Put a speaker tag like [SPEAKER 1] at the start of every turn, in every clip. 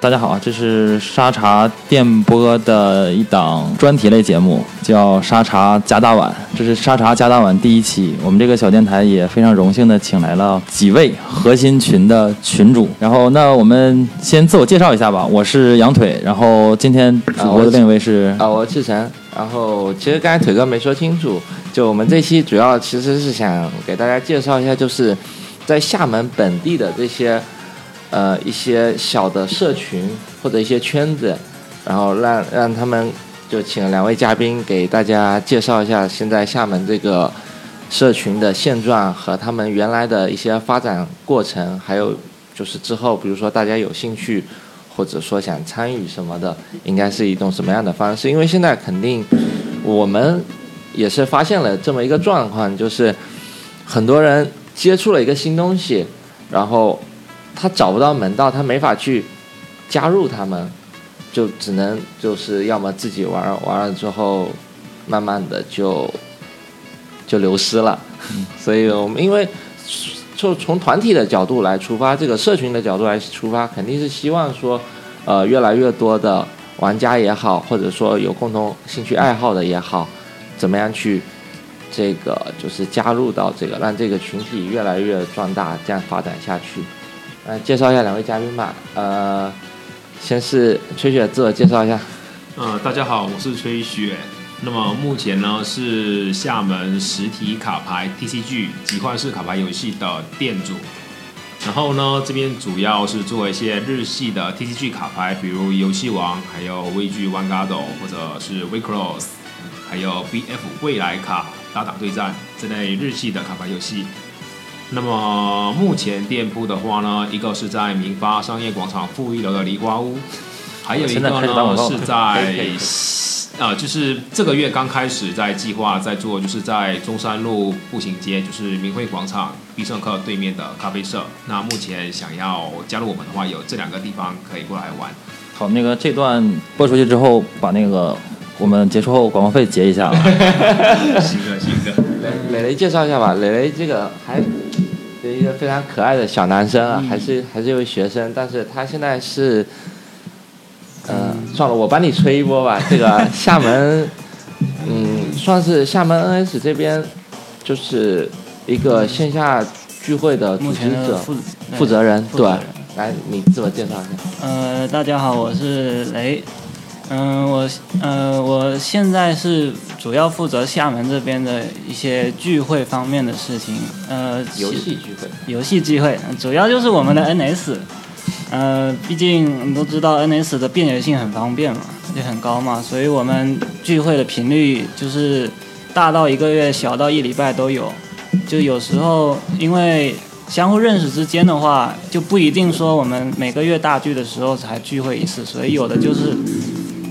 [SPEAKER 1] 大家好，这是沙茶电波的一档专题类节目，叫《沙茶加大碗》，这是《沙茶加大碗》第一期。我们这个小电台也非常荣幸的请来了几位核心群的群主。然后，那我们先自我介绍一下吧，我是羊腿，然后今天主播的另一位是
[SPEAKER 2] 啊，我是志成。然后，其实刚才腿哥没说清楚，就我们这期主要其实是想给大家介绍一下，就是在厦门本地的这些呃一些小的社群或者一些圈子，然后让让他们就请两位嘉宾给大家介绍一下现在厦门这个社群的现状和他们原来的一些发展过程，还有就是之后，比如说大家有兴趣。或者说想参与什么的，应该是一种什么样的方式？因为现在肯定我们也是发现了这么一个状况，就是很多人接触了一个新东西，然后他找不到门道，他没法去加入他们，就只能就是要么自己玩儿玩了之后，慢慢的就就流失了。所以我们因为就从团体的角度来出发，这个社群的角度来出发，肯定是希望说，呃，越来越多的玩家也好，或者说有共同兴趣爱好的也好，怎么样去这个就是加入到这个，让这个群体越来越壮大，这样发展下去。呃，介绍一下两位嘉宾吧。呃，先是吹雪自我介绍一下。
[SPEAKER 3] 呃，大家好，我是崔雪。那么目前呢是厦门实体卡牌 TCG 集幻式卡牌游戏的店主，然后呢这边主要是做一些日系的 TCG 卡牌，比如游戏王，还有微剧 One g a d o 或者是 w e c r o s 还有 BF 未来卡打打对战这类日系的卡牌游戏。那么目前店铺的话呢，一个是在民发商业广场负一楼的梨花屋，还有
[SPEAKER 1] 我
[SPEAKER 3] 一个
[SPEAKER 1] 现在开始打广
[SPEAKER 3] 呢
[SPEAKER 1] 告
[SPEAKER 3] 是在
[SPEAKER 2] 可以可以
[SPEAKER 3] 呃，就是这个月刚开始在计划在做，就是在中山路步行街，就是明慧广场必胜客对面的咖啡社。那目前想要加入我们的话，有这两个地方可以过来 玩。
[SPEAKER 1] 好，那个这段播出去之后，把那个我们结束后广告费结一下啊。
[SPEAKER 3] 行的，行的。
[SPEAKER 2] 磊磊介绍一下吧，磊磊这个还是一个非常可爱的小男生啊，还是还是一位学生，但是他现在是，呃，算了，我帮你吹一波吧。这个厦门，嗯，算是厦门 NS 这边就是一个线下聚会的组
[SPEAKER 4] 目
[SPEAKER 2] 织
[SPEAKER 4] 前的
[SPEAKER 2] 者、
[SPEAKER 4] 负
[SPEAKER 2] 负责人，
[SPEAKER 4] 负
[SPEAKER 2] 对
[SPEAKER 4] 责人。
[SPEAKER 2] 来，你自我介绍一下。
[SPEAKER 4] 呃，大家好，我是雷。嗯、我呃，我现在是主要负责厦门这边的一些聚会方面的事情。呃，其
[SPEAKER 2] 游戏聚会，
[SPEAKER 4] 游戏聚会，呃主要就是我们的 NS。呃，毕竟你都知道 NS 的便捷性很方便嘛，也很高嘛，所以我们聚会的频率就是大到一个月，小到一礼拜都有。就有时候因为相互认识之间的话，就不一定说我们每个月大聚的时候才聚会一次，所以有的就是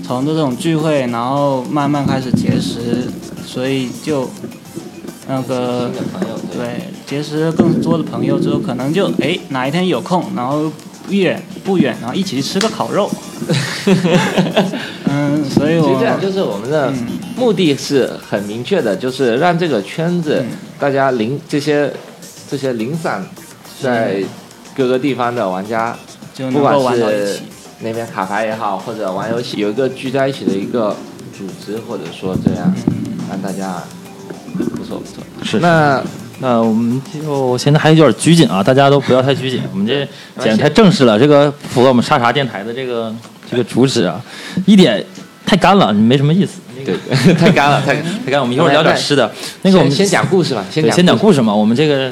[SPEAKER 4] 从这种聚会，然后慢慢开始结识，所以就那个
[SPEAKER 2] 新的朋友，对
[SPEAKER 4] 对，结识更多的朋友之后，可能就哎哪一天有空，然后不远不远，然后一起去吃个烤肉。嗯，所以
[SPEAKER 2] 其
[SPEAKER 4] 我
[SPEAKER 2] 实这样就是我们的
[SPEAKER 4] 嗯
[SPEAKER 2] 目的是很明确的，就是让这个圈子
[SPEAKER 4] 嗯
[SPEAKER 2] 大家零这些这些零散
[SPEAKER 1] 嗯
[SPEAKER 2] 在各个地方的玩家，
[SPEAKER 4] 就
[SPEAKER 2] 不
[SPEAKER 4] 能
[SPEAKER 2] 管
[SPEAKER 4] 够玩到一
[SPEAKER 2] 是
[SPEAKER 4] 起。
[SPEAKER 2] 那边卡牌也好，或者玩游戏有一个聚在一起的一个组织，或者说这样
[SPEAKER 4] 嗯
[SPEAKER 2] 让大家不错不错。
[SPEAKER 1] 是
[SPEAKER 2] 那
[SPEAKER 1] 嗯那我们就现在还有点拘谨啊，大家都不要太拘谨，我们 这简直太正式了，这个不符合我们沙茶电台的这个这个主旨啊，一点太干了，没什么意思。那个
[SPEAKER 2] 对， 太干了，太
[SPEAKER 1] 太干，我们一会儿聊点吃的。那个我们
[SPEAKER 2] 先先讲故事吧，先
[SPEAKER 1] 对
[SPEAKER 2] 讲
[SPEAKER 1] 先讲故事嘛，我们这个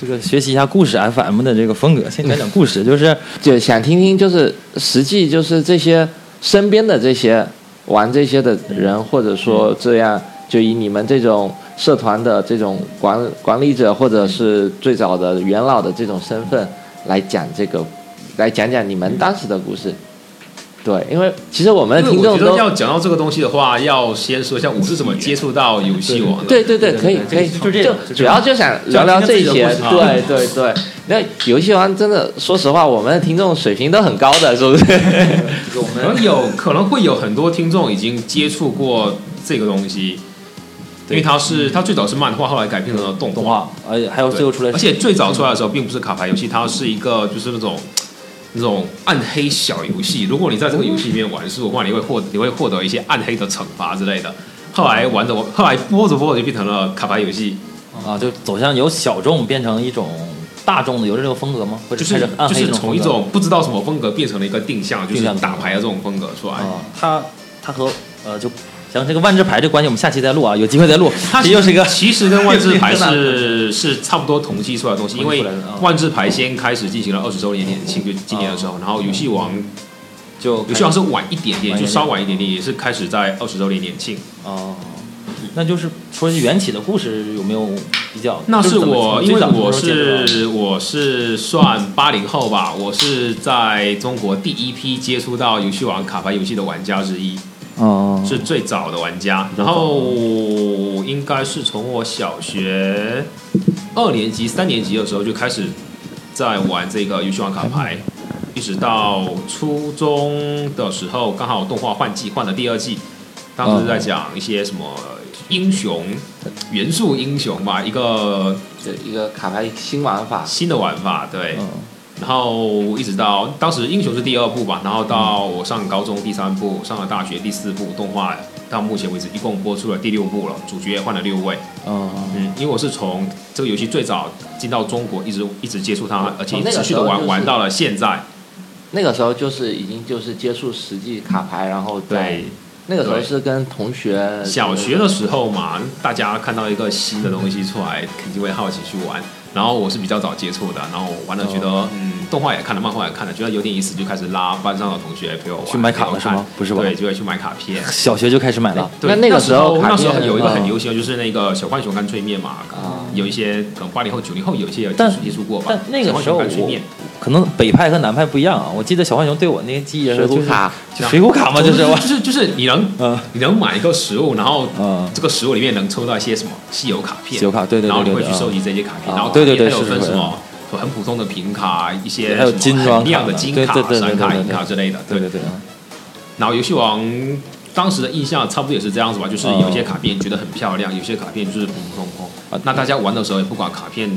[SPEAKER 1] 这个学习一下故事 FM 的这个风格，先讲讲故事，就是
[SPEAKER 2] 就想听听，就是实际就是这些身边的这些玩这些的人，或者说这样，就以你们这种社团的这种管管理者，或者是最早的元老的这种身份来讲这个，来讲讲你们当时的故事。对，因为其实我们的听
[SPEAKER 3] 我
[SPEAKER 2] 众
[SPEAKER 3] 觉得
[SPEAKER 2] 都
[SPEAKER 3] 要讲到这个东西的话，要先说一下我是怎么接触到游戏王的。
[SPEAKER 2] 对对对，可以可以，
[SPEAKER 1] 就这
[SPEAKER 2] 就
[SPEAKER 1] 样就这
[SPEAKER 2] 主
[SPEAKER 1] 样
[SPEAKER 2] 要就想聊聊这
[SPEAKER 3] 就
[SPEAKER 2] 些
[SPEAKER 3] 今天自己，的故事
[SPEAKER 2] 对对对。那游戏王真的，说实话，我们的听众水平都很高的，是不是？
[SPEAKER 3] 可能有可能会有很多听众已经接触过这个东西，因为它是它最早是漫画，后来改编成了动
[SPEAKER 1] 动画，而且还有嗯
[SPEAKER 3] 对
[SPEAKER 1] 最后出来
[SPEAKER 3] 而且最早出来的时候并不是卡牌游戏，它是一个就是那种那种暗黑小游戏，如果你在这个游戏里面玩输的话，你会获你会获得一些暗黑的惩罚之类的。后来玩着玩，后来播着播着就变成了卡牌游戏，
[SPEAKER 1] 啊，就走向由小众变成一种大众的，有这种风格吗？或
[SPEAKER 3] 就
[SPEAKER 1] 者
[SPEAKER 3] 是
[SPEAKER 1] 开始暗
[SPEAKER 3] 就
[SPEAKER 1] 黑
[SPEAKER 3] 是
[SPEAKER 1] 这
[SPEAKER 3] 从
[SPEAKER 1] 风
[SPEAKER 3] 一
[SPEAKER 1] 格？
[SPEAKER 3] 种不知道什么风格变成了一个定向，就是
[SPEAKER 1] 定向
[SPEAKER 3] 打牌的这种风格出来。
[SPEAKER 1] 啊，它它和呃就行，这个万智牌这关系我们下期再录啊，有机会再录。
[SPEAKER 3] 它
[SPEAKER 1] 这又是一个
[SPEAKER 3] 其实跟万智 牌
[SPEAKER 1] 又
[SPEAKER 3] 是是差不多同期出来的东西，因
[SPEAKER 1] 同期
[SPEAKER 3] 为
[SPEAKER 1] 出来的啊
[SPEAKER 3] 万智牌先开始进行了二十周年联庆，就今年的时候，然后游戏王
[SPEAKER 1] 就
[SPEAKER 3] 游戏王是晚一点点，
[SPEAKER 1] 哦嗯晚一点点
[SPEAKER 3] 就稍晚一点点，也是开始在二十周年联庆。
[SPEAKER 1] 哦，那就是说缘起的故事有没有比较？
[SPEAKER 3] 那
[SPEAKER 1] 就是是怎么
[SPEAKER 3] 我，
[SPEAKER 1] 从
[SPEAKER 3] 因
[SPEAKER 1] 最
[SPEAKER 3] 为
[SPEAKER 1] 早什
[SPEAKER 3] 我
[SPEAKER 1] 么时候接触到的
[SPEAKER 3] 是我是算八零后吧，我是在中国第一批接触到游戏王卡牌游戏的玩家之一，
[SPEAKER 1] 哦
[SPEAKER 3] 是最早的玩家。然后应该是从我小学二年级、三年级的时候就开始在玩这个游戏王卡牌，一直到初中的时候，刚好动画换季换了第二季，当时在讲一些什么英雄。元素英雄吧，一个
[SPEAKER 2] 这一个卡牌新玩法，
[SPEAKER 3] 新的玩法，对。
[SPEAKER 1] 嗯
[SPEAKER 3] 然后一直到当时英雄是第二部吧，然后到我上高中第三部，上了大学第四部，动画到目前为止一共播出了第六部了，主角换了六位。
[SPEAKER 1] 哦
[SPEAKER 3] 嗯，因为我是从这个游戏最早进到中国，一直一直接触它，而且
[SPEAKER 2] 哦那个
[SPEAKER 3] 持续的
[SPEAKER 2] 时候
[SPEAKER 3] 玩、
[SPEAKER 2] 就是
[SPEAKER 3] 玩到了现在。
[SPEAKER 2] 那个时候就是已经就是接触实际卡牌，然后在
[SPEAKER 3] 对，
[SPEAKER 2] 那个时候
[SPEAKER 3] 对
[SPEAKER 2] 是跟同学
[SPEAKER 3] 小学的时候嘛，大家看到一个新的东西出来，肯定会好奇去玩。然后我是比较早接触的，然后玩了觉得、
[SPEAKER 1] 哦
[SPEAKER 3] 嗯，动画也看了，漫画也看了，觉得有点意思，就开始拉班上的同学陪我玩
[SPEAKER 1] 去买卡了
[SPEAKER 3] 陪我
[SPEAKER 1] 是吗
[SPEAKER 3] 看
[SPEAKER 1] 不是吧
[SPEAKER 3] 对，就会去买卡片。
[SPEAKER 1] 小学就开始买了。
[SPEAKER 3] 对
[SPEAKER 2] 那那个
[SPEAKER 3] 时
[SPEAKER 2] 时候卡
[SPEAKER 3] 那时候
[SPEAKER 2] 片
[SPEAKER 3] 有一
[SPEAKER 1] 啊
[SPEAKER 3] 个很
[SPEAKER 2] 嗯
[SPEAKER 3] 流行的，就是那个小浣熊干脆面嘛，可能
[SPEAKER 2] 啊
[SPEAKER 3] 有一些可能八零后、九零后有一些有
[SPEAKER 1] 但
[SPEAKER 3] 接触过吧。
[SPEAKER 1] 但那个
[SPEAKER 3] 小浣
[SPEAKER 1] 时候
[SPEAKER 3] 熊干脆
[SPEAKER 1] 我
[SPEAKER 3] 面，
[SPEAKER 1] 可能北派和南派不一样啊。我记得小浣熊对我那个记忆
[SPEAKER 2] 水
[SPEAKER 1] 就
[SPEAKER 2] 浒
[SPEAKER 1] 是
[SPEAKER 2] 卡，
[SPEAKER 1] 就水浒卡嘛，就是
[SPEAKER 3] 就
[SPEAKER 1] 我
[SPEAKER 3] 是就是你能
[SPEAKER 1] 嗯
[SPEAKER 3] 你能买一个食物，然后
[SPEAKER 1] 嗯
[SPEAKER 3] 这个食物里面能抽到一些什么稀有卡片，
[SPEAKER 1] 稀有卡对对对
[SPEAKER 3] 然后你会
[SPEAKER 1] 对
[SPEAKER 3] 去
[SPEAKER 1] 对
[SPEAKER 3] 收集这些卡片，
[SPEAKER 1] 啊
[SPEAKER 3] 然后
[SPEAKER 1] 对对对
[SPEAKER 3] 它有
[SPEAKER 1] 是
[SPEAKER 3] 分
[SPEAKER 1] 是
[SPEAKER 3] 什么很普通的平卡，一些
[SPEAKER 1] 还有
[SPEAKER 3] 什么
[SPEAKER 1] 金装
[SPEAKER 3] 很亮
[SPEAKER 1] 卡
[SPEAKER 3] 的
[SPEAKER 1] 的
[SPEAKER 3] 金
[SPEAKER 1] 对
[SPEAKER 3] 卡
[SPEAKER 1] 对、对对
[SPEAKER 3] 闪
[SPEAKER 1] 对
[SPEAKER 3] 卡、
[SPEAKER 1] 对
[SPEAKER 3] 银
[SPEAKER 1] 对
[SPEAKER 3] 卡之类的，
[SPEAKER 1] 对对对，啊
[SPEAKER 3] 然后游戏王当时的印象差不多也是这样子吧，就是
[SPEAKER 1] 嗯
[SPEAKER 3] 有些卡片觉得很漂亮，有些卡片就是普普通通。
[SPEAKER 1] 啊
[SPEAKER 3] 那大家玩的时候也不管卡片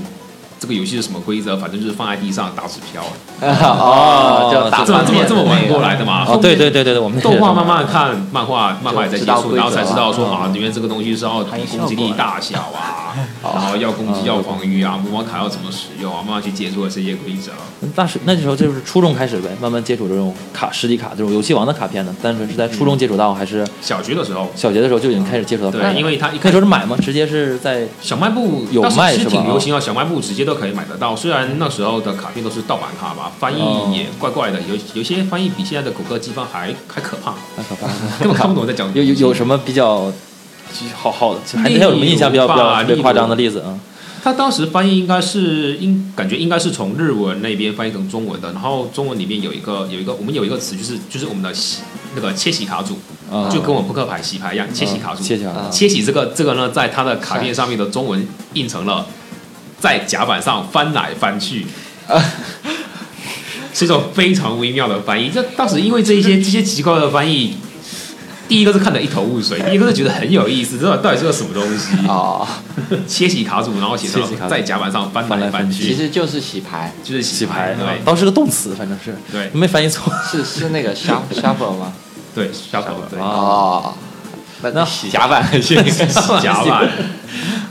[SPEAKER 3] 这个游戏是什么规则，反正就是放在地上打纸漂，
[SPEAKER 1] 啊
[SPEAKER 2] 哦，就打
[SPEAKER 3] 这么
[SPEAKER 2] 翻
[SPEAKER 3] 这么
[SPEAKER 2] 面
[SPEAKER 3] 这么玩
[SPEAKER 2] 那个
[SPEAKER 3] 过来的嘛。
[SPEAKER 1] 哦对对对对对，我 们那个
[SPEAKER 3] 动画慢慢看，漫画漫画也在接
[SPEAKER 2] 就
[SPEAKER 3] 触，
[SPEAKER 2] 知道规则
[SPEAKER 3] 然后才知道说
[SPEAKER 2] 了
[SPEAKER 3] 啊，里面这个东西是要比攻击力大小 啊，然后要攻击要防御
[SPEAKER 1] 嗯
[SPEAKER 3] 啊，魔法卡要怎么使用啊，慢慢去接触了这些规则。啊
[SPEAKER 1] 大学那时候就是初中开始呗，慢慢接触这种卡实体卡这种游戏王的卡片呢。单纯是在初中接触到，还是
[SPEAKER 3] 小学的时候，
[SPEAKER 1] 小学的时候就已经开始接触到卡片
[SPEAKER 3] 对，
[SPEAKER 1] 了？
[SPEAKER 3] 因为他一
[SPEAKER 1] 那
[SPEAKER 3] 开
[SPEAKER 1] 时
[SPEAKER 3] 始
[SPEAKER 1] 候是买吗？直接是在
[SPEAKER 3] 小卖部
[SPEAKER 1] 有
[SPEAKER 3] 当时
[SPEAKER 1] 卖
[SPEAKER 3] 其实
[SPEAKER 1] 是吧
[SPEAKER 3] 挺流行啊，小卖部直接都可以买得到。虽然那时候的卡片都是盗版卡吧，翻
[SPEAKER 1] 哦
[SPEAKER 3] 译也怪怪的，有有些翻译比现在的谷歌机翻还还可怕，
[SPEAKER 1] 哎可怕了
[SPEAKER 3] 根本看不懂在讲
[SPEAKER 1] 有有有什么比较好好的，还
[SPEAKER 3] 例
[SPEAKER 1] 还
[SPEAKER 3] 如
[SPEAKER 1] 有什么印象比较比
[SPEAKER 3] 吧
[SPEAKER 1] 较比
[SPEAKER 3] 例
[SPEAKER 1] 较
[SPEAKER 3] 如
[SPEAKER 1] 夸张的例子啊？
[SPEAKER 3] 他当时翻译应该是应感觉应该是从日文那边翻译成中文的，然后中文里面有一个有一个我们有一个词就是就是我们的洗那个切洗卡组，
[SPEAKER 1] 啊
[SPEAKER 3] 就跟我们扑克牌洗牌一样，切洗卡嗯组。
[SPEAKER 1] 切洗卡
[SPEAKER 2] 啊
[SPEAKER 3] 切洗这个这个呢，在它的卡片上面的中文印成了在甲板上翻来 翻去，是一种非常微妙的翻译。这当时因为这一些这些奇怪的翻译，第一个是看得一头雾水，第一个是觉得很有意思，这到底是个什么东西？
[SPEAKER 2] 哦，
[SPEAKER 3] 切洗卡组，然后写
[SPEAKER 1] 切洗卡组
[SPEAKER 3] 上在甲板上翻
[SPEAKER 1] 翻
[SPEAKER 3] 来
[SPEAKER 1] 来翻
[SPEAKER 3] 翻
[SPEAKER 1] 去
[SPEAKER 2] 其
[SPEAKER 3] 去，
[SPEAKER 2] 实就是洗牌，
[SPEAKER 3] 就是洗牌，
[SPEAKER 1] 啊
[SPEAKER 3] 对
[SPEAKER 1] 当时个动词，反正是
[SPEAKER 3] 对
[SPEAKER 1] 没翻译 错。
[SPEAKER 2] 是是那个 shuff- shuffle 吗？
[SPEAKER 3] 对，小狗对
[SPEAKER 1] 啊
[SPEAKER 2] 哦，
[SPEAKER 1] 那
[SPEAKER 2] 那洗甲板很
[SPEAKER 3] 洗甲板。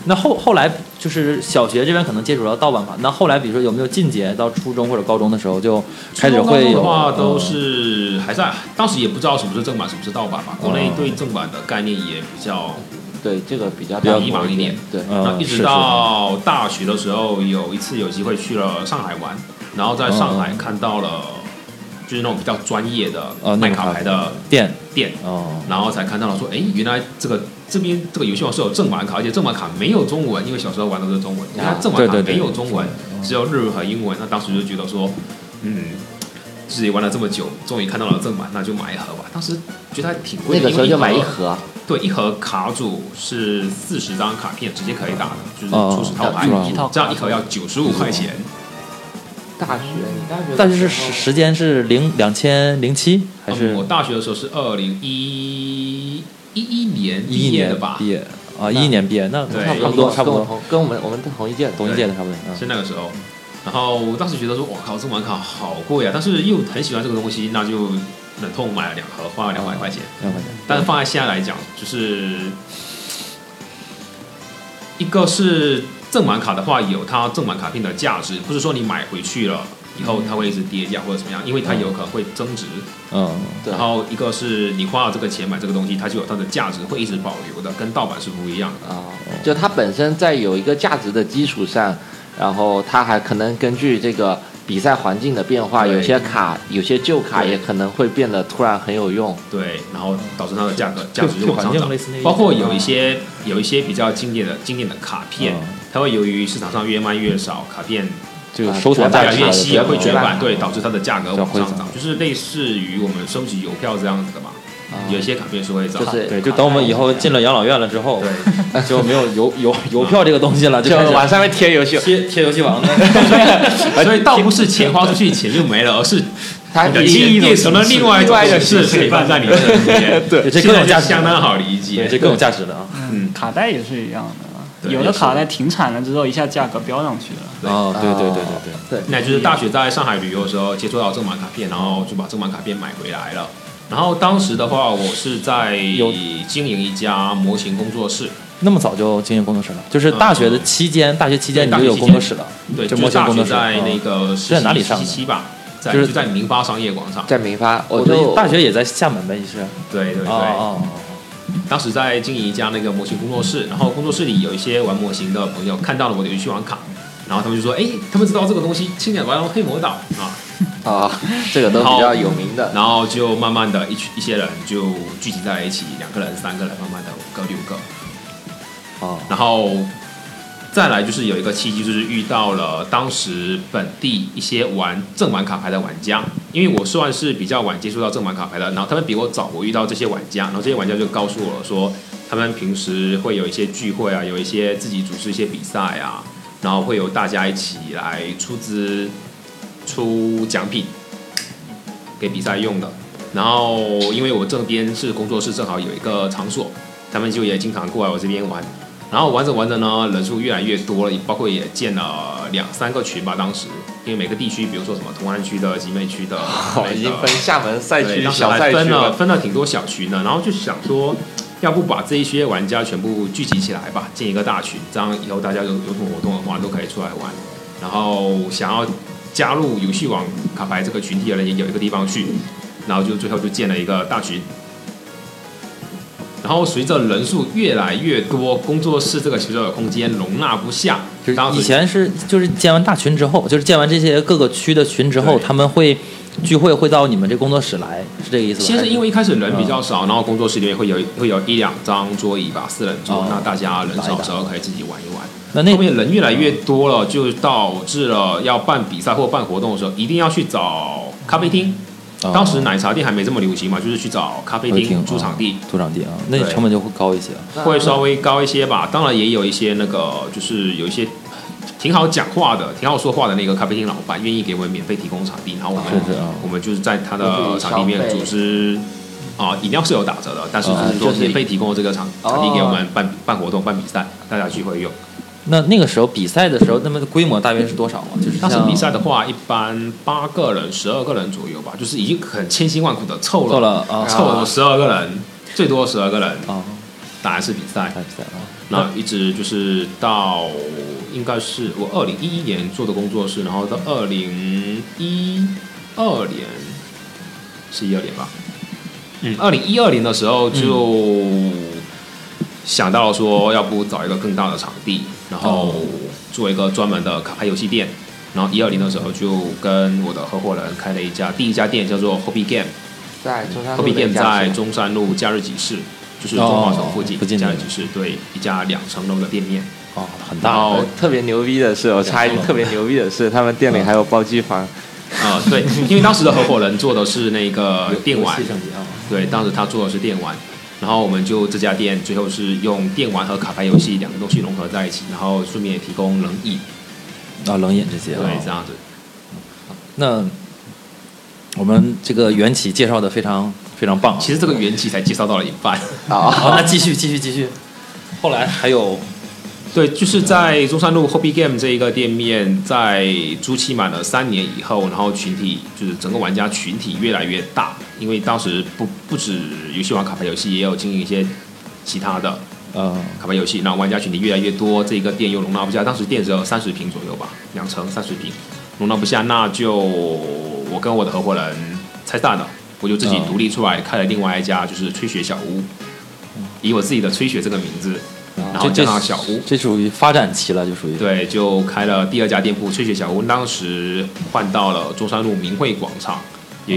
[SPEAKER 1] 那后后来就是小学这边可能接触到盗版卡，那后来比如说有没有进阶到初中或者高中的时候就 开始会
[SPEAKER 3] 初中
[SPEAKER 1] 有
[SPEAKER 3] 的话都
[SPEAKER 1] 嗯
[SPEAKER 3] 是还在，当时也不知道什么是正版，什么是盗版
[SPEAKER 1] 啊
[SPEAKER 3] 吧。国内对正版的概念也比较，
[SPEAKER 2] 对这个比较
[SPEAKER 3] 比较
[SPEAKER 2] 大
[SPEAKER 3] 迷茫一点，
[SPEAKER 2] 对，
[SPEAKER 1] 嗯
[SPEAKER 3] 那一
[SPEAKER 1] 是
[SPEAKER 3] 直
[SPEAKER 1] 是
[SPEAKER 3] 到大学的时候，有一次有机会去了上海玩，然后在上海
[SPEAKER 1] 嗯
[SPEAKER 3] 看到了就是那种比较专业的
[SPEAKER 1] 呃那
[SPEAKER 3] 卖
[SPEAKER 1] 个
[SPEAKER 3] 卡牌的
[SPEAKER 1] 店
[SPEAKER 3] 店，
[SPEAKER 1] 哦
[SPEAKER 3] 然后才看到了说，哎，原来这个这边这个游戏王是有正版卡，而且正版卡没有中文，因为小时候玩都是中文，原来正版卡
[SPEAKER 1] 对对啊对
[SPEAKER 3] 没有中文，嗯只有日文和英文。那当时就觉得说，嗯，自己玩了这么久，终于看到了正版，那就买一盒吧。当时觉得还挺贵
[SPEAKER 2] 那
[SPEAKER 3] 的，
[SPEAKER 2] 个时候就买
[SPEAKER 3] 因
[SPEAKER 2] 一
[SPEAKER 3] 为盒，
[SPEAKER 2] 盒，
[SPEAKER 3] 对，一盒卡组是四十张卡片，直接可以打的，就是
[SPEAKER 1] 哦
[SPEAKER 3] 初始套牌，
[SPEAKER 1] 哦
[SPEAKER 4] 一套
[SPEAKER 3] 这样一盒要九十五块钱。
[SPEAKER 2] 大学你大学的时候，
[SPEAKER 1] 但是时时间是零两千零七还是
[SPEAKER 3] 嗯我大学的时候是二零一一一年
[SPEAKER 1] 一
[SPEAKER 3] 毕
[SPEAKER 1] 一
[SPEAKER 3] 业的
[SPEAKER 1] 年
[SPEAKER 3] 吧，
[SPEAKER 1] 毕业啊？一一年毕业那
[SPEAKER 3] 对
[SPEAKER 1] 差不多差不多
[SPEAKER 2] 跟我们我们同一届的，
[SPEAKER 1] 同一届的差不多。嗯
[SPEAKER 3] 是那个时候。然后我当时觉得说，我靠，这门卡好贵啊！但是又很喜欢这个东西，那就忍痛买了两盒，花了两百块钱。
[SPEAKER 1] 嗯
[SPEAKER 2] 两块钱，
[SPEAKER 3] 但是放在现在来讲，就是一个是正版卡的话，有它正版卡片的价值，不是说你买回去了以后它会一直跌价或者怎么样，因为它有可能会增值。
[SPEAKER 1] 嗯，
[SPEAKER 2] 对
[SPEAKER 3] 然后一个是你花了这个钱买这个东西，它就有它的价值，会一直保留的，跟盗版是不一样的。
[SPEAKER 2] 啊，就它本身在有一个价值的基础上，然后它还可能根据这个比赛环境的变化，
[SPEAKER 3] 对
[SPEAKER 2] 有些卡、有些旧卡
[SPEAKER 3] 对
[SPEAKER 2] 也可能会变得突然很有用。
[SPEAKER 3] 对，然后导致它的价格价值就往上
[SPEAKER 1] 就好像
[SPEAKER 3] 涨
[SPEAKER 1] 类似那。一
[SPEAKER 3] 包括
[SPEAKER 1] 种
[SPEAKER 3] 有一些有一些比较经典的经典的卡片
[SPEAKER 1] 嗯，
[SPEAKER 3] 它会由于市场上越卖越少，卡片
[SPEAKER 1] 就
[SPEAKER 2] 啊
[SPEAKER 1] 收藏
[SPEAKER 2] 绝版
[SPEAKER 1] 价
[SPEAKER 3] 越
[SPEAKER 1] 值
[SPEAKER 3] 来越
[SPEAKER 2] 的
[SPEAKER 3] 稀
[SPEAKER 2] 绝
[SPEAKER 3] 有，
[SPEAKER 1] 的东西
[SPEAKER 2] 版
[SPEAKER 3] 会绝版，对，导致它的价格
[SPEAKER 1] 叫
[SPEAKER 3] 往
[SPEAKER 1] 灰
[SPEAKER 3] 上
[SPEAKER 1] 色
[SPEAKER 3] 涨，就是类似于我们收集邮票这样子的吧。
[SPEAKER 2] 啊
[SPEAKER 3] 有些卡片是会涨，
[SPEAKER 2] 就是
[SPEAKER 1] 对，就等我们以后进了养老院了之后，
[SPEAKER 3] 对，
[SPEAKER 1] 就没有邮邮邮票这个东西 了，就
[SPEAKER 2] 就
[SPEAKER 1] 开始
[SPEAKER 2] 往上面贴游戏，
[SPEAKER 1] 贴贴游戏王的。
[SPEAKER 3] 所
[SPEAKER 1] 哎
[SPEAKER 3] 以倒不是钱花出去，钱就没了，而是
[SPEAKER 2] 它
[SPEAKER 3] 你的
[SPEAKER 2] 以
[SPEAKER 3] 记忆变成了 另外一
[SPEAKER 2] 另
[SPEAKER 3] 种
[SPEAKER 2] 外一种
[SPEAKER 3] 形式，
[SPEAKER 2] 形式
[SPEAKER 3] 可以放在你的里面。
[SPEAKER 1] 对这
[SPEAKER 3] 现
[SPEAKER 1] 更
[SPEAKER 3] 在
[SPEAKER 1] 有价
[SPEAKER 3] 就
[SPEAKER 1] 值
[SPEAKER 3] 相当好理
[SPEAKER 1] 对，
[SPEAKER 3] 解。
[SPEAKER 1] 这更有价值了啊！
[SPEAKER 3] 嗯
[SPEAKER 4] 卡带也是一样的
[SPEAKER 3] 对
[SPEAKER 4] 啊，有
[SPEAKER 3] 也
[SPEAKER 4] 的
[SPEAKER 3] 是
[SPEAKER 4] 卡带停产了之后，一下价格飙上去了。
[SPEAKER 3] 对
[SPEAKER 1] 哦，对对对
[SPEAKER 2] 啊
[SPEAKER 1] 对对，
[SPEAKER 2] 对，
[SPEAKER 3] 那就是大学在上海旅游的时候接触到正版卡片，然后就把正版卡片买回来了。然后当时的话，我是在
[SPEAKER 1] 有
[SPEAKER 3] 经营一家模型工作室，
[SPEAKER 1] 那么早就经营工作室了，就是大学的期间，嗯大学期间你
[SPEAKER 3] 对
[SPEAKER 1] 就有工作室了，
[SPEAKER 3] 对，
[SPEAKER 1] 嗯就
[SPEAKER 3] 就
[SPEAKER 1] 模
[SPEAKER 3] 是
[SPEAKER 1] 型
[SPEAKER 3] 大
[SPEAKER 1] 工
[SPEAKER 3] 学
[SPEAKER 1] 作室。
[SPEAKER 3] 在那
[SPEAKER 1] 嗯
[SPEAKER 3] 个
[SPEAKER 1] 是在哪里上的
[SPEAKER 3] 十七吧，在
[SPEAKER 1] 就是
[SPEAKER 3] 就在明发商业广场。
[SPEAKER 2] 在民发，我
[SPEAKER 1] 我的
[SPEAKER 2] 就
[SPEAKER 1] 大学也在厦门呗，也是。
[SPEAKER 3] 对对
[SPEAKER 1] 哦
[SPEAKER 3] 对，
[SPEAKER 1] 哦，
[SPEAKER 3] 当时在经营一家那个模型工作室，然后工作室里有一些玩模型的朋友看到了我的游戏王卡，然后他们就说：“哎，他们知道这个东西，青鸟白龙黑魔岛啊。”
[SPEAKER 2] 啊，这个都比较有名的。
[SPEAKER 3] 然后就慢慢的一群一些人就聚集在一起，两个人、三个人，慢慢的五个、六个，
[SPEAKER 1] 哦，
[SPEAKER 3] 然后再来就是有一个契机，就是遇到了当时本地一些玩正版卡牌的玩家，因为我算是比较晚接触到正版卡牌的，然后他们比我早，我遇到这些玩家，然后这些玩家就告诉我说，他们平时会有一些聚会啊，有一些自己组织一些比赛啊，然后会有大家一起来出资出奖品给比赛用的。然后，因为我这边是工作室，正好有一个场所，他们就也经常过来我这边玩。然后玩着玩着呢，人数越来越多了，包括也建了两三个群吧。当时因为每个地区，比如说什么同安区的、集美区的，
[SPEAKER 2] 哦，已经分厦门赛
[SPEAKER 3] 对
[SPEAKER 2] 区、
[SPEAKER 3] 当时
[SPEAKER 2] 小
[SPEAKER 3] 还
[SPEAKER 2] 赛
[SPEAKER 3] 分
[SPEAKER 2] 区
[SPEAKER 3] 了
[SPEAKER 2] 了。
[SPEAKER 3] 分了挺多小群的。然后就想说，要不把这一些玩家全部聚集起来吧，建一个大群，这样以后大家有有什么活动的话都可以出来玩。然后想要加入游戏网卡牌这个群体的人也有一个地方去，然后就最后就建了一个大群。然后随着人数越来越多，工作室这个小小的空间容纳不下。
[SPEAKER 1] 就是
[SPEAKER 3] 当时
[SPEAKER 1] 以前是就是建完大群之后，就是建完这些各个区的群之后，
[SPEAKER 3] 对
[SPEAKER 1] 他们会聚会会到你们这工作室来，是这个意思吧？嗯
[SPEAKER 3] 先是因
[SPEAKER 1] 为
[SPEAKER 3] 为一开始人比较少，然后工作室里面会有会有一两张桌椅吧，四人桌，
[SPEAKER 1] 哦
[SPEAKER 3] 那大家人
[SPEAKER 1] 打一
[SPEAKER 3] 少
[SPEAKER 1] 打
[SPEAKER 3] 的时候可以自己玩一玩。
[SPEAKER 1] 那那
[SPEAKER 3] 后面人越来越多了，就导致了要办比赛或办活动的时候，一定要去找咖啡厅。
[SPEAKER 1] 哦
[SPEAKER 3] 当时奶茶店还没这么流行嘛，就是去找咖啡
[SPEAKER 1] 咖啡厅嗯
[SPEAKER 3] 厅租场地，
[SPEAKER 1] 租场地啊，那你
[SPEAKER 3] 对
[SPEAKER 1] 成本就会高一些。
[SPEAKER 3] 会稍微高一些吧。当然也有一些那个，就是有一些挺好讲话的、挺好说话的那个咖啡厅老板，愿意给我们免费提供场地，然后我们
[SPEAKER 1] 是是啊
[SPEAKER 3] 我们就是在他
[SPEAKER 2] 我
[SPEAKER 3] 的
[SPEAKER 2] 自己
[SPEAKER 3] 场地里面
[SPEAKER 2] 消费
[SPEAKER 3] 组织。啊，饮料是有打折的，但是
[SPEAKER 1] 啊
[SPEAKER 3] 就是
[SPEAKER 2] 就
[SPEAKER 3] 说
[SPEAKER 2] 是
[SPEAKER 3] 免费提供这个场
[SPEAKER 2] 哦
[SPEAKER 3] 场地给我们办办活动、办比赛，大家聚会用。
[SPEAKER 1] 那那个时候比赛的时候，那么规模大约是多少啊？就是
[SPEAKER 3] 当时
[SPEAKER 1] 像
[SPEAKER 3] 比赛的话，一般八个人、十二个人左右吧，就是已经很千辛万苦的凑
[SPEAKER 1] 做
[SPEAKER 3] 了
[SPEAKER 1] 了啊
[SPEAKER 3] 凑了十二个人，最多十二个人
[SPEAKER 1] 啊，
[SPEAKER 3] 打一次比赛，
[SPEAKER 1] 大比赛啊，
[SPEAKER 3] 然后一直就是到应该是我二零一一年做的工作室，然后到二零一二年是一二年吧，嗯，二零一二年的时候就想到说，要不找一个更大的场地，然后做一个专门的卡牌游戏店。然后一二年的时候就跟我的合伙人开了一家第一家店，叫做 Hobby Game。
[SPEAKER 2] 在中山路
[SPEAKER 3] Hobby
[SPEAKER 2] 的
[SPEAKER 3] 店
[SPEAKER 2] 一家
[SPEAKER 3] 在
[SPEAKER 2] 店
[SPEAKER 3] 中山路假日集市，就是中华城附
[SPEAKER 1] 哦附近
[SPEAKER 3] 近
[SPEAKER 1] 的
[SPEAKER 3] 假日集市，对，一家两层楼的店面。
[SPEAKER 1] 哦，很
[SPEAKER 3] 然
[SPEAKER 1] 大
[SPEAKER 3] 后
[SPEAKER 2] 哦，嗯特别牛逼的是，我插一句，特别牛逼的是，他们店里还有包机房，
[SPEAKER 3] 啊、对，因为当时的合伙人做的是那个电玩，
[SPEAKER 1] 上级啊，
[SPEAKER 3] 对，当时他做的是电玩，然后我们就这家店最后是用电玩和卡牌游戏两个东西融合在一起，然后顺便也提供冷饮，
[SPEAKER 1] 啊冷饮这些
[SPEAKER 3] 对
[SPEAKER 1] 啊，，
[SPEAKER 3] 这样子。
[SPEAKER 1] 那我们这个缘起介绍的非常非常棒啊。
[SPEAKER 3] 其实这个缘起才介绍到了一半，
[SPEAKER 2] 啊，
[SPEAKER 1] 好，那继续继续继续，后来还有
[SPEAKER 3] 对，就是在中山路 Hobby Game 这一个店面，在租期满了三年以后，然后群体就是整个玩家群体越来越大，因为当时不不止游戏玩卡牌游戏，也有经营一些其他的
[SPEAKER 1] 呃，
[SPEAKER 3] 卡牌游戏，那玩家群体越来越多，这一个店又容纳不下，当时店只有三十平左右吧，两层三十平，容纳不下，那就我跟我的合伙人拆散了，我就自己
[SPEAKER 1] 嗯
[SPEAKER 3] 独立出来开了另外一家，就是吹雪小屋，以我自己的吹雪这个名字，然
[SPEAKER 1] 这
[SPEAKER 3] 后加
[SPEAKER 1] 这
[SPEAKER 3] 上小屋，
[SPEAKER 1] 这属于发展期了，就属于
[SPEAKER 3] 对，就开了第二家店铺吹雪小屋，当时换到了中山路明汇广场。有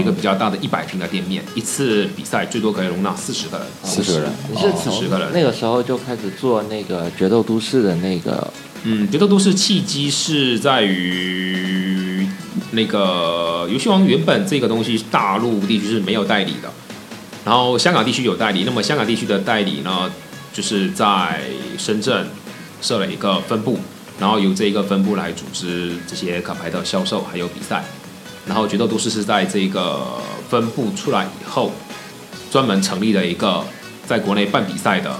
[SPEAKER 1] 嗯
[SPEAKER 3] 一个比较大的一百平的店面，一次比赛最多可以容纳四十个人。
[SPEAKER 1] 四十个人。
[SPEAKER 2] 你是
[SPEAKER 3] 哦
[SPEAKER 2] 从
[SPEAKER 3] 十个人
[SPEAKER 2] 那个时候就开始做那个决斗都市的那个
[SPEAKER 3] 嗯，决斗都市契机是在于那个游戏王原本这个东西大陆地区是没有代理的，然后香港地区有代理，那么香港地区的代理呢，就是在深圳设了一个分部，然后由这一个分部来组织这些卡牌的销售还有比赛，然后决斗都市是在这个分部出来以后，专门成立了一个在国内办比赛的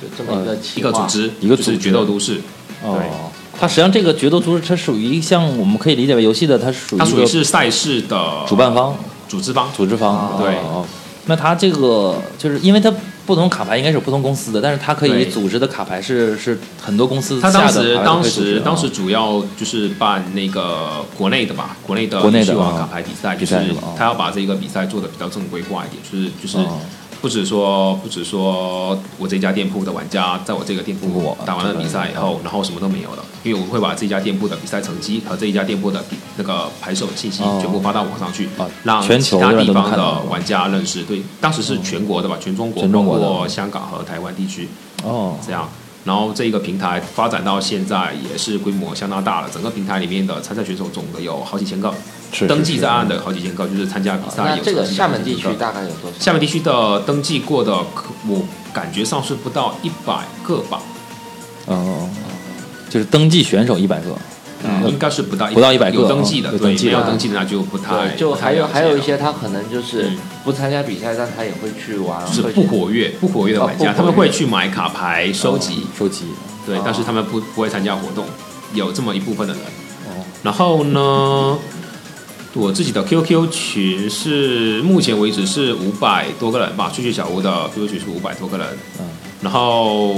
[SPEAKER 2] 就这呃么一个
[SPEAKER 3] 一
[SPEAKER 2] 企
[SPEAKER 3] 个组
[SPEAKER 2] 划
[SPEAKER 3] 织，
[SPEAKER 1] 一个
[SPEAKER 3] 就
[SPEAKER 1] 组织
[SPEAKER 3] 是决斗都市。对
[SPEAKER 1] 哦，它实际上这个决斗都市，它属于像我们可以理解为游戏的，它属于
[SPEAKER 3] 它
[SPEAKER 1] 一
[SPEAKER 3] 属于
[SPEAKER 1] 个
[SPEAKER 3] 是赛事的
[SPEAKER 1] 主办方、
[SPEAKER 3] 组织方，
[SPEAKER 1] 组织方。
[SPEAKER 3] 对
[SPEAKER 1] 哦那它这个就是因为它不同卡牌应该是有不同公司的，但是它可以
[SPEAKER 3] 对
[SPEAKER 1] 组织的卡牌是是很多公司
[SPEAKER 3] 他
[SPEAKER 1] 下的
[SPEAKER 3] 当
[SPEAKER 1] 卡牌都
[SPEAKER 3] 时
[SPEAKER 1] 可以
[SPEAKER 3] 当
[SPEAKER 1] 组织
[SPEAKER 3] 时
[SPEAKER 1] 啊
[SPEAKER 3] 当时主要就是办那个国内的吧，国内的
[SPEAKER 1] 国内的
[SPEAKER 3] 游戏王
[SPEAKER 1] 啊
[SPEAKER 3] 卡牌比赛，
[SPEAKER 1] 比
[SPEAKER 3] 就
[SPEAKER 1] 赛
[SPEAKER 3] 是
[SPEAKER 1] 是吧啊
[SPEAKER 3] 他要把这个比赛做的比较正规化一点，就是就是
[SPEAKER 1] 哦
[SPEAKER 3] 不止说不止说我这家店铺的玩家在我这个店铺
[SPEAKER 1] 我
[SPEAKER 3] 打完了比赛以后
[SPEAKER 1] 对，
[SPEAKER 3] 然后什么都没有了，因为我会把这家店铺的比赛成绩和这一家店铺的比那个牌手信息
[SPEAKER 1] 哦
[SPEAKER 3] 全部发到网上去
[SPEAKER 1] 啊，
[SPEAKER 3] 让
[SPEAKER 1] 全
[SPEAKER 3] 其
[SPEAKER 1] 球
[SPEAKER 3] 他
[SPEAKER 1] 的人
[SPEAKER 3] 地
[SPEAKER 1] 都能
[SPEAKER 3] 方
[SPEAKER 1] 看到嗯
[SPEAKER 3] 的玩家认识。对，当时是全国的吧，全中国，
[SPEAKER 1] 全
[SPEAKER 3] 包
[SPEAKER 1] 中国的
[SPEAKER 3] 括香港和台湾地区。
[SPEAKER 1] 哦，
[SPEAKER 3] 这样。然后这个平台发展到现在也是规模相当大了，整个平台里面的参赛选手总的有好几千个，
[SPEAKER 1] 是哦
[SPEAKER 3] 登记在案
[SPEAKER 1] 的
[SPEAKER 3] 的好几千个，就是参加比赛
[SPEAKER 2] 那这
[SPEAKER 3] 有成绩的
[SPEAKER 2] 个
[SPEAKER 3] 好几千个。
[SPEAKER 2] 厦门地区大概有多少？
[SPEAKER 3] 厦门地区的登记过的，可我感觉上是不到一百个吧，
[SPEAKER 1] 哦哦，就是登记选手一百个。
[SPEAKER 3] 嗯，应该是不到
[SPEAKER 1] 不到100个
[SPEAKER 3] 有登记的，
[SPEAKER 1] 啊有
[SPEAKER 3] 对，
[SPEAKER 1] 登记
[SPEAKER 3] 没
[SPEAKER 1] 的
[SPEAKER 3] 有登记的那就不太
[SPEAKER 2] 对，就
[SPEAKER 3] 不太
[SPEAKER 2] 还有
[SPEAKER 3] 了解
[SPEAKER 2] 还有一
[SPEAKER 3] 了
[SPEAKER 2] 些他可能就是
[SPEAKER 3] 嗯
[SPEAKER 2] 不参加比赛，但他也会去玩，
[SPEAKER 3] 就是
[SPEAKER 2] 会
[SPEAKER 3] 不
[SPEAKER 2] 去
[SPEAKER 3] 活跃不活跃的
[SPEAKER 2] 啊
[SPEAKER 3] 玩
[SPEAKER 2] 不
[SPEAKER 3] 家，
[SPEAKER 2] 活
[SPEAKER 3] 他们
[SPEAKER 2] 跃
[SPEAKER 3] 会去买卡牌收集，
[SPEAKER 1] 收集，
[SPEAKER 3] 对
[SPEAKER 2] 哦，
[SPEAKER 3] 但是他们不不会参加活动，有这么一部分的人。然后呢，我自己的 QQ 群是目前为止是五百多个人吧，吹雪小屋的 QQ 群是五百多个人。
[SPEAKER 1] 嗯
[SPEAKER 3] 然后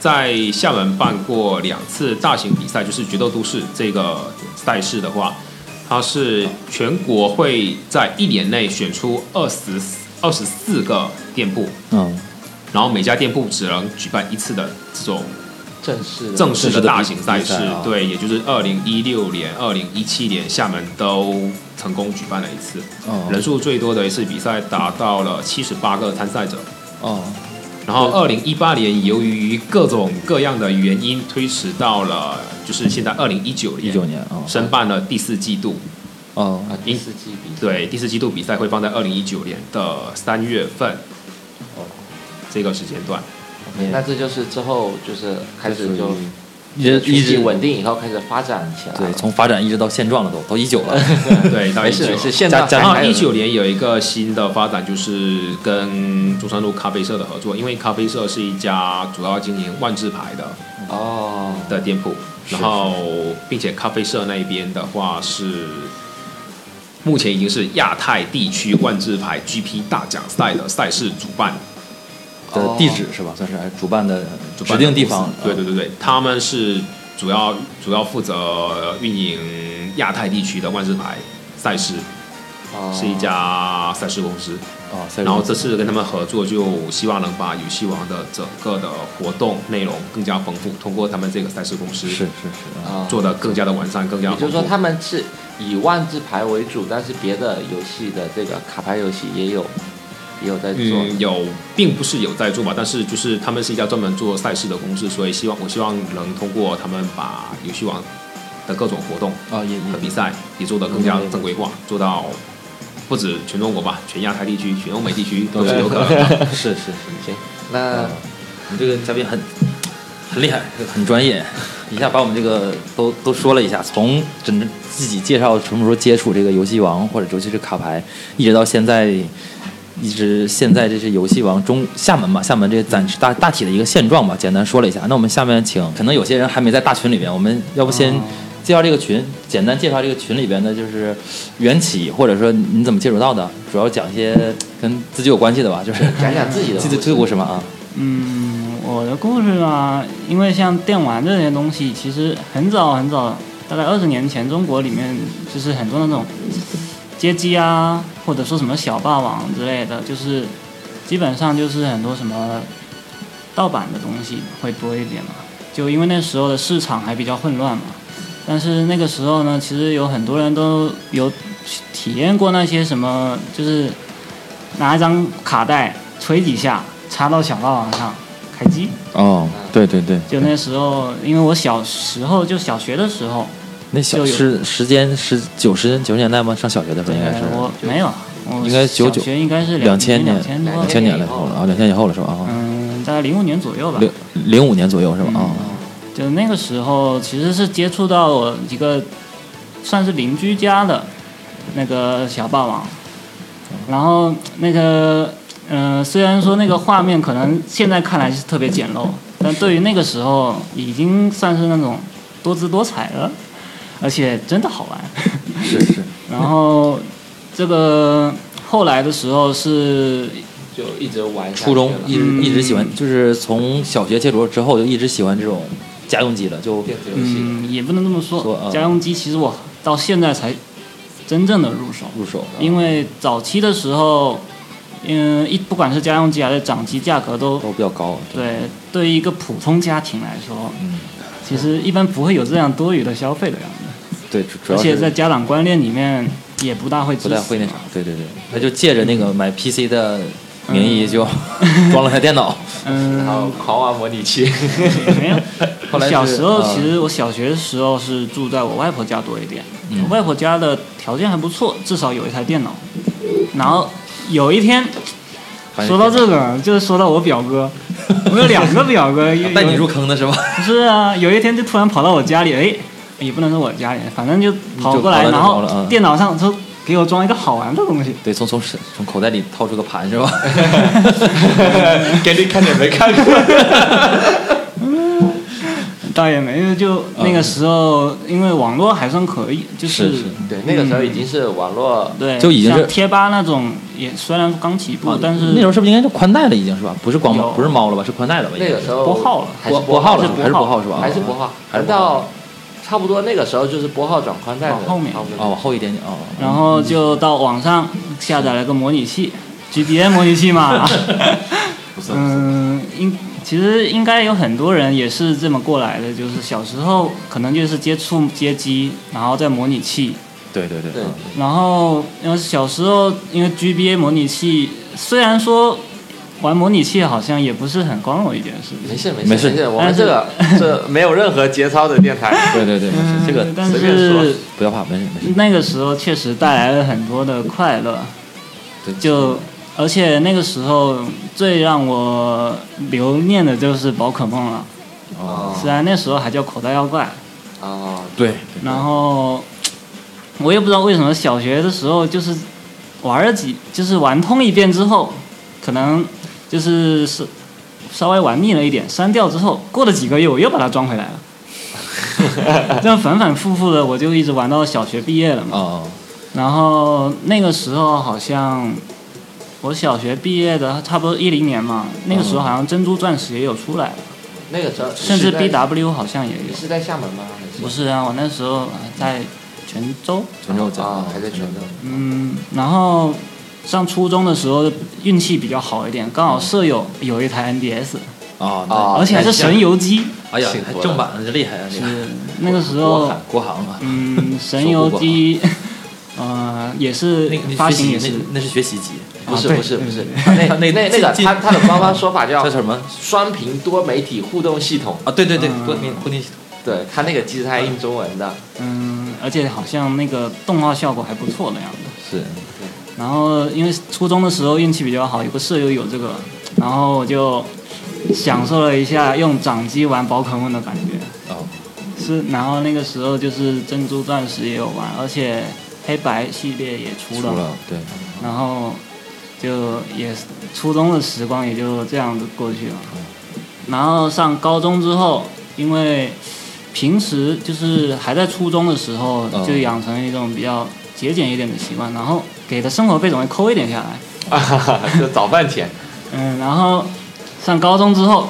[SPEAKER 3] 在厦门办过两次大型比赛，就是决斗都市这个赛事的话，它是全国会在一年内选出二十二十四个店铺，
[SPEAKER 1] 嗯，
[SPEAKER 3] 然后每家店铺只能举办一次的这种
[SPEAKER 2] 正式的
[SPEAKER 3] 正式的大型赛
[SPEAKER 1] 正式
[SPEAKER 3] 事
[SPEAKER 1] 的比比赛啊，
[SPEAKER 3] 对，也就是二零一六年、二零一七年厦门都成功举办了一次，
[SPEAKER 1] 哦
[SPEAKER 3] 人数最多的一次比赛达到了七十八个参赛者。
[SPEAKER 1] 哦，
[SPEAKER 3] 然后二零一八年由于各种各样的原因推迟到了，就是现在二零一九
[SPEAKER 1] 一
[SPEAKER 3] 年
[SPEAKER 1] 九年啊，
[SPEAKER 3] 申办了第四季度，
[SPEAKER 1] 哦
[SPEAKER 2] 啊第四季比赛。
[SPEAKER 3] 对，第四季度比赛会放在二零一九年的三月份
[SPEAKER 2] 哦
[SPEAKER 3] 这个时间段。
[SPEAKER 2] 那这就是之后就是开始就
[SPEAKER 1] 一直
[SPEAKER 2] 群
[SPEAKER 1] 一
[SPEAKER 2] 体
[SPEAKER 1] 直
[SPEAKER 2] 稳定以后开始发展起来了。
[SPEAKER 1] 对，从发展一直到现状了都，都一 九了。
[SPEAKER 3] 对，到
[SPEAKER 2] 没
[SPEAKER 3] 一
[SPEAKER 2] 事
[SPEAKER 3] 九
[SPEAKER 2] 没事，现在
[SPEAKER 1] 加
[SPEAKER 3] 然
[SPEAKER 1] 加
[SPEAKER 3] 后
[SPEAKER 2] 还
[SPEAKER 3] 一
[SPEAKER 2] 有
[SPEAKER 3] 九年有一个新的发展，就是跟中山路咖啡社的合作，因为咖啡社是一家主要经营万智牌的
[SPEAKER 2] 哦，
[SPEAKER 3] 的店铺，
[SPEAKER 1] 是
[SPEAKER 3] 然后并且咖啡社那边的话是目前已经是亚太地区万智牌 GP 大奖赛的赛事主办
[SPEAKER 1] 的地址是吧？算是哎主办的
[SPEAKER 3] 哦主
[SPEAKER 1] 指
[SPEAKER 3] 办
[SPEAKER 1] 定地
[SPEAKER 3] 公
[SPEAKER 2] 嗯
[SPEAKER 3] 司
[SPEAKER 1] 方。
[SPEAKER 3] 对对对对，他们是主要主要负责运营亚太地区的万智牌赛事，
[SPEAKER 2] 哦
[SPEAKER 3] 是一家赛事公司。
[SPEAKER 1] 啊，赛事
[SPEAKER 3] 然后这次跟他们合作，就希望能把游戏王的整个的活动内容更加丰富，通过他们这个赛事公司
[SPEAKER 1] 是是是啊，
[SPEAKER 2] 啊
[SPEAKER 3] 做的更加的完善，更加
[SPEAKER 2] 也就
[SPEAKER 3] 丰富。
[SPEAKER 2] 是说，他们是以万字牌为主，但是别的游戏的这个卡牌游戏也有，也有在做。
[SPEAKER 3] 嗯有，并不是有在做吧，但是就是他们是一家专门做赛事的公司，所以希望我希望能通过他们把游戏王的各种活动
[SPEAKER 1] 啊也也
[SPEAKER 3] 和比赛也做得更加正规化，做到不止全中国吧，全亚太地区、全欧美地区都是有可能的。
[SPEAKER 1] 是是是，
[SPEAKER 2] 行，那
[SPEAKER 1] 你这个嘉宾很很厉害，很专业，一下把我们这个都都说了一下，从整个自己介绍什么时候接触这个游戏王，或者尤其是卡牌，一直到现在一直现在这是游戏王中厦门吧，厦门这暂时大大体的一个现状吧，简单说了一下。那我们下面请，可能有些人还没在大群里边，我们要不先
[SPEAKER 4] 哦
[SPEAKER 1] 介绍这个群，简单介绍这个群里边的就是缘起，或者说你怎么接触到的，主要讲一些跟自己有关系的吧，就是
[SPEAKER 2] 讲讲自己的
[SPEAKER 1] 自己自
[SPEAKER 2] 故
[SPEAKER 1] 己
[SPEAKER 2] 事
[SPEAKER 1] 的故事嘛啊。
[SPEAKER 4] 嗯，我的故事嘛，因为像电玩这些东西，其实很早很早，大概二十年前，中国里面就是很多那种街机啊，或者说什么小霸王之类的，就是基本上就是很多什么盗版的东西会多一点嘛。就因为那时候的市场还比较混乱嘛，但是那个时候呢，其实有很多人都有体验过那些什么，就是拿一张卡带吹几下，插到小霸王上开机。
[SPEAKER 1] 哦，对对对，
[SPEAKER 4] 就那时候，因为我小时候就小学的时候，
[SPEAKER 1] 那小
[SPEAKER 4] 就有
[SPEAKER 1] 时时间是九十九十年代吗？上小学的时候应该是
[SPEAKER 4] 呃我没有，我
[SPEAKER 1] 应该99
[SPEAKER 4] 小学应该是
[SPEAKER 1] 两千
[SPEAKER 4] 年，两
[SPEAKER 1] 年
[SPEAKER 4] 千多
[SPEAKER 1] 两，千年了以后了啊，两千以后了是吧？啊，
[SPEAKER 4] 嗯，大概零五年左右吧。
[SPEAKER 1] 零零五年左右是吧？啊，
[SPEAKER 4] 就那个时候，其实是接触到我一个算是邻居家的那个小霸王，然后那个呃，虽然说那个画面可能现在看来是特别简陋，但对于那个时候已经算是那种多姿多彩了，而且真的好玩。嗯
[SPEAKER 1] 是是，
[SPEAKER 4] 然后这个后来的时候是
[SPEAKER 2] 就一直玩下去
[SPEAKER 1] 初中
[SPEAKER 2] 了
[SPEAKER 1] 一直
[SPEAKER 4] 嗯
[SPEAKER 1] 一直喜欢，就是从小学接触之后就一直喜欢这种家用机了，就
[SPEAKER 2] 电子游戏，
[SPEAKER 4] 嗯，也不能这么说，
[SPEAKER 1] 说啊
[SPEAKER 4] 家用机其实我到现在才真正的入手。
[SPEAKER 1] 入手了。
[SPEAKER 4] 因为早期的时候，嗯，一不管是家用机还是掌机，价格都
[SPEAKER 1] 都比较高，
[SPEAKER 4] 对，对于一个普通家庭来说，
[SPEAKER 1] 嗯，
[SPEAKER 4] 其实一般不会有这样多余的消费的样子，
[SPEAKER 1] 对，主主
[SPEAKER 4] 而
[SPEAKER 1] 要
[SPEAKER 4] 且
[SPEAKER 1] 是
[SPEAKER 4] 在嗯家长观念里面也不大会支
[SPEAKER 1] 不
[SPEAKER 4] 持。
[SPEAKER 1] 太会那啥，对对对，他就借着那个
[SPEAKER 4] 嗯
[SPEAKER 1] 买 PC 的名义就 装了台电脑，
[SPEAKER 4] 嗯，
[SPEAKER 2] 然后狂玩模拟器，
[SPEAKER 4] 没有。
[SPEAKER 1] 后来是
[SPEAKER 4] 小时候
[SPEAKER 1] 啊
[SPEAKER 4] 其实我小学的时候是住在我外婆家多一点，
[SPEAKER 1] 嗯
[SPEAKER 4] 我外婆家的条件还不错，至少有一台电脑。然后有一天，
[SPEAKER 1] 反正
[SPEAKER 4] 说到这个，就是说到我 表哥，我有两个表哥，有
[SPEAKER 1] 带你入坑的是吧？
[SPEAKER 4] 不是啊，有一天就突然跑到我家里，哎，也不能说我家里，反正就跑过来，
[SPEAKER 1] 就跑到你
[SPEAKER 4] 然
[SPEAKER 1] 头了
[SPEAKER 4] 后
[SPEAKER 1] 嗯
[SPEAKER 4] 电脑上说给我装一个好玩的东西，
[SPEAKER 1] 对，从从从口袋里掏出个盘是吧？
[SPEAKER 2] 给你看点没看过。
[SPEAKER 4] 倒也没有，就那个时候因为网络还算可以，就是
[SPEAKER 1] 嗯是
[SPEAKER 2] 对，那个时候已经是网络
[SPEAKER 4] 对，
[SPEAKER 1] 就已经是哦
[SPEAKER 4] 像贴吧那种，也虽然刚起步，但是
[SPEAKER 1] 嗯那时候啊是不是应该是宽带了已经是吧？不是光猫
[SPEAKER 4] 有
[SPEAKER 1] 不是猫了吧？是宽带了吧？
[SPEAKER 2] 那个时候
[SPEAKER 4] 拨号了
[SPEAKER 2] 还是
[SPEAKER 1] 拨
[SPEAKER 2] 号
[SPEAKER 1] 号了还是拨号是吧？嗯
[SPEAKER 2] 还是拨号，
[SPEAKER 1] 还是
[SPEAKER 2] 等
[SPEAKER 1] 拨号
[SPEAKER 2] 到差不多那个时候就是拨号转宽带的
[SPEAKER 4] 往后面
[SPEAKER 2] 差不多
[SPEAKER 1] 哦，往后一点点哦。
[SPEAKER 4] 然后就到网上下载了个模拟器 ，GBA 模拟器嘛。嗯，应其实应该有很多人也是这么过来的，就是小时候可能就是接触街机，然后再模拟器，
[SPEAKER 1] 对对对
[SPEAKER 2] 对
[SPEAKER 1] 嗯
[SPEAKER 4] 然后因为小时候因为 GBA 模拟器，虽然说玩模拟器好像也不是很光荣一件事情，
[SPEAKER 2] 没事没
[SPEAKER 1] 没
[SPEAKER 2] 事
[SPEAKER 1] 事
[SPEAKER 2] 没事，我们这个这没有任何节操的电台，
[SPEAKER 1] 对嗯对对，没事这个
[SPEAKER 4] 但
[SPEAKER 2] 随便
[SPEAKER 4] 是
[SPEAKER 2] 说
[SPEAKER 1] 不要怕，没事没事。
[SPEAKER 4] 那个时候确实带来了很多的快乐。
[SPEAKER 1] 对
[SPEAKER 4] 就而且那个时候最让我留念的就是宝可梦了，
[SPEAKER 1] 哦，
[SPEAKER 4] 虽然那时候还叫口袋妖怪，
[SPEAKER 2] 啊，
[SPEAKER 1] 对，对
[SPEAKER 4] 然后我也不知道为什么小学的时候就是玩了几，就是玩通一遍之后，可能就是是稍微玩腻了一点，删掉之后，过了几个月我又把它装回来 了，这样反反复复的我就一直玩到小学毕业了嘛。
[SPEAKER 1] 哦，
[SPEAKER 4] 然后那个时候好像我小学毕业的，差不多一零年嘛，那个时候好像珍珠钻石也有出来，
[SPEAKER 1] 嗯
[SPEAKER 2] 那个时候
[SPEAKER 4] 甚至
[SPEAKER 2] 你是在
[SPEAKER 4] BW 好像也
[SPEAKER 2] 你
[SPEAKER 4] 有。
[SPEAKER 2] 是在厦门吗？还是
[SPEAKER 4] 不是啊，我那时候在泉州，
[SPEAKER 1] 泉州讲
[SPEAKER 2] 啊，还在泉州。
[SPEAKER 4] 嗯，然后上初中的时候运气比较好一点，刚好舍友有一台 NDS，
[SPEAKER 1] 啊
[SPEAKER 2] 啊
[SPEAKER 4] 而且还是神游机，
[SPEAKER 1] 那哎呀
[SPEAKER 2] 幸，福
[SPEAKER 1] 还
[SPEAKER 2] 了
[SPEAKER 1] 正版的这厉害啊！这个
[SPEAKER 4] 是那个时
[SPEAKER 1] 国
[SPEAKER 4] 候
[SPEAKER 1] 行，国行啊，
[SPEAKER 4] 嗯，神游机， 呃，也是
[SPEAKER 1] 那个那
[SPEAKER 4] 发
[SPEAKER 1] 学
[SPEAKER 4] 行
[SPEAKER 1] 习
[SPEAKER 4] 也是
[SPEAKER 1] 那那是学习机，
[SPEAKER 2] 不是
[SPEAKER 4] 对
[SPEAKER 2] 不是不是，啊
[SPEAKER 1] 那
[SPEAKER 2] 那那
[SPEAKER 1] 那
[SPEAKER 2] 那个
[SPEAKER 1] 进
[SPEAKER 2] 它它的官方说法叫
[SPEAKER 1] 叫什么
[SPEAKER 2] 双屏多媒体互动系统，
[SPEAKER 1] 啊？对对对，
[SPEAKER 4] 嗯
[SPEAKER 1] 固定固定系统
[SPEAKER 2] 对它那个其实它印中文的，
[SPEAKER 4] 嗯，而且好像那个动画效果还不错的样子。
[SPEAKER 1] 是
[SPEAKER 4] 然后因为初中的时候运气比较好，有个舍友有这个，然后我就享受了一下用掌机玩宝可梦的感觉。
[SPEAKER 1] 哦，
[SPEAKER 4] 是，然后那个时候就是珍珠钻石也有玩，而且黑白系列也出
[SPEAKER 1] 嗯
[SPEAKER 4] 了。
[SPEAKER 1] 出了对，
[SPEAKER 4] 然后就也是初中的时光也就这样子过去了。然后上高中之后，因为平时就是还在初中的时候
[SPEAKER 1] 嗯，
[SPEAKER 4] 就养成一种比较节俭一点的习惯，然后给的生活费总会抠一点下来。
[SPEAKER 2] 啊，哈哈 就早饭钱，
[SPEAKER 4] 嗯，然后上高中之后，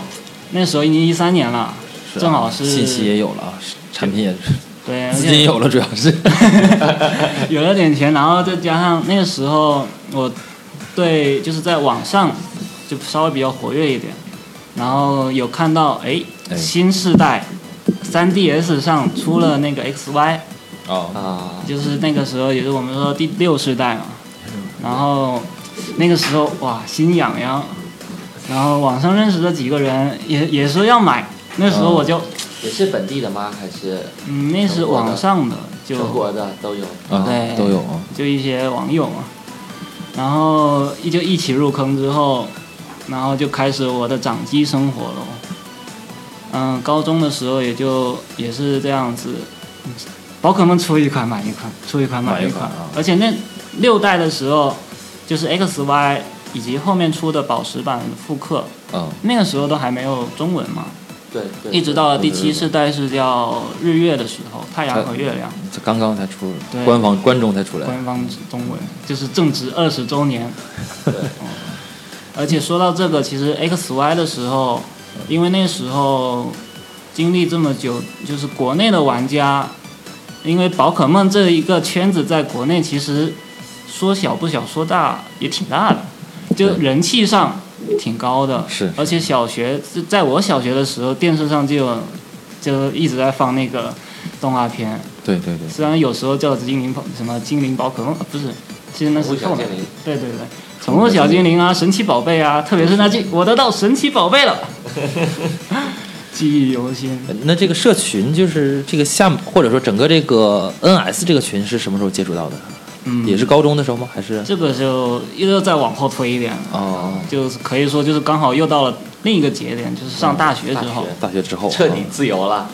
[SPEAKER 4] 那时候已经一三年了，
[SPEAKER 1] 是啊
[SPEAKER 4] 正好是
[SPEAKER 1] 信息也有了，产品也是
[SPEAKER 4] 对，而
[SPEAKER 1] 资
[SPEAKER 4] 且
[SPEAKER 1] 金有了，主要 是
[SPEAKER 4] 有了点钱，然后再加上那个时候我对就是在网上就稍微比较活跃一点，然后有看到哎
[SPEAKER 1] 哎
[SPEAKER 4] 新世代 3DS 上出了那个 XY，
[SPEAKER 1] 哦，
[SPEAKER 2] 啊，
[SPEAKER 4] 就是那个时候也是我们说第六世代嘛，然后那个时候哇心痒痒，然后网上认识的几个人也也说要买，那时候我就
[SPEAKER 2] 也是本地的吗？还是
[SPEAKER 4] 嗯那是网上的就
[SPEAKER 2] 全国的都有？
[SPEAKER 1] 啊
[SPEAKER 4] 对
[SPEAKER 1] 都有啊，
[SPEAKER 4] 就一些网友嘛，然后一就一起入坑之后，然后就开始我的掌机生活了。嗯，高中的时候也就也是这样子，宝可梦出一款买一款，出一款买
[SPEAKER 1] 买一
[SPEAKER 4] 一
[SPEAKER 1] 款
[SPEAKER 4] 款
[SPEAKER 1] 啊，
[SPEAKER 4] 而且那六代的时候，就是 XY 以及后面出的宝石版复刻，
[SPEAKER 1] 嗯，
[SPEAKER 4] 那个时候都还没有中文嘛，
[SPEAKER 2] 对，对
[SPEAKER 4] 一直到了第七世代是叫日月的时候，太阳和月亮。
[SPEAKER 1] 这刚刚才出
[SPEAKER 4] 对
[SPEAKER 1] 官方关中才出来，
[SPEAKER 4] 官方中文，就是正值二十周年。
[SPEAKER 2] 对
[SPEAKER 4] 嗯而且说到这个，其实 XY 的时候，因为那时候经历这么久，就是国内的玩家，因为宝可梦这一个圈子在国内其实说小不小，说大也挺大的，就
[SPEAKER 1] 对
[SPEAKER 4] 人气上挺高的。
[SPEAKER 1] 是
[SPEAKER 4] 而且小学就在我小学的时候，电视上就有就一直在放那个动画片，
[SPEAKER 1] 对对对，
[SPEAKER 4] 虽然有时候叫精灵宝什么精灵宝可梦，啊不是，其实那是
[SPEAKER 2] 宠物小
[SPEAKER 4] 后面
[SPEAKER 2] 精灵。
[SPEAKER 4] 对对对，宠物小精灵啊，神奇宝贝啊，特别是那句“我得到神奇宝贝了”， 记忆犹新。
[SPEAKER 1] 那这个社群就是这个下，或者说整个这个 NS 这个群是什么时候接触到的？
[SPEAKER 4] 嗯，
[SPEAKER 1] 也是高中的时候吗？还是？
[SPEAKER 4] 这个就又再往后推一点了，
[SPEAKER 1] 哦，
[SPEAKER 4] 就是可以说就是刚好又到了另一个节点，就是上大学之
[SPEAKER 2] 大，
[SPEAKER 4] 后
[SPEAKER 2] 学
[SPEAKER 1] 哦大学之后 哦
[SPEAKER 2] 彻底自由了，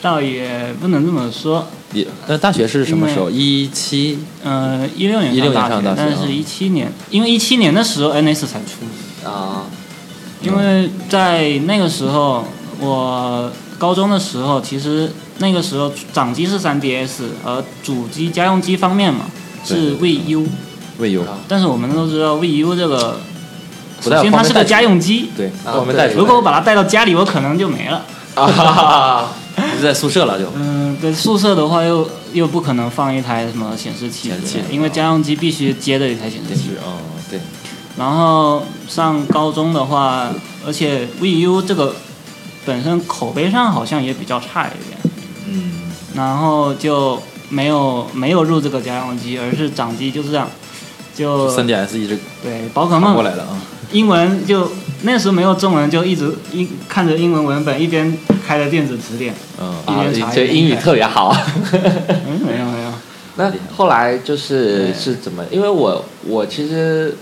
[SPEAKER 4] 倒也不能这么说。
[SPEAKER 1] 也，那大学是什么时候？一七
[SPEAKER 4] 呃，一六年
[SPEAKER 1] 16
[SPEAKER 4] 上
[SPEAKER 1] 年
[SPEAKER 4] 大
[SPEAKER 1] 上大学
[SPEAKER 4] 但
[SPEAKER 1] 啊
[SPEAKER 4] 是一七年，因为一七年的时候 NS 才出，
[SPEAKER 2] 啊，
[SPEAKER 4] 因为在那个时候，我高中的时候，其实那个时候掌机是 3DS，而主机家用机方面嘛是 VU，
[SPEAKER 1] 未有，
[SPEAKER 4] 但是我们都知道 VU 这个，
[SPEAKER 1] 不
[SPEAKER 4] 首
[SPEAKER 1] 太
[SPEAKER 4] 先
[SPEAKER 1] 方
[SPEAKER 4] 它
[SPEAKER 1] 便
[SPEAKER 4] 是个
[SPEAKER 1] 带
[SPEAKER 4] 家用机，
[SPEAKER 1] 对，
[SPEAKER 2] 啊
[SPEAKER 1] 把我们带
[SPEAKER 2] 对
[SPEAKER 1] 出
[SPEAKER 4] 如果我把它带到家里，我可能就没了。
[SPEAKER 2] 啊，
[SPEAKER 1] 来，就在宿舍了就。
[SPEAKER 4] 嗯，对，宿舍的话又又不可能放一台什么显示器之类的，
[SPEAKER 1] 显示器
[SPEAKER 4] 因为家用机必须接着一台显示
[SPEAKER 1] 也
[SPEAKER 4] 器。
[SPEAKER 1] 是哦，对，
[SPEAKER 4] 然后上高中的话，而且 VU 这个本身口碑上好像也比较差一点。
[SPEAKER 1] 嗯，
[SPEAKER 4] 然后就没有没有入这个家用机，而是掌机就这样，就
[SPEAKER 1] 三 DS 一直
[SPEAKER 4] 对宝可
[SPEAKER 1] 扛过
[SPEAKER 4] 梦
[SPEAKER 1] 来了啊，
[SPEAKER 4] 英文就那时候没有中文，就一直英看着英文文本，一边开着电子词典，
[SPEAKER 1] 嗯，
[SPEAKER 2] 啊，
[SPEAKER 4] 一边
[SPEAKER 2] 你
[SPEAKER 4] 查
[SPEAKER 2] 这
[SPEAKER 4] 一边
[SPEAKER 2] 英语
[SPEAKER 4] 看
[SPEAKER 2] 特别好。
[SPEAKER 4] 嗯，没有没有，
[SPEAKER 2] 那后来就是是怎么？因为我我其实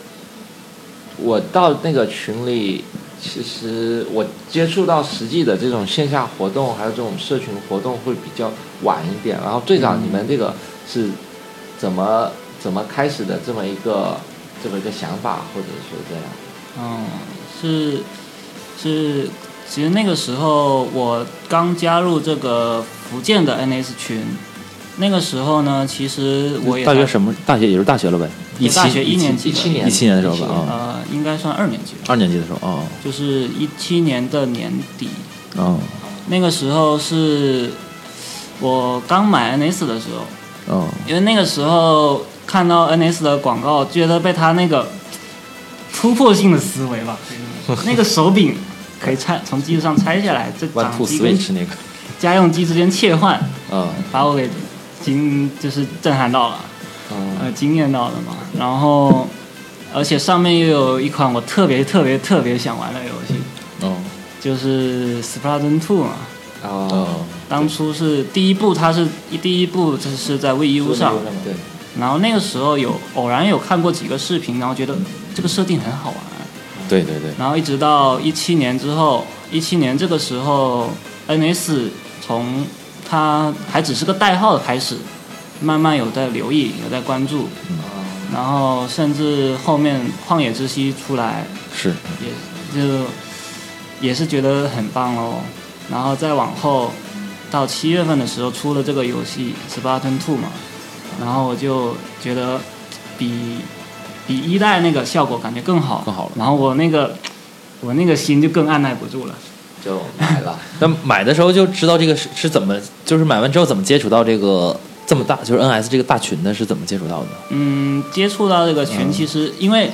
[SPEAKER 2] 我到那个群里，其实我接触到实际的这种线下活动，还有这种社群活动会比较晚一点。然后最早你们这个是怎么、怎么开始的这么一个这么一个想法，或者是这样？
[SPEAKER 4] 嗯，是是，其实那个时候我刚加入这个福建的 NS 群，那个时候呢，其实我也
[SPEAKER 1] 大学什么？大学也就是大学了呗，一七
[SPEAKER 4] 大学一年级
[SPEAKER 2] 一七年
[SPEAKER 1] 一七年的时候吧啊，
[SPEAKER 4] 呃，应该算二年级吧，
[SPEAKER 1] 二年级的时候哦
[SPEAKER 4] 就是一七年的年底，
[SPEAKER 1] 哦
[SPEAKER 4] 那个时候是我刚买 NS 的时候，
[SPEAKER 1] 哦，
[SPEAKER 4] 因为那个时候看到 NS 的广告，觉得被他那个突破性的思维吧，那个手柄可以拆从机子上拆下来，这
[SPEAKER 1] One
[SPEAKER 4] 掌
[SPEAKER 1] Two
[SPEAKER 4] 机跟
[SPEAKER 1] Switch 那个，
[SPEAKER 4] 家用机之间切换，
[SPEAKER 1] 嗯
[SPEAKER 4] 把我给惊就是震撼到了，
[SPEAKER 1] 嗯，
[SPEAKER 4] 呃，惊艳到了嘛。然后，而且上面又有一款我特别特别特别想玩的游戏，
[SPEAKER 1] 哦
[SPEAKER 4] 就是《Splatoon 2》嘛。
[SPEAKER 2] 哦，
[SPEAKER 1] 哦，
[SPEAKER 4] 当初是第一部，它是第一部，就是在 VU 上，
[SPEAKER 2] 对，
[SPEAKER 4] 然后那个时候有偶然有看过几个视频，然后觉得这个设定很好玩，
[SPEAKER 1] 对对对，
[SPEAKER 4] 然后一直到一七年之后，一七年这个时候，NS 从它还只是个代号的开始，慢慢有在留意，有在关注，
[SPEAKER 2] 哦
[SPEAKER 4] 然后甚至后面《旷野之息》出来，
[SPEAKER 1] 是
[SPEAKER 4] 也就也是觉得很棒哦。然后再往后，到七月份的时候出了这个游戏《十八吞兔》嘛，然后我就觉得比比一代那个效果感觉更好，
[SPEAKER 1] 更好了
[SPEAKER 4] 然后我那个我那个心就更按耐不住了。
[SPEAKER 2] 就买了。
[SPEAKER 1] 那买的时候就知道这个是是怎么，就是买完之后怎么接触到这个这么大，就是 NS 这个大群的，是怎么接触到的？
[SPEAKER 4] 嗯，接触到这个群，其实因为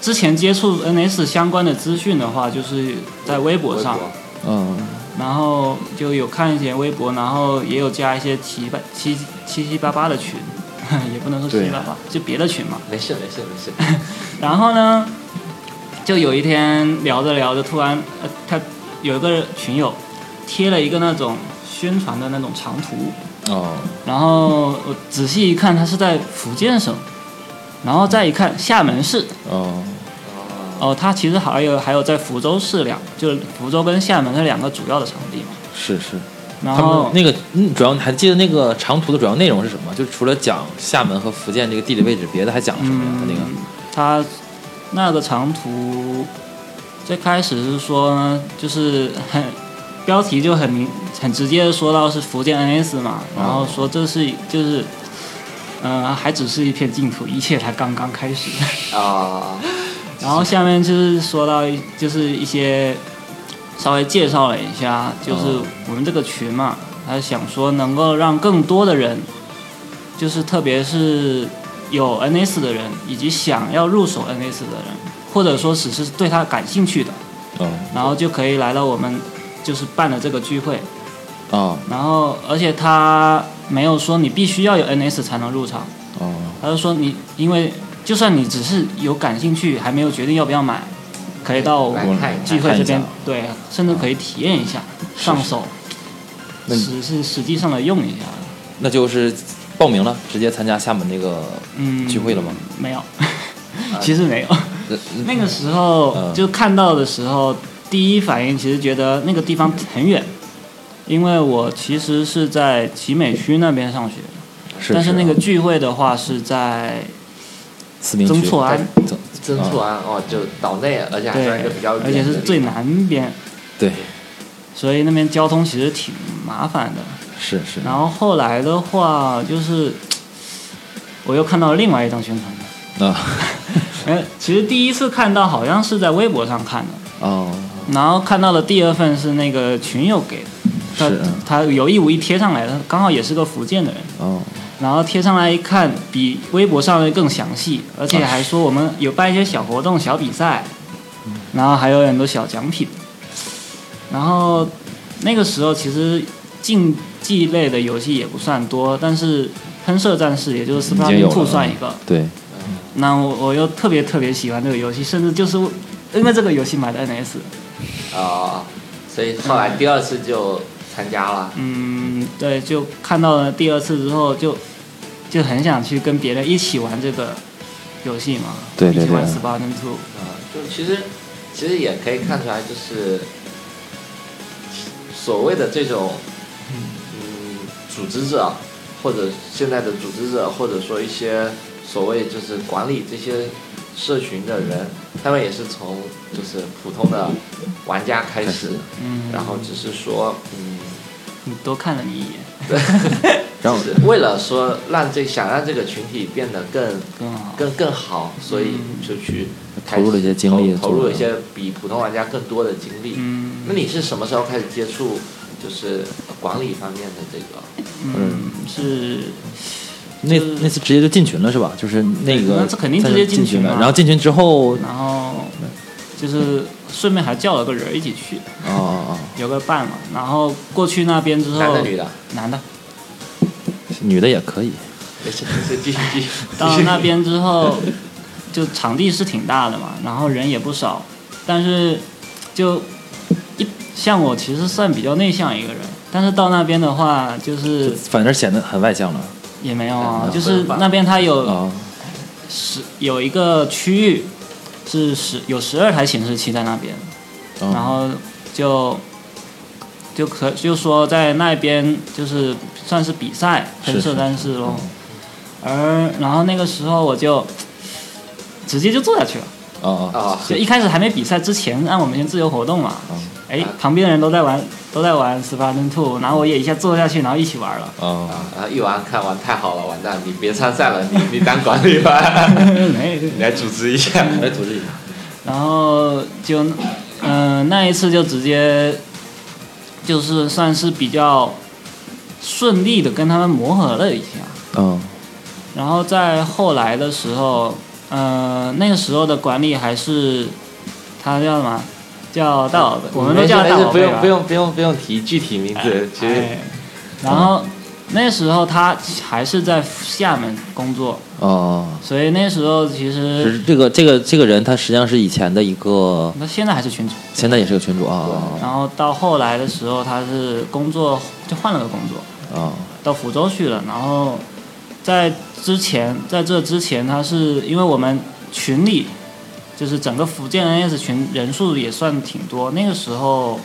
[SPEAKER 4] 之前接触 NS 相关的资讯的话，就是在微博上，
[SPEAKER 1] 嗯，
[SPEAKER 4] 然后就有看一些微博，然后也有加一些七八七七七八八的群， 也不能说七七八八，就别的群嘛。
[SPEAKER 2] 没事没事没事，
[SPEAKER 4] 然后呢，就有一天聊着聊着，突然呃，他有一个群友贴了一个那种宣传的那种长图，
[SPEAKER 1] 哦，
[SPEAKER 4] 然后我仔细一看，他是在福建省，然后再一看厦门市，
[SPEAKER 1] 哦，
[SPEAKER 4] 哦，它其实还有还有在福州市两，就是福州跟厦门这两个主要的场地嘛。
[SPEAKER 1] 是是。
[SPEAKER 4] 然
[SPEAKER 1] 他们
[SPEAKER 4] 后
[SPEAKER 1] 那个，嗯，主要你还记得那个长途的主要内容是什么？就除了讲厦门和福建这个地理位置，别的还讲了什么呀？他那个
[SPEAKER 4] 嗯，它那个长途最开始是说呢，就是很标题就很明很直接的说到是福建 NS 嘛，然后说这是就是。呃，还只是一片净土，一切才刚刚开始。
[SPEAKER 2] 啊，
[SPEAKER 4] 然后下面就是说到一，就是一些稍微介绍了一下，就是
[SPEAKER 1] 哦
[SPEAKER 4] 我们这个群嘛，他想说能够让更多的人，就是特别是有 NS 的人，以及想要入手 NS 的人，或者说只是对他感兴趣的，
[SPEAKER 1] 哦
[SPEAKER 4] 然后就可以来到我们就是办的这个聚会。
[SPEAKER 1] 哦
[SPEAKER 4] 然后而且他没有说你必须要有 NS 才能入场，
[SPEAKER 1] 哦，
[SPEAKER 4] 他就说你因为就算你只是有感兴趣，还没有决定要不要买，可以到我
[SPEAKER 2] 来
[SPEAKER 4] 们
[SPEAKER 2] 看一看
[SPEAKER 4] 聚会这边
[SPEAKER 1] 看一下
[SPEAKER 4] 对，甚至可以体验一下，上手，
[SPEAKER 1] 那你
[SPEAKER 4] 实是实际上来用一下。
[SPEAKER 1] 那就是报名了，直接参加厦门那个
[SPEAKER 4] 嗯，
[SPEAKER 1] 聚会了吗？
[SPEAKER 4] 没 有，其实没有。
[SPEAKER 1] 呃
[SPEAKER 4] 那个时候
[SPEAKER 1] 嗯
[SPEAKER 4] 就看到的时候，第一反应其实觉得那个地方很远，因为我其实是在集美区那边上学，
[SPEAKER 1] 是啊啊
[SPEAKER 4] 但是那个聚会的话是在
[SPEAKER 1] 四明
[SPEAKER 4] 曾
[SPEAKER 1] 区
[SPEAKER 4] 厝啊安，
[SPEAKER 1] 曾
[SPEAKER 2] 真错啊！哦，就岛内，而且还算一
[SPEAKER 4] 对
[SPEAKER 2] 个比较，远的
[SPEAKER 4] 而
[SPEAKER 2] 地
[SPEAKER 4] 且
[SPEAKER 2] 方，
[SPEAKER 4] 是最南边，
[SPEAKER 1] 对
[SPEAKER 4] 所以那边交通其实挺麻烦的。
[SPEAKER 1] 是是
[SPEAKER 4] 然后后来的话，就是我又看到另外一张宣传单，
[SPEAKER 1] 啊
[SPEAKER 4] 哎，其实第一次看到好像是在微博上看的，
[SPEAKER 1] 哦
[SPEAKER 4] 然后看到的第二份是那个群友给的，他
[SPEAKER 1] 是
[SPEAKER 2] 啊
[SPEAKER 4] 他有意无意贴上来的，刚好也是个福建的人，
[SPEAKER 1] 哦
[SPEAKER 4] 然后贴上来一看，比微博上的更详细，而且
[SPEAKER 1] 啊
[SPEAKER 4] 还说我们有办一些小活动、小比赛，
[SPEAKER 1] 嗯
[SPEAKER 4] 然后还有很多小奖品。然后那个时候其实竞技类的游戏也不算多，但是喷射战士也就是斯
[SPEAKER 1] 嗯已
[SPEAKER 4] 巴
[SPEAKER 1] 经有
[SPEAKER 4] 达
[SPEAKER 1] 了
[SPEAKER 4] 兔算一个。
[SPEAKER 1] 对
[SPEAKER 4] 那我我又特别特别喜欢这个游戏，甚至就是因为这个游戏买的 NS。
[SPEAKER 2] 啊，所以后来第二次就参加了。
[SPEAKER 4] 嗯，对，就看到了第二次之后就，就很想去跟别人一起玩这个游戏嘛，
[SPEAKER 1] 对对
[SPEAKER 4] 一起玩
[SPEAKER 1] 对
[SPEAKER 4] 十八跟 two，
[SPEAKER 2] 啊，就其实其实也可以看出来，就是所谓的这种嗯组织者，或者现在的组织者，或者说一些所谓就是管理这些社群的人，他们也是从就是普通的玩家开始，
[SPEAKER 4] 嗯，
[SPEAKER 2] 然后只是说嗯。
[SPEAKER 4] 你多看了你一眼，
[SPEAKER 1] 然后
[SPEAKER 2] 就是为了说让这想让这个群体变得更
[SPEAKER 4] 更好，
[SPEAKER 2] 更更好，所以
[SPEAKER 4] 嗯
[SPEAKER 2] 就去
[SPEAKER 1] 投入了一些精力
[SPEAKER 2] 投投入了一些比普通玩家更多的精力。
[SPEAKER 4] 嗯
[SPEAKER 2] 那你是什么时候开始接触就是呃管理方面的这个？
[SPEAKER 4] 嗯是
[SPEAKER 1] 那那次直接就进群了是吧？就是那个
[SPEAKER 4] 那这肯定直接进群
[SPEAKER 1] 了，
[SPEAKER 4] 了嗯
[SPEAKER 1] 然后进群之后哦
[SPEAKER 4] 然后就是顺便还叫了个人一起去，
[SPEAKER 1] 哦
[SPEAKER 4] 有个伴嘛，然后过去那边之后，
[SPEAKER 2] 男的女的？
[SPEAKER 4] 男的，
[SPEAKER 1] 哦，女的也可以
[SPEAKER 2] 没事没事，继续继续。
[SPEAKER 4] 到 那边之后，就场地是挺大的嘛，然后人也不少，但是就一像我其实算比较内向一个人，但是到那边的话，就是
[SPEAKER 1] 反正显得很外向了
[SPEAKER 4] 也没有啊
[SPEAKER 2] 嗯，
[SPEAKER 4] 就是那边它有
[SPEAKER 1] 啊
[SPEAKER 4] 十有一个区域是十有十二台显示器在那边，然
[SPEAKER 1] 哦
[SPEAKER 4] 后就就可就说在那边就是算是比赛
[SPEAKER 1] 是
[SPEAKER 4] 喷射
[SPEAKER 1] 是嗯
[SPEAKER 4] 战士咯。而然后那个时候我就直接就做下去了。
[SPEAKER 1] 哦哦，
[SPEAKER 2] 啊，
[SPEAKER 4] 就一开始还没比赛之前，让我们先自由活动嘛。
[SPEAKER 2] 嗯
[SPEAKER 4] 哎，旁边的人都在玩，都在玩 Spartan Two，然后我也一下坐下去，然后一起玩了。
[SPEAKER 1] 哦，
[SPEAKER 2] 然啊后一玩看完太好了，完蛋，你别参赛了，你你当管理吧，
[SPEAKER 4] 没
[SPEAKER 2] 你来组织一下，
[SPEAKER 1] 来组织一下。
[SPEAKER 4] 然后就，嗯、那一次就直接，就是算是比较顺利的跟他们磨合了一下。
[SPEAKER 1] 嗯
[SPEAKER 4] 然后在后来的时候，呃，那个时候的管理还是他叫什么？叫大宝贝，我们都叫
[SPEAKER 2] 嗯没事
[SPEAKER 4] 大
[SPEAKER 2] 没事
[SPEAKER 4] 宝
[SPEAKER 2] 不
[SPEAKER 4] 贝
[SPEAKER 2] 用
[SPEAKER 4] 吧
[SPEAKER 2] 不。用不用不用提具体名字，其实
[SPEAKER 4] 哎然后那时候他还是在厦门工作，
[SPEAKER 1] 哦，
[SPEAKER 4] 所以那时候其
[SPEAKER 1] 只
[SPEAKER 4] 实
[SPEAKER 1] 是这个这个这个人，他实际上是以前的一个，
[SPEAKER 4] 那现在还是群主。
[SPEAKER 1] 现在也是个群主啊
[SPEAKER 4] 然后到后来的时候，他是工作就换了个工作，
[SPEAKER 1] 啊啊
[SPEAKER 4] 到福州去了。然后在之前，在这之前，他是因为我们群里就是整个福建 NS 群人数也算挺多，那个时候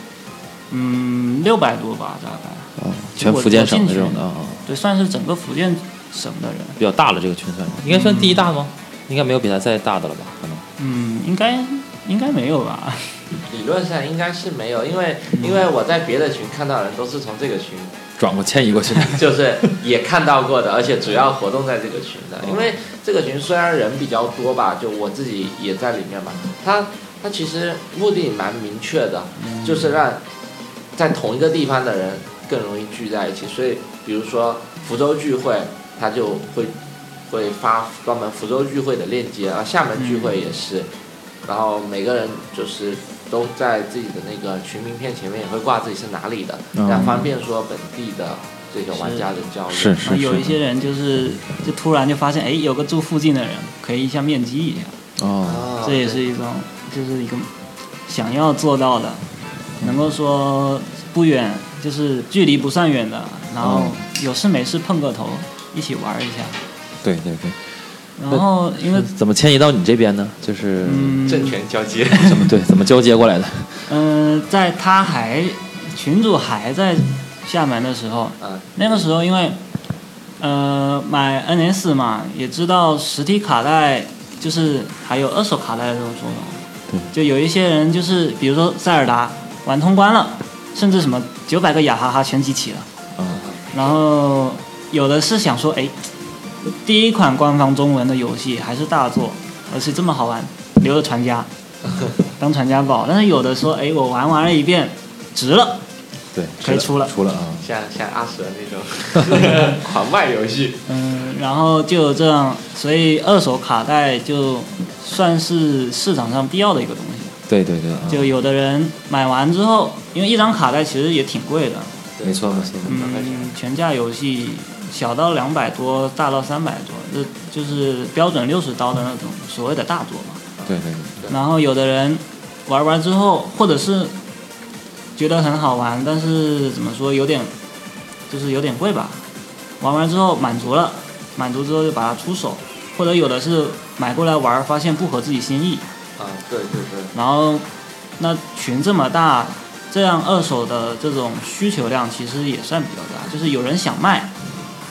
[SPEAKER 4] 嗯六百多吧，大概
[SPEAKER 1] 啊！全福建省的这种的啊，啊
[SPEAKER 4] 对，算是整个福建省的人。
[SPEAKER 1] 比较大了这个群算是，应该算第一大吗？应该没有比他再大的了吧？可能
[SPEAKER 4] 嗯，应该应该没有吧？
[SPEAKER 2] 理论上应该是没有，因为因为我在别的群看到的人都是从这个群
[SPEAKER 1] 转过迁移过去的。
[SPEAKER 2] 就是也看到过的，而且主要活动在这个群的，因为这个群虽然人比较多吧，就我自己也在里面嘛，它它其实目的蛮明确的，就是让在同一个地方的人更容易聚在一起，所以比如说福州聚会，它就会会发专门福州聚会的链接，啊，厦门聚会也是，然后每个人就是都在自己的那个群名片前面也会挂自己是哪里的，这样
[SPEAKER 1] 嗯
[SPEAKER 2] 方便说本地的这个玩家的交流。
[SPEAKER 1] 是
[SPEAKER 4] 然后 有一些人就是就突然就发现，哎，有个住附近的人可以一下面基一下，
[SPEAKER 1] 哦，
[SPEAKER 2] 啊，
[SPEAKER 4] 这也是一种就是一个想要做到的，能够说不远，就是距离不算远的，然后
[SPEAKER 1] 嗯
[SPEAKER 4] 有事没事碰个头，一起玩一下。
[SPEAKER 1] 对对对，
[SPEAKER 4] 然后因为
[SPEAKER 1] 怎么迁移到你这边呢？就是
[SPEAKER 4] 嗯
[SPEAKER 2] 政权 交接。
[SPEAKER 1] 怎么对怎么交接过来的？
[SPEAKER 4] 嗯、在他还群主还在厦门的时候，
[SPEAKER 2] 啊，
[SPEAKER 4] 那个时候因为，呃，买 NS 嘛，也知道实体卡带就是还有二手卡带的这种说法
[SPEAKER 1] 对，
[SPEAKER 4] 就有一些人就是比如说塞尔达玩通关了，甚至什么九百个雅哈哈全集齐了，
[SPEAKER 1] 嗯
[SPEAKER 4] 然后有的是想说，哎，第一款官方中文的游戏还是大作，而且这么好玩，留着传家当传家宝，但是有的说，哎，我玩玩了一遍，值了，
[SPEAKER 1] 对，
[SPEAKER 4] 可以出了。
[SPEAKER 1] 出了啊。
[SPEAKER 2] 像像阿蛇那 种狂卖游戏，
[SPEAKER 4] 嗯，然后就有这样，所以二手卡带就算是市场上必要的一个东西。
[SPEAKER 1] 对对对，啊
[SPEAKER 4] 就有的人买完之后，因为一张卡带其实也挺贵的，
[SPEAKER 1] 没错没错。
[SPEAKER 4] 嗯，全价游戏小到两百多，大到三百多，这就是标准六十刀的那种所谓的大作嘛。
[SPEAKER 1] 对对对，
[SPEAKER 4] 然后有的人玩完之后，或者是觉得很好玩，但是怎么说有点，就是有点贵吧。玩完之后满足了，满足之后就把它出手，或者有的是买过来玩，发现不合自己心意，
[SPEAKER 2] 啊，对对对，
[SPEAKER 4] 然后那群这么大，这样二手的这种需求量其实也算比较大，就是有人想卖，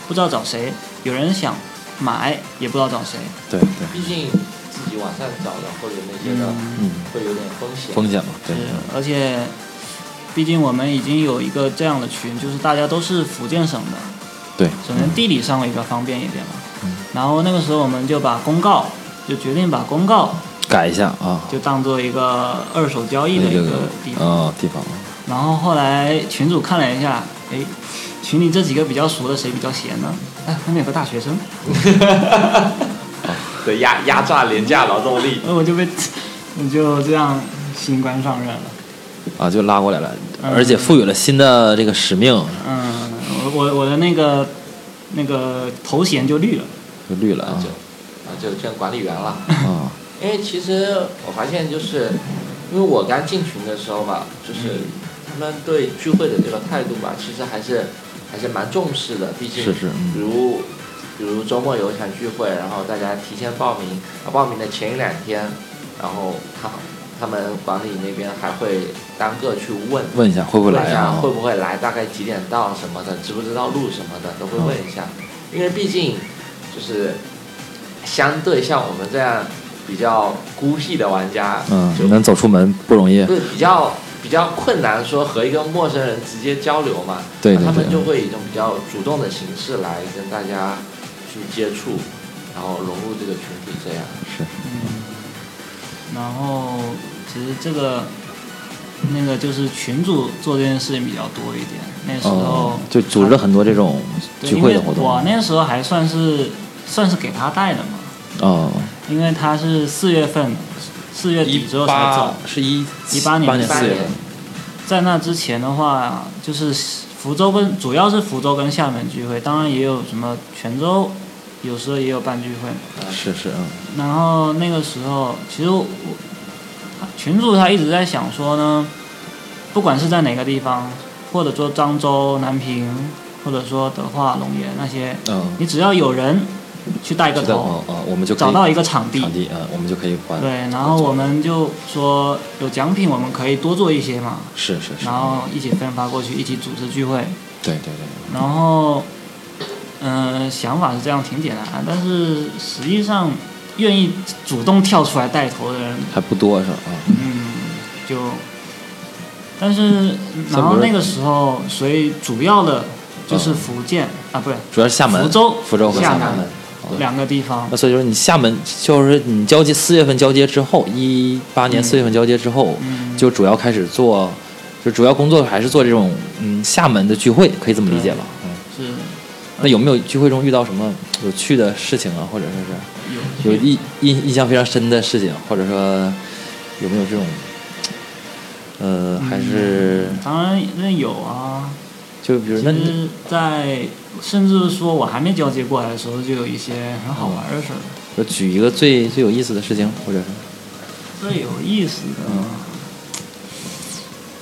[SPEAKER 4] 不知道找谁；有人想买，也不知道找谁。
[SPEAKER 1] 对对，
[SPEAKER 2] 毕竟自己网上找的或者那些的
[SPEAKER 1] 嗯，
[SPEAKER 2] 会有点风险。
[SPEAKER 1] 风险嘛，对
[SPEAKER 4] 是，，而且，毕竟我们已经有一个这样的群，就是大家都是福建省的，
[SPEAKER 1] 对，
[SPEAKER 4] 首先地理上比较方便一点嘛。然后那个时候我们就把公告，就决定把公告
[SPEAKER 1] 改一下啊，
[SPEAKER 4] 就当做一个二手交易的一
[SPEAKER 1] 这
[SPEAKER 4] 个
[SPEAKER 1] 个
[SPEAKER 4] 地方。
[SPEAKER 1] 啊地方，
[SPEAKER 4] 然后后来群主看了一下，哎，群里这几个比较熟的谁比较闲呢？哎，后面有个大学生，
[SPEAKER 2] 对压压榨廉价劳动力，
[SPEAKER 4] 呃而我就被， 我就这样新官上任了。
[SPEAKER 1] 啊，就拉过来了，
[SPEAKER 4] 嗯
[SPEAKER 1] 而且赋予了新的这个使命，
[SPEAKER 4] 嗯，我我我的那个那个头衔就绿了。
[SPEAKER 1] 就绿了
[SPEAKER 2] 啊
[SPEAKER 1] 啊
[SPEAKER 2] 就啊就变管理员了。
[SPEAKER 4] 嗯
[SPEAKER 1] 啊，
[SPEAKER 2] 因为其实我发现，就是因为我刚进群的时候吧，就是
[SPEAKER 1] 嗯
[SPEAKER 2] 他们对聚会的这个态度吧，其实还是还是蛮重视的。毕竟，
[SPEAKER 1] 是是嗯
[SPEAKER 2] 比如比如周末有一场聚会，然后大家提前报名，啊，报名的前一两天，然后他他们管理那边还会单个去问。
[SPEAKER 1] 问一下会不会
[SPEAKER 2] 问一
[SPEAKER 1] 来
[SPEAKER 2] 下
[SPEAKER 1] 啊
[SPEAKER 2] 会？不
[SPEAKER 1] 嗯
[SPEAKER 2] 会来，大概几点到什么的，知不知道路什么的都会问一下，因为毕竟就是相对像我们这样比较孤僻的玩家，
[SPEAKER 1] 嗯
[SPEAKER 2] 就，
[SPEAKER 1] 能走出门不容易
[SPEAKER 2] 不。是比较比较困难，说和一个陌生人直接交流嘛，
[SPEAKER 1] 对对
[SPEAKER 2] 他们
[SPEAKER 1] 对
[SPEAKER 2] 就会以一种比较主动的形式来跟大家去接触，然后融入这个群体，这样。
[SPEAKER 4] 然后其实这个那个就是群主做这件事情比较多一点，那时候
[SPEAKER 1] 哦，就组织了很多这种
[SPEAKER 4] 对
[SPEAKER 1] 聚会的活
[SPEAKER 4] 因为我
[SPEAKER 1] 动。
[SPEAKER 4] 那时候还算是算是给他带的嘛，
[SPEAKER 1] 哦，
[SPEAKER 4] 因为他是四月份四月底之后才走，
[SPEAKER 1] 是一
[SPEAKER 4] 18年
[SPEAKER 1] 年
[SPEAKER 4] 18
[SPEAKER 1] 四月
[SPEAKER 2] 年
[SPEAKER 4] 在那之前的话，就是福州跟主要是福州跟厦门聚会，当然也有什么泉州，有时候也有办聚会嘛。
[SPEAKER 1] 是是嗯
[SPEAKER 4] 然后那个时候，其实我群主他一直在想说呢，不管是在哪个地方，或者说漳州、南平，或者说德化、龙岩那些，
[SPEAKER 1] 嗯，
[SPEAKER 4] 你只要有人去带个
[SPEAKER 1] 知道
[SPEAKER 4] 头，
[SPEAKER 1] 哦哦，我们就可以
[SPEAKER 4] 找到一个场地
[SPEAKER 1] 场，地啊，嗯我们就可以玩。
[SPEAKER 4] 对，然后我们就说有奖品，我们可以多做一些嘛，
[SPEAKER 1] 是是是
[SPEAKER 4] 然，后一起分发过去，一起组织聚会，
[SPEAKER 1] 对对对，
[SPEAKER 4] 然后，嗯、想法是这样挺简单，但是实际上愿意主动跳出来带头的人，
[SPEAKER 1] 还不多是吧？嗯
[SPEAKER 4] 嗯，就，但是然后那个时候，所以主要的就是福建、啊，不是
[SPEAKER 1] 主要是哦厦门、
[SPEAKER 4] 福州、
[SPEAKER 1] 福州和
[SPEAKER 4] 厦哦
[SPEAKER 1] 厦门。哦对
[SPEAKER 4] 两个地方
[SPEAKER 1] 那，所以说，你厦门就是你交接四月份交接之后，一八年四月份交接之后，
[SPEAKER 4] 嗯
[SPEAKER 1] 就主要开始做，就主要工作还是做这种嗯厦门的聚会，可以这么理解吧？嗯，
[SPEAKER 4] 是
[SPEAKER 1] 那有没有聚会中遇到什么有趣的事情啊，或者说是
[SPEAKER 4] 嗯
[SPEAKER 1] 有印印印象非常深的事情，或者说有没有这种呃，还是
[SPEAKER 4] 当然那有啊，
[SPEAKER 1] 就比如
[SPEAKER 4] 其
[SPEAKER 1] 那
[SPEAKER 4] 实在甚至说我还没交接过来的时候，就有一些很好玩的事儿。
[SPEAKER 1] 就举一个最最有意思的事情，或者是
[SPEAKER 4] 最有意思的，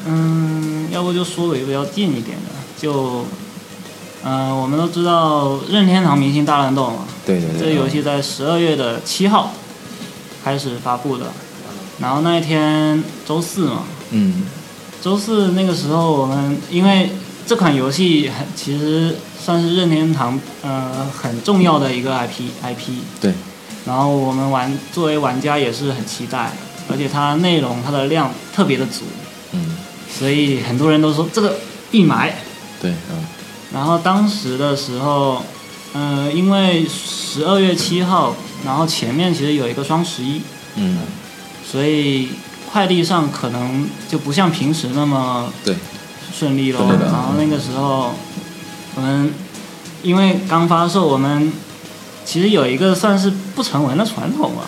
[SPEAKER 4] 嗯，要不就说个比较近一点的，就，嗯、我们都知道任天堂明星大乱斗嘛，
[SPEAKER 1] 对对啊
[SPEAKER 4] 这个游戏在十二月的七号开始发布的，然后那一天周四嘛，
[SPEAKER 1] 嗯
[SPEAKER 4] 周四那个时候我们因为这款游戏很其实算是任天堂呃很重要的一个 IP IP，
[SPEAKER 1] 对
[SPEAKER 4] 然后我们玩作为玩家也是很期待，而且它内容它的量特别的足，
[SPEAKER 1] 嗯
[SPEAKER 4] 所以很多人都说这个必买。
[SPEAKER 1] 对嗯
[SPEAKER 4] 然后当时的时候，呃，因为十二月七号，然后前面其实有一个双十一，
[SPEAKER 1] 嗯
[SPEAKER 4] 所以快递上可能就不像平时那么
[SPEAKER 1] 对
[SPEAKER 4] 顺利喽
[SPEAKER 1] 顺利。的
[SPEAKER 4] 然后那个时候，我们因为刚发售，我们其实有一个算是不成文的传统吧，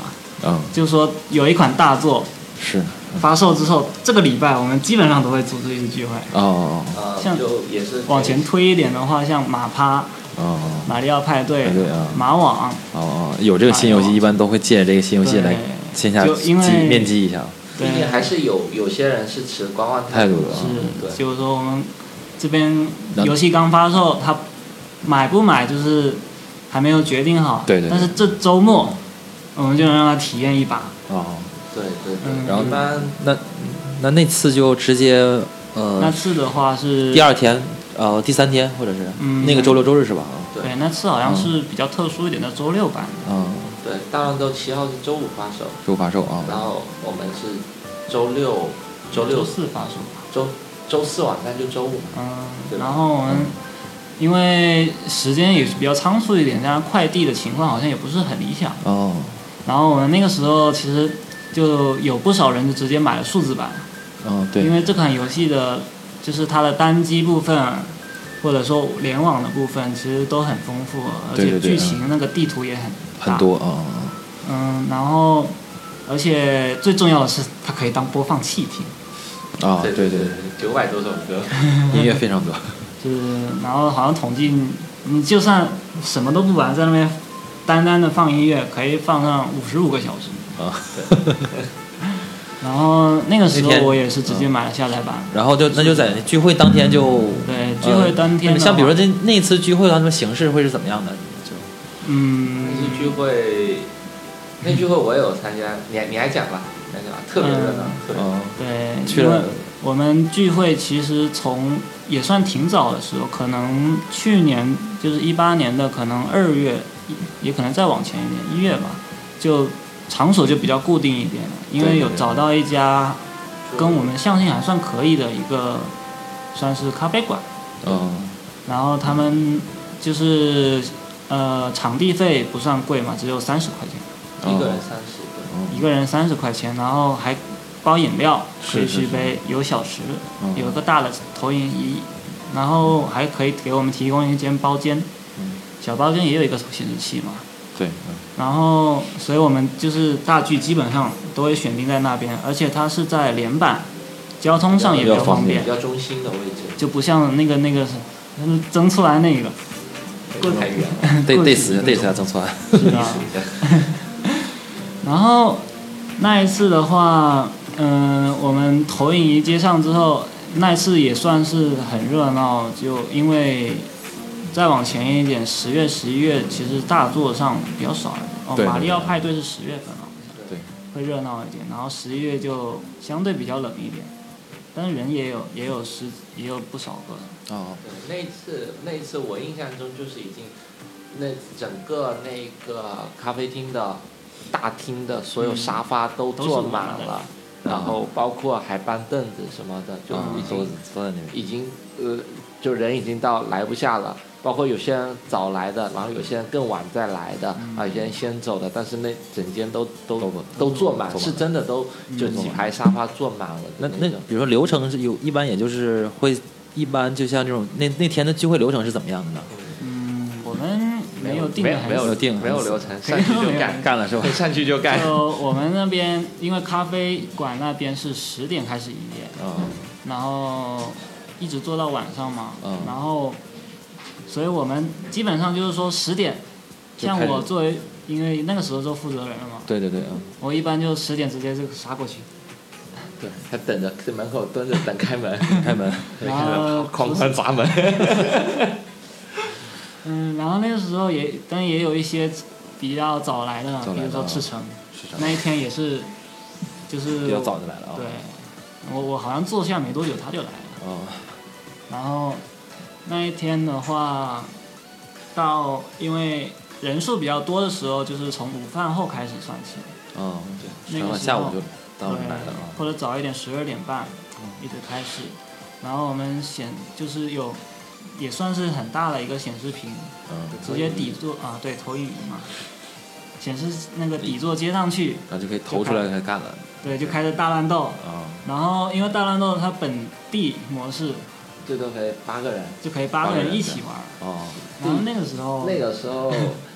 [SPEAKER 1] 嗯
[SPEAKER 4] 就是说有一款大作
[SPEAKER 1] 是
[SPEAKER 4] 发售之后，这个礼拜我们基本上都会组织一次聚会。
[SPEAKER 1] 哦哦
[SPEAKER 2] 呃
[SPEAKER 4] 像
[SPEAKER 2] 就也是
[SPEAKER 4] 往前推一点的话，像马趴、
[SPEAKER 1] 哦哦
[SPEAKER 4] 马里奥派对、
[SPEAKER 1] 派对啊
[SPEAKER 4] 马网，
[SPEAKER 1] 哦哦，有这个新游戏，一般都会借着这个新游戏来线下
[SPEAKER 4] 就
[SPEAKER 1] 击
[SPEAKER 4] 因为
[SPEAKER 1] 面基一下，
[SPEAKER 2] 毕竟
[SPEAKER 4] 对，
[SPEAKER 2] 还是有有些人是持观望
[SPEAKER 1] 态度
[SPEAKER 2] 度
[SPEAKER 1] 的啊
[SPEAKER 2] 嗯对
[SPEAKER 4] 是，嗯就是说我们这边
[SPEAKER 1] 那
[SPEAKER 4] 游戏刚发售，它买不买就是还没有决定好。
[SPEAKER 1] 对对对
[SPEAKER 4] 但是这周末我们就能让他体验一把。
[SPEAKER 1] 哦，
[SPEAKER 2] 对对
[SPEAKER 4] 嗯
[SPEAKER 2] 对，
[SPEAKER 1] 然后
[SPEAKER 2] 一般
[SPEAKER 1] 那那那次就直接
[SPEAKER 4] 那
[SPEAKER 1] 呃
[SPEAKER 4] 次的话是
[SPEAKER 1] 第，二天呃第三天或者是
[SPEAKER 4] 嗯
[SPEAKER 1] 那个周六周日是吧？
[SPEAKER 4] 对，那次好像是比较特殊一点的周六版。
[SPEAKER 1] 啊嗯，
[SPEAKER 2] 对大乱斗七号是周五发售，
[SPEAKER 1] 周五发售啊，
[SPEAKER 2] 然后我们是周六周六
[SPEAKER 4] 四发售吧。
[SPEAKER 2] 周周四晚上就周五嘛，
[SPEAKER 4] 嗯，
[SPEAKER 2] 对吧
[SPEAKER 4] 然后我们因为时间也是比较仓促一点，加上快递的情况好像也不是很理想。
[SPEAKER 1] 哦
[SPEAKER 4] 然后我们那个时候其实就有不少人就直接买了数字版，
[SPEAKER 1] 嗯对
[SPEAKER 4] 因为这款游戏的，就是它的单机部分，或者说联网的部分，其实都很丰富，而
[SPEAKER 1] 对对对
[SPEAKER 4] 且
[SPEAKER 1] 嗯
[SPEAKER 4] 剧情那个地图也很
[SPEAKER 1] 很
[SPEAKER 4] 大。
[SPEAKER 1] 多啊
[SPEAKER 4] 嗯，然后而且最重要的是，它可以当播放器听。
[SPEAKER 1] 啊啊对对对，，
[SPEAKER 2] 九百多首歌，
[SPEAKER 1] 音乐非常多，
[SPEAKER 4] 就是，然后好像统计你，你就算什么都不玩，在那边单单的放音乐，可以放上五十五个小时。
[SPEAKER 1] 啊。
[SPEAKER 4] 然后那个时
[SPEAKER 1] 那
[SPEAKER 4] 候
[SPEAKER 1] 天
[SPEAKER 4] 我也是直接买了下载版。
[SPEAKER 1] 然后就那就在聚会当天就
[SPEAKER 4] 对，聚会当天、
[SPEAKER 1] 呃像比如说，这那次聚会，他们形式会是怎么样的？就
[SPEAKER 2] 那
[SPEAKER 4] 嗯，
[SPEAKER 2] 次聚会，那聚会我也有参加，你还你还讲吧，你还讲吧，特别热闹，特别热闹
[SPEAKER 1] 嗯
[SPEAKER 4] 对，
[SPEAKER 1] 去
[SPEAKER 4] 因
[SPEAKER 1] 了
[SPEAKER 4] 为我们聚会其实从也算挺早的时候，可能去年就是一八年的，可能二月也可能再往前一点，一月吧，就场所就比较固定一点了，因为有找到一家跟我们相性还算可以的一个，算是咖啡馆，
[SPEAKER 2] 嗯，
[SPEAKER 4] 然后他们就是呃场地费不算贵嘛，只有三十块钱。
[SPEAKER 2] 一个
[SPEAKER 1] 哦
[SPEAKER 2] 人三十个，
[SPEAKER 4] 一个人三十块钱，然后还包饮料，可以
[SPEAKER 1] 是是
[SPEAKER 4] 续杯，有小食，
[SPEAKER 1] 嗯
[SPEAKER 4] 有一个大的投影仪，然后还可以给我们提供一间包间，小包间也有一个显示器嘛。
[SPEAKER 1] 对，
[SPEAKER 4] 然后，所以我们就是大剧基本上都会选定在那边，而且它是在连板，交通上也比
[SPEAKER 1] 比
[SPEAKER 4] 较
[SPEAKER 1] 较方
[SPEAKER 4] 方便
[SPEAKER 2] 比，较中心的位置，
[SPEAKER 4] 就不像那个那个蒸出来那个，
[SPEAKER 2] 不太远。
[SPEAKER 1] 嗯对
[SPEAKER 4] 过去
[SPEAKER 1] 对死对死啊，郑川。
[SPEAKER 4] 是吧？ 然后那一次的话，嗯、我们投影仪接上之后，那一次也算是很热闹，就因为再往前一点，十月、十一月其实大作上比较少了。哦，
[SPEAKER 1] 对对
[SPEAKER 4] 马里奥
[SPEAKER 1] 对
[SPEAKER 4] 派对是十月份啊，
[SPEAKER 1] 对，
[SPEAKER 4] 会热闹一点。然后十一月就相对比较冷一点，但是人也有也有十也有不少 个。
[SPEAKER 1] 哦，
[SPEAKER 2] 对那一次，那一次我印象中就是已经，那整个那个咖啡厅的大厅的所有沙发都
[SPEAKER 4] 都是
[SPEAKER 2] 坐
[SPEAKER 4] 满
[SPEAKER 2] 满
[SPEAKER 4] 的
[SPEAKER 2] 了，然后包括还搬凳子什么的，就
[SPEAKER 1] 嗯
[SPEAKER 2] 已
[SPEAKER 1] 都
[SPEAKER 2] 经、
[SPEAKER 1] 都在那边。
[SPEAKER 2] 已经呃，就人已经到来不下了。包括有些人早来的，然后有些人更晚再来的，啊，有些人先走的，但是那整间都都都坐满，
[SPEAKER 1] 坐满
[SPEAKER 2] 是真的都就几排沙发坐满了
[SPEAKER 1] 那
[SPEAKER 2] 的
[SPEAKER 1] 那
[SPEAKER 2] 种。
[SPEAKER 1] 比如说流程是有，一般也就是会，一般就像这种那那天的聚会流程是怎么样的呢？
[SPEAKER 4] 嗯，我们没有定
[SPEAKER 2] 没
[SPEAKER 4] 的
[SPEAKER 2] 有
[SPEAKER 4] 很
[SPEAKER 2] 没有
[SPEAKER 1] 有定
[SPEAKER 2] 没有流程，上去就干，
[SPEAKER 1] 干了是吧？
[SPEAKER 2] 上去就干。
[SPEAKER 4] 就我们那边，因为咖啡馆那边是十点开始营业，
[SPEAKER 1] 嗯，
[SPEAKER 4] 然后一直做到晚上嘛，
[SPEAKER 1] 嗯
[SPEAKER 4] 然后，所以我们基本上就是说十点，
[SPEAKER 1] 就
[SPEAKER 4] 像
[SPEAKER 1] 开始
[SPEAKER 4] 我作为，因为那个时候做负责人了嘛，
[SPEAKER 1] 对对对，嗯，
[SPEAKER 4] 我一般就十点直接就杀过去，
[SPEAKER 2] 对，他等着在门口蹲着等开 门，
[SPEAKER 1] 开门，
[SPEAKER 4] 然后
[SPEAKER 2] 哦狂欢砸门。
[SPEAKER 4] 嗯，然后那个时候也，但也有一些比较早来的，
[SPEAKER 1] 早来的
[SPEAKER 4] 比如说
[SPEAKER 1] 啊
[SPEAKER 4] 赤城，
[SPEAKER 1] 是啥？
[SPEAKER 4] 那一天也是，就是
[SPEAKER 1] 比较早就来了啊。
[SPEAKER 4] 对，我我好像坐下没多久他就来了。
[SPEAKER 1] 哦，
[SPEAKER 4] 然后那一天的话，到因为人数比较多的时候，就是从午饭后开始算起，
[SPEAKER 1] 嗯，
[SPEAKER 4] 那
[SPEAKER 1] 然后
[SPEAKER 4] 个时候
[SPEAKER 1] 下午就到我们
[SPEAKER 4] 对
[SPEAKER 1] 来了啊。
[SPEAKER 4] 或者早一点，十二点半一直开始。然后我们显就是有，也算是很大的一个显示屏，
[SPEAKER 1] 嗯，
[SPEAKER 4] 直接底座啊，对，投影仪嘛，显示那个底座接上去，
[SPEAKER 1] 然后就可以投出来开始干了
[SPEAKER 4] 对，就开始大乱斗。
[SPEAKER 1] 啊。
[SPEAKER 4] 然后因为大乱斗它本地模式
[SPEAKER 2] 最多可以八个人。
[SPEAKER 4] 就可以八
[SPEAKER 1] 八
[SPEAKER 4] 个
[SPEAKER 1] 个人
[SPEAKER 4] 人一起玩儿，
[SPEAKER 1] 哦，
[SPEAKER 4] 然后那个时候
[SPEAKER 2] 那个时候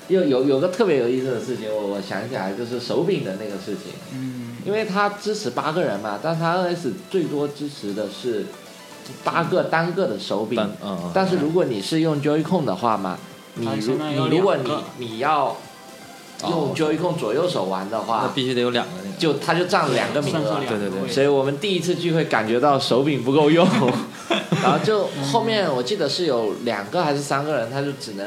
[SPEAKER 2] 又有有个特别有意思的事情，我我想起来就是手柄的那个事情，
[SPEAKER 4] 嗯。
[SPEAKER 2] 因为他支持八个人嘛，但是他 NS 最多支持的是八个单个的手柄
[SPEAKER 1] 但，嗯，
[SPEAKER 2] 但是如果你是用 Joy-Con 的话嘛，你
[SPEAKER 4] 它
[SPEAKER 2] 如
[SPEAKER 4] 相当于有
[SPEAKER 2] 你如果
[SPEAKER 4] 两
[SPEAKER 2] 你
[SPEAKER 4] 个
[SPEAKER 2] 你要用 Joy-Con 左右手玩的
[SPEAKER 1] 那
[SPEAKER 2] 话，
[SPEAKER 1] 必须得有两个那个。
[SPEAKER 2] 就他就占两个名
[SPEAKER 4] 算
[SPEAKER 2] 额
[SPEAKER 4] 出。两
[SPEAKER 1] 对对
[SPEAKER 4] 个
[SPEAKER 1] 对
[SPEAKER 4] 位置
[SPEAKER 2] 所以我们第一次聚会感觉到手柄不够用，然后就后面我记得是有两个还是三个人，他就只能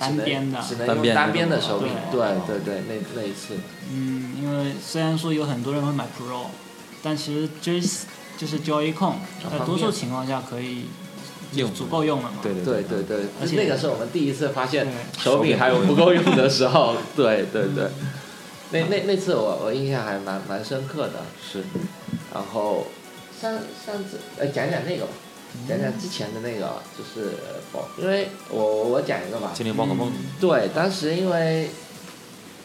[SPEAKER 4] 单边的
[SPEAKER 2] 只能只能用单边的手柄。对
[SPEAKER 1] 单边的
[SPEAKER 2] 对对，那那一次
[SPEAKER 4] 嗯，因为虽然说有很多人会买 Pro，但其实 J 就是 Joy-Con，在多数情况下可以就
[SPEAKER 1] 用
[SPEAKER 4] 足够用了嘛。
[SPEAKER 1] 对对
[SPEAKER 2] 对
[SPEAKER 1] 对
[SPEAKER 2] 对对
[SPEAKER 4] 而，且
[SPEAKER 2] 那个是我们第一次发现
[SPEAKER 4] 对嗯
[SPEAKER 2] 手柄还有不够用的时候。对对对，那那那次我我印象还蛮蛮深刻的。
[SPEAKER 1] 是。
[SPEAKER 2] 然后上上次呃讲讲那个吧，讲讲之前的那个吧就是宝，因为我我讲一个吧，
[SPEAKER 1] 精灵宝可 梦，
[SPEAKER 2] 对，当时因为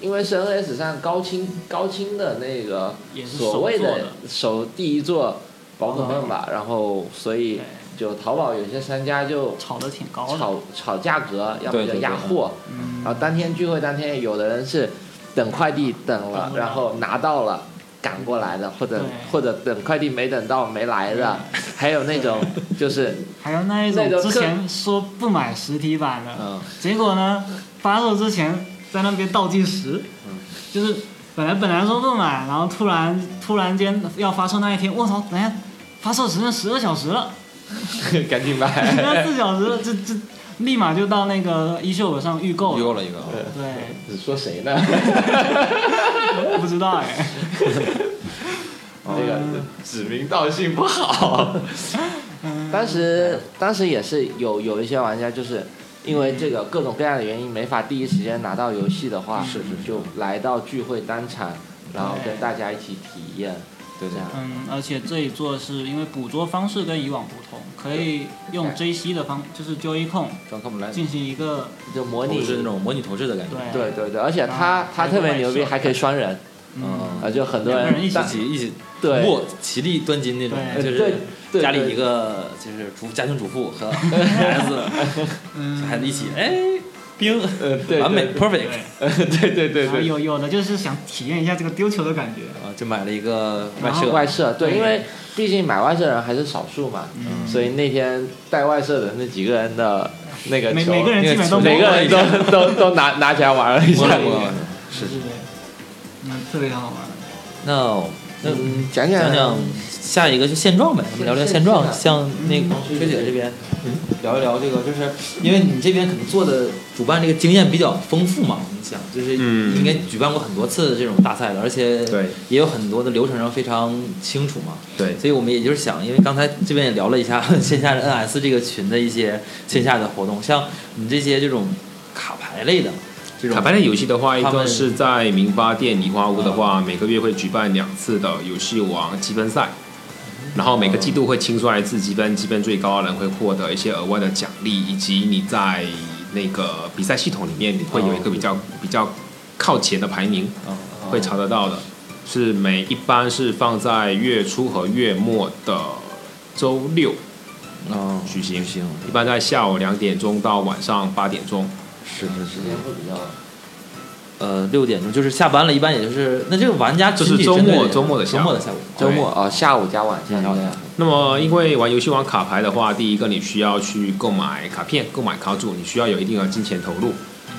[SPEAKER 2] 因为是 NS 上高清高清的那个
[SPEAKER 4] 也是
[SPEAKER 2] 所谓
[SPEAKER 4] 手做
[SPEAKER 2] 的
[SPEAKER 4] 的
[SPEAKER 2] 首第一座宝可梦吧，然后所以
[SPEAKER 4] 对，
[SPEAKER 2] 就淘宝有些商家就
[SPEAKER 4] 炒得挺高的。
[SPEAKER 2] 炒啊炒价格，要不
[SPEAKER 1] 对
[SPEAKER 2] 就
[SPEAKER 1] 对对
[SPEAKER 2] 压货，
[SPEAKER 4] 嗯，
[SPEAKER 2] 然后当天聚会当天有的人是等快递等了
[SPEAKER 4] 等，不到
[SPEAKER 2] 然后拿到了。赶过来的，或者
[SPEAKER 4] 对
[SPEAKER 2] 或者等快递没等到没来的，还有那种就是
[SPEAKER 4] 还有那一
[SPEAKER 2] 啊那个
[SPEAKER 4] 种之
[SPEAKER 2] 客
[SPEAKER 4] 前说不买实体版的，
[SPEAKER 1] 嗯，
[SPEAKER 4] 结果呢，发售之前在那边倒计时，
[SPEAKER 2] 嗯
[SPEAKER 4] 就是本来本来说不买，然后突然突然间要发售那一天，我操，等一下发售只剩十个小时了。
[SPEAKER 2] 赶紧 买，
[SPEAKER 4] 那四小时，这这立马就到那个一秀上预购
[SPEAKER 1] 预
[SPEAKER 4] 了。
[SPEAKER 1] 购了一个啊。
[SPEAKER 4] 对，
[SPEAKER 2] 你说谁呢？
[SPEAKER 4] 不知道哎。
[SPEAKER 3] 哦
[SPEAKER 2] 这个指名道姓 不好。当时当时也是有有一些玩家就是因为这个各种各样的原因没法第一时间拿到游戏的话，
[SPEAKER 1] 是是是
[SPEAKER 2] 就来到聚会当场，然后跟大家一起体验，
[SPEAKER 1] 对
[SPEAKER 2] 这样。
[SPEAKER 4] 嗯，而且这一座是因为捕捉方式跟以往不同，可以用追 c 的方，就是 Joy-Con
[SPEAKER 2] 刚看我们来
[SPEAKER 4] 进行一个
[SPEAKER 2] 就模
[SPEAKER 1] 投
[SPEAKER 2] 拟，
[SPEAKER 1] 掷那种模拟投掷的感觉，
[SPEAKER 2] 对
[SPEAKER 4] 对
[SPEAKER 2] 对对，而且他
[SPEAKER 4] 啊
[SPEAKER 2] 他特别牛
[SPEAKER 4] 还有个
[SPEAKER 2] 逼，
[SPEAKER 4] 外设
[SPEAKER 2] 还可以双人，
[SPEAKER 1] 嗯，
[SPEAKER 2] 啊，就很多
[SPEAKER 4] 两个人
[SPEAKER 2] 人
[SPEAKER 4] 一起
[SPEAKER 2] 当
[SPEAKER 1] 一起一起
[SPEAKER 2] 对
[SPEAKER 1] 默齐力端金那种，
[SPEAKER 4] 对
[SPEAKER 1] 就
[SPEAKER 2] 对
[SPEAKER 1] 是
[SPEAKER 2] 对
[SPEAKER 1] 家里
[SPEAKER 2] 对
[SPEAKER 1] 一个就是主家庭主妇 和孩子
[SPEAKER 2] 嗯
[SPEAKER 1] 孩子一起，哎，冰，
[SPEAKER 2] 呃对
[SPEAKER 1] 完美 perfect
[SPEAKER 4] 对，
[SPEAKER 2] 呃 对对对
[SPEAKER 4] 然后
[SPEAKER 2] 对，
[SPEAKER 4] 嗯哎有有的就是想体验一下这个丢球的感觉，
[SPEAKER 1] 啊，就买了一个外
[SPEAKER 4] 然后
[SPEAKER 1] 设，嗯
[SPEAKER 2] 外设对，
[SPEAKER 4] 对
[SPEAKER 2] 因为毕竟买外设的人还是少数嘛，
[SPEAKER 4] 嗯
[SPEAKER 2] 所以那天带外设的那几个人的那个
[SPEAKER 4] 每
[SPEAKER 2] 球，
[SPEAKER 4] 每个人基本都
[SPEAKER 2] 每
[SPEAKER 4] 摸
[SPEAKER 2] 个
[SPEAKER 4] 过
[SPEAKER 2] 人
[SPEAKER 4] 一
[SPEAKER 2] 都
[SPEAKER 4] 下
[SPEAKER 2] 都都拿拿起来玩了一
[SPEAKER 1] 摸
[SPEAKER 2] 下
[SPEAKER 1] 了。摸了，是
[SPEAKER 4] 对对对，嗯，特别好玩。
[SPEAKER 1] 那那
[SPEAKER 2] 嗯，讲
[SPEAKER 1] 讲讲下一个就现状呗，我们聊聊现状。像那个崔姐这边，嗯聊一聊这个，就是因为你这边可能做的主办这个经验比较丰富嘛，你想就是
[SPEAKER 3] 嗯
[SPEAKER 1] 应该举办过很多次这种大赛了，而且
[SPEAKER 3] 对
[SPEAKER 1] 也有很多的流程上非常清楚嘛。
[SPEAKER 3] 对
[SPEAKER 1] 所以我们也就是想，因为刚才这边也聊了一下 线下的 NS 这个群的一些线下的活动，像你这些这种卡牌类的这种
[SPEAKER 3] 卡牌类游戏的话，一
[SPEAKER 1] 他
[SPEAKER 3] 个
[SPEAKER 1] 们
[SPEAKER 3] 是在民发店梨花屋的话，每个月会举办两次的游戏王积分赛，然后每个季度会清算一次积分，积分最高的人会获得一些额外的奖励，以及你在那个比赛系统里面，你会有一个比较比较靠前的排名。
[SPEAKER 1] 嗯嗯
[SPEAKER 3] 会查得到的，是每一般是放在月初和月末的周六
[SPEAKER 1] 嗯
[SPEAKER 3] 举行，
[SPEAKER 1] 行
[SPEAKER 3] 一般在下午两点钟到晚上八点钟。
[SPEAKER 1] 是是是
[SPEAKER 2] 时。间会比较
[SPEAKER 1] 呃，六点钟就是下班了，一般也就是那这个玩家群体
[SPEAKER 3] 就是周末
[SPEAKER 1] 针对的
[SPEAKER 3] 周末的
[SPEAKER 1] 周
[SPEAKER 3] 下午
[SPEAKER 1] 末的下午，
[SPEAKER 2] 周末啊，下午加晚上
[SPEAKER 1] 嗯
[SPEAKER 2] 这样
[SPEAKER 3] 那么，因为玩游戏王卡牌的话，第一个你需要去购买卡片、购买卡组，你需要有一定的金钱投入。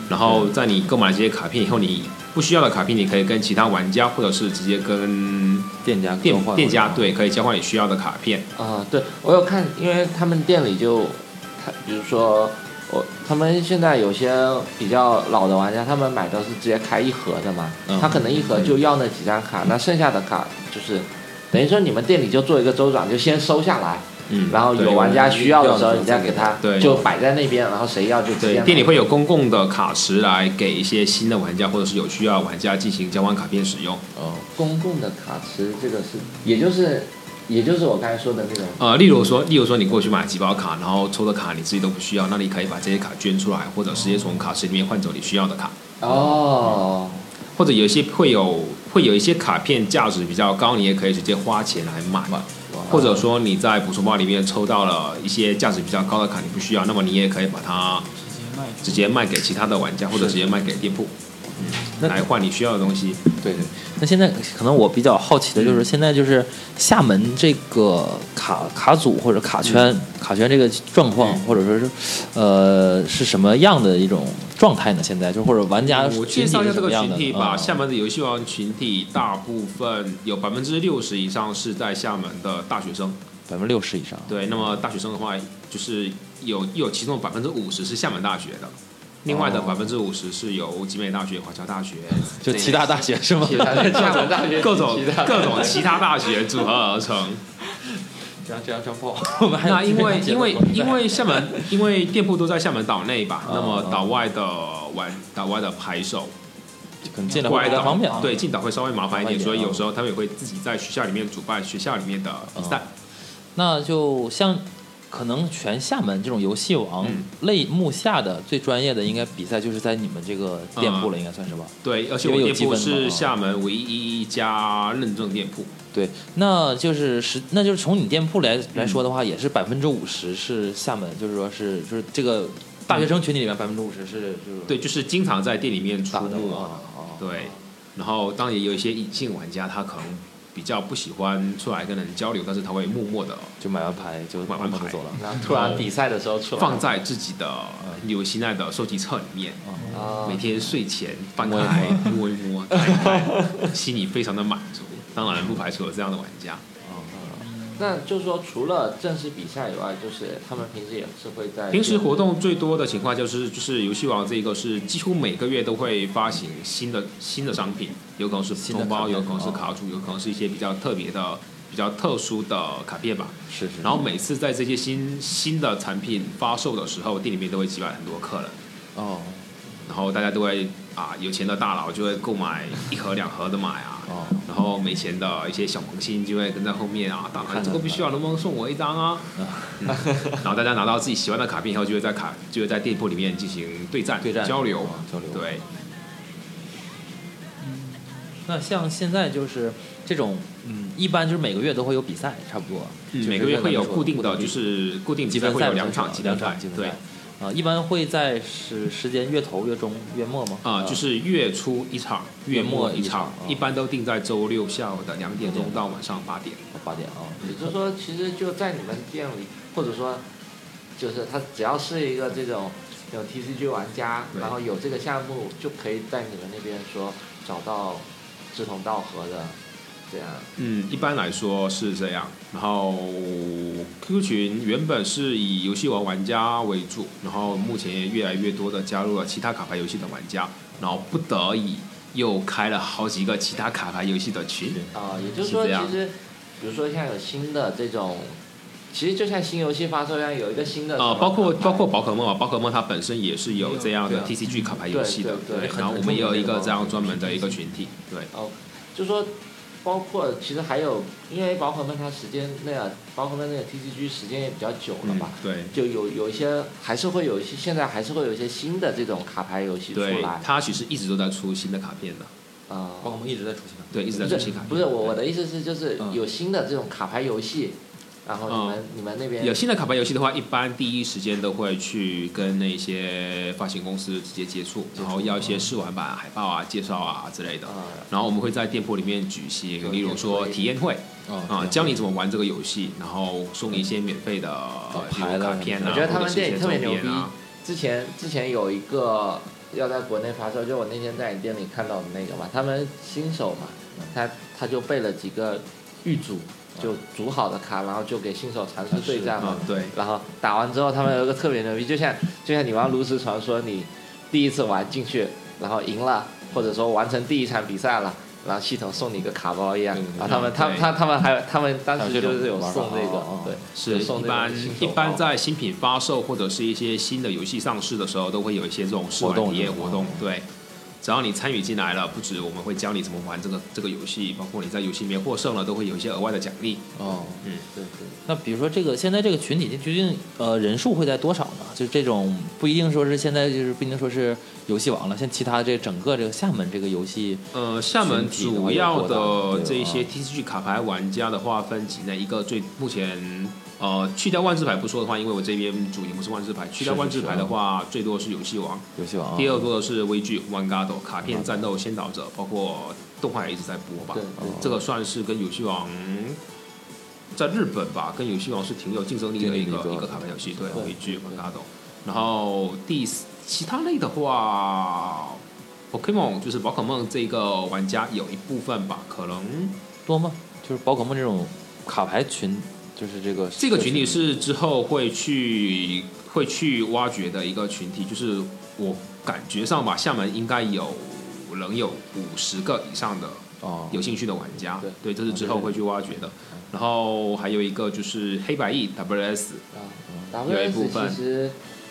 [SPEAKER 3] 然后在你购买这些卡片以后，你不需要的卡片，你可以跟其他玩家，或者是直接跟
[SPEAKER 1] 店家
[SPEAKER 3] 店
[SPEAKER 1] 交换
[SPEAKER 3] 店家，对，可以交换你需要的卡片。
[SPEAKER 2] 啊，对我有看，因为他们店里就，他比如说我他们现在有些比较老的玩家，他们买都是直接开一盒的嘛，
[SPEAKER 1] 嗯
[SPEAKER 2] 他可能一盒就要那几张卡，那剩下的卡就是。等于说你们店里就做一个周转，就先收下来，
[SPEAKER 3] 嗯
[SPEAKER 2] 然后有玩家需要的时候，你再给他，
[SPEAKER 3] 对
[SPEAKER 2] 就摆在那边，然后谁要就直接
[SPEAKER 3] 对
[SPEAKER 2] 拿。
[SPEAKER 3] 店里会有公共的卡池来给一些新的玩家或者是有需要的玩家进行交换卡片使用。
[SPEAKER 1] 哦，
[SPEAKER 2] 公共的卡池，这个是，也就是，也就是我刚才说的那种
[SPEAKER 3] 呃，例如说，例如说你过去买几包卡，然后抽的卡你自己都不需要，那你可以把这些卡捐出来，或者直接从卡池里面换走你需要的卡，
[SPEAKER 2] 哦，
[SPEAKER 3] 或者有一些会有会有一些卡片价值比较高，你也可以直接花钱来买。或者说你在补充包里面抽到了一些价值比较高的卡，你不需要，那么你也可以把它
[SPEAKER 4] 直接卖
[SPEAKER 3] 直接卖给其他的玩家，或者直接卖给店铺，嗯
[SPEAKER 1] 那
[SPEAKER 3] 来换你需要的东西。
[SPEAKER 1] 对对。那现在可能我比较好奇的
[SPEAKER 3] 嗯
[SPEAKER 1] 就是，现在就是厦门这个卡卡组或者卡圈、
[SPEAKER 3] 嗯
[SPEAKER 1] 卡圈这个状况，或者说是呃是什么样的一种状态呢？现在就或者玩家
[SPEAKER 3] 嗯我
[SPEAKER 1] 群
[SPEAKER 3] 介
[SPEAKER 1] 体
[SPEAKER 3] 绍一
[SPEAKER 1] 是
[SPEAKER 3] 下
[SPEAKER 1] 什
[SPEAKER 3] 这
[SPEAKER 1] 么
[SPEAKER 3] 个
[SPEAKER 1] 样
[SPEAKER 3] 群
[SPEAKER 1] 的
[SPEAKER 3] 体吧。
[SPEAKER 1] 嗯
[SPEAKER 3] 厦门的游戏王群体大部分有百分之六十以上是在厦门的大学生。
[SPEAKER 1] 百分之六十以上，
[SPEAKER 3] 对，那么大学生的话，就是有有其中百分之五十是厦门大学的，另外
[SPEAKER 1] 哦
[SPEAKER 3] 的百分之五十是由集美大学、华侨 大学、
[SPEAKER 1] 就七大大学是吗？
[SPEAKER 2] 其他的厦门大学
[SPEAKER 3] 各种
[SPEAKER 2] 其他的
[SPEAKER 3] 各种其他大学组合而成。
[SPEAKER 1] 这样这样这样不好。 我们还有
[SPEAKER 3] 那因为
[SPEAKER 1] 这
[SPEAKER 3] 因
[SPEAKER 1] 边
[SPEAKER 3] 为
[SPEAKER 1] 节目
[SPEAKER 3] 因为厦门，因为店铺都在厦门岛内吧，
[SPEAKER 1] 哦
[SPEAKER 3] 那么
[SPEAKER 1] 哦
[SPEAKER 3] 岛外的玩岛外的牌手
[SPEAKER 1] 可能进来
[SPEAKER 3] 过
[SPEAKER 1] 会
[SPEAKER 3] 来
[SPEAKER 1] 比较
[SPEAKER 3] 岛
[SPEAKER 1] 方便啊。
[SPEAKER 3] 对进岛会稍微麻烦一
[SPEAKER 1] 麻烦一
[SPEAKER 3] 点，
[SPEAKER 1] 点
[SPEAKER 3] 所以有
[SPEAKER 1] 哦
[SPEAKER 3] 时候他们也会自己在学校里面主办学校里面
[SPEAKER 1] 啊
[SPEAKER 3] 的比赛。
[SPEAKER 1] 那就像可能全厦门这种游戏王
[SPEAKER 3] 嗯
[SPEAKER 1] 类目下的最专业的应该比赛就是在你们这个店铺了，
[SPEAKER 3] 嗯
[SPEAKER 1] 应该算是吧？
[SPEAKER 3] 对，而且
[SPEAKER 1] 因
[SPEAKER 3] 我
[SPEAKER 1] 为有
[SPEAKER 3] 店铺
[SPEAKER 1] 积分嘛
[SPEAKER 3] 是
[SPEAKER 1] 哦
[SPEAKER 3] 厦门唯一一家认证店铺。
[SPEAKER 1] 对，那就是十，那就是从你店铺来来说的话，也是百分之五十是厦门，就是说是就是这个大学生群体里面百分之五十是就是
[SPEAKER 3] 对，就是经常在店里面出
[SPEAKER 1] 打的
[SPEAKER 3] 没。
[SPEAKER 1] 啊啊，啊
[SPEAKER 3] 对，然后当然也有一些隐性玩家，他可能比较不喜欢出来跟人交流，但是他会默默的
[SPEAKER 1] 就买完牌就
[SPEAKER 3] 买完
[SPEAKER 1] 默默地
[SPEAKER 3] 牌嗯
[SPEAKER 1] 走了。
[SPEAKER 2] 然后突然比赛的时候出来
[SPEAKER 3] 放在自己的有现在的收集册里面，
[SPEAKER 2] 啊
[SPEAKER 3] 每天睡前翻
[SPEAKER 1] 摸一
[SPEAKER 3] 开摸一摸，看一看，心里非常的满足。当然不排除有这样的玩家，
[SPEAKER 2] 那就是说，除了正式比赛以外，就是他们平时也是会在
[SPEAKER 3] 平时活动最多的情况就是，就是游戏王这个是几乎每个月都会发行新的新的商品，有可能是普
[SPEAKER 1] 新的
[SPEAKER 3] 通
[SPEAKER 1] 卡
[SPEAKER 3] 包，
[SPEAKER 1] 片
[SPEAKER 3] 有可能是
[SPEAKER 1] 哦
[SPEAKER 3] 卡组，有可能是一些比较特别的、比较特殊的卡片吧。
[SPEAKER 1] 嗯
[SPEAKER 2] 是是。
[SPEAKER 3] 然后每次在这些新新的产品发售的时候，店里面都会挤满很多客人，
[SPEAKER 2] 哦
[SPEAKER 3] 然后大家都会啊，有钱的大佬就会购买一盒两盒的买 啊，
[SPEAKER 2] 哦，
[SPEAKER 3] 然后没钱的一些小萌新就会跟在后面啊，大喊这个必须要，能不能送我一张啊？嗯 然后大家拿到自己喜欢的卡片以后，就会在卡就会在店铺里面进行对战、
[SPEAKER 2] 对战
[SPEAKER 3] 交流
[SPEAKER 2] 哦、交流
[SPEAKER 3] 对，
[SPEAKER 1] 那像现在就是这种，嗯，一般就是每个月都会有比赛，差不多。
[SPEAKER 3] 嗯
[SPEAKER 1] 就是
[SPEAKER 3] 每个月会有固定的，
[SPEAKER 1] 这
[SPEAKER 3] 就
[SPEAKER 1] 个
[SPEAKER 3] 是固定比
[SPEAKER 1] 积
[SPEAKER 3] 赛
[SPEAKER 1] 分
[SPEAKER 3] 会
[SPEAKER 1] 赛
[SPEAKER 3] 有两场
[SPEAKER 1] 积
[SPEAKER 3] 积分
[SPEAKER 1] 分
[SPEAKER 3] 赛
[SPEAKER 1] 场积，分
[SPEAKER 3] 对
[SPEAKER 1] 赛。啊，一般会在时时间月头、月中、月末吗？
[SPEAKER 3] 啊，就是月初一场，月
[SPEAKER 1] 嗯月
[SPEAKER 3] 末
[SPEAKER 1] 末
[SPEAKER 3] 一
[SPEAKER 1] 一
[SPEAKER 3] 场
[SPEAKER 1] 场，
[SPEAKER 3] 一般都定在周六下午的两点钟到晚上八点。
[SPEAKER 1] 八点啊。
[SPEAKER 2] 也就是说，其实就在你们店里，或者说，就是他只要是一个这种有 TCG 玩家，
[SPEAKER 3] 对
[SPEAKER 2] 然后有这个项目，就可以在你们那边说找到志同道合的，这样。
[SPEAKER 3] 嗯，一般来说是这样。然后 QQ 群原本是以游戏王玩家为主，然后目前也越来越多的加入了其他卡牌游戏的玩家，然后不得已又开了好几个其他卡牌游戏的群。
[SPEAKER 2] 啊、也就是说，
[SPEAKER 3] 是这样
[SPEAKER 2] 其实比如说像有新的这种，其实就像新游戏发售一样，有一个新的
[SPEAKER 3] 呃，包
[SPEAKER 2] 什
[SPEAKER 3] 括
[SPEAKER 2] 么
[SPEAKER 3] 包括宝可梦啊，宝可梦它本身也是有这样的
[SPEAKER 2] 对
[SPEAKER 3] TCG 卡牌游戏的，
[SPEAKER 2] 对对对
[SPEAKER 3] 然后我们也有一个这样专门的一个群体，对。
[SPEAKER 2] 就说包括其实还有，因为宝可梦它时间那个宝可梦那个 TCG 时间也比较久了
[SPEAKER 3] 嗯
[SPEAKER 2] 嘛，，
[SPEAKER 3] 对，
[SPEAKER 2] 就有有一些还是会有一些现在还是会有一些新的这种卡牌游戏出
[SPEAKER 3] 对
[SPEAKER 2] 来，
[SPEAKER 3] 它其实一直都在出新的卡片的，
[SPEAKER 2] 啊。
[SPEAKER 1] 包括我们一直在出现。
[SPEAKER 3] 对，一直在
[SPEAKER 2] 不
[SPEAKER 3] 出
[SPEAKER 2] 是
[SPEAKER 3] 新卡片。
[SPEAKER 2] 不是我我
[SPEAKER 3] 对
[SPEAKER 2] 的意思是就是
[SPEAKER 1] 嗯
[SPEAKER 2] 有新的这种卡牌游戏，然后你们、你们那边
[SPEAKER 3] 嗯有新的卡牌游戏的话，一般第一时间都会去跟那些发行公司直接接触，然后要一些试玩版、海报啊、介绍啊之类的。
[SPEAKER 2] 啊
[SPEAKER 3] 然后我们会在店铺里面举行，
[SPEAKER 2] 就
[SPEAKER 3] 例如说体验会啊，教你怎么玩这个游戏，然后送你一些免费的
[SPEAKER 1] 牌
[SPEAKER 3] 卡
[SPEAKER 1] 了
[SPEAKER 3] 片啊，
[SPEAKER 2] 哦我觉得他
[SPEAKER 3] 或者
[SPEAKER 2] 们
[SPEAKER 3] 是一
[SPEAKER 2] 店
[SPEAKER 3] 些
[SPEAKER 2] 里特别
[SPEAKER 3] 周
[SPEAKER 2] 牛
[SPEAKER 3] 边
[SPEAKER 2] 逼
[SPEAKER 3] 啊。
[SPEAKER 2] 之前之前有一个要在国内发售，就我那天在你店里看到的那个嘛，他们新手嘛，他他就备了几个预组，就组好的卡，然后就给新手尝试对战嘛
[SPEAKER 3] 啊。，对，
[SPEAKER 2] 然后打完之后，他们有一个特别牛逼，就像就像你玩炉石传说，你第一次玩进去，然后赢了，或者说完成第一场比赛了。然后系统送你一个卡包一样，
[SPEAKER 3] 嗯
[SPEAKER 2] 然后他们他们他他们还有他们当时就是有送这个，对，
[SPEAKER 3] 是
[SPEAKER 2] 就送
[SPEAKER 3] 一
[SPEAKER 2] 这种
[SPEAKER 3] 般
[SPEAKER 2] 新手
[SPEAKER 3] 一般
[SPEAKER 2] 包
[SPEAKER 3] 在新品发售或者是一些新的游戏上市的时候，都会有一些这种试玩
[SPEAKER 1] 活动
[SPEAKER 3] 体验
[SPEAKER 1] 是吧
[SPEAKER 3] 活动。对，只要你参与进来了，不止我们会教你怎么玩这个这个游戏，包括你在游戏里面获胜了，都会有一些额外的奖励。
[SPEAKER 1] 哦，
[SPEAKER 2] 对对。
[SPEAKER 1] 那比如说这个现在这个群体究竟呃人数会在多少呢？就这种不一定说是现在就是不一定说是游戏王了，像其他这整个这个厦门这个游戏
[SPEAKER 3] 呃，厦门主要的这些 TCG 卡牌玩家的话分几类，一个最目前呃去掉万智牌不说的话，因为我这边主营不是万智牌，去掉
[SPEAKER 1] 是是
[SPEAKER 3] 万智牌
[SPEAKER 1] 是
[SPEAKER 3] 的话，最多是游戏王。
[SPEAKER 1] 游戏王啊
[SPEAKER 3] 第二个是微剧《One
[SPEAKER 1] 哦
[SPEAKER 3] God》卡片战斗先导者，包括动画也一直在播吧
[SPEAKER 2] 对。
[SPEAKER 3] 这个算是跟游戏王在日本吧，跟游戏王是挺有竞争力的一
[SPEAKER 1] 竞争
[SPEAKER 3] 个
[SPEAKER 1] 力
[SPEAKER 3] 一
[SPEAKER 1] 比
[SPEAKER 3] 个
[SPEAKER 1] 较
[SPEAKER 3] 卡牌游戏，对，
[SPEAKER 2] 对
[SPEAKER 3] 微剧《One God》。然后第四其他类的话，Pokemon 就是宝可梦这个玩家有一部分吧，可能
[SPEAKER 1] 多吗？就是宝可梦这种卡牌群，就是这个
[SPEAKER 3] 这个群体是之后会去会去挖掘的一个群体，就是我感觉上吧，厦门应该有能有五十个以上的
[SPEAKER 1] 哦，
[SPEAKER 3] 有兴趣的玩家
[SPEAKER 2] 对，
[SPEAKER 3] 对，这是之后会去挖掘的。然后还有一个就是黑白翼 WS，
[SPEAKER 2] 啊
[SPEAKER 3] 有一部
[SPEAKER 2] ，WS
[SPEAKER 3] 分
[SPEAKER 2] 其实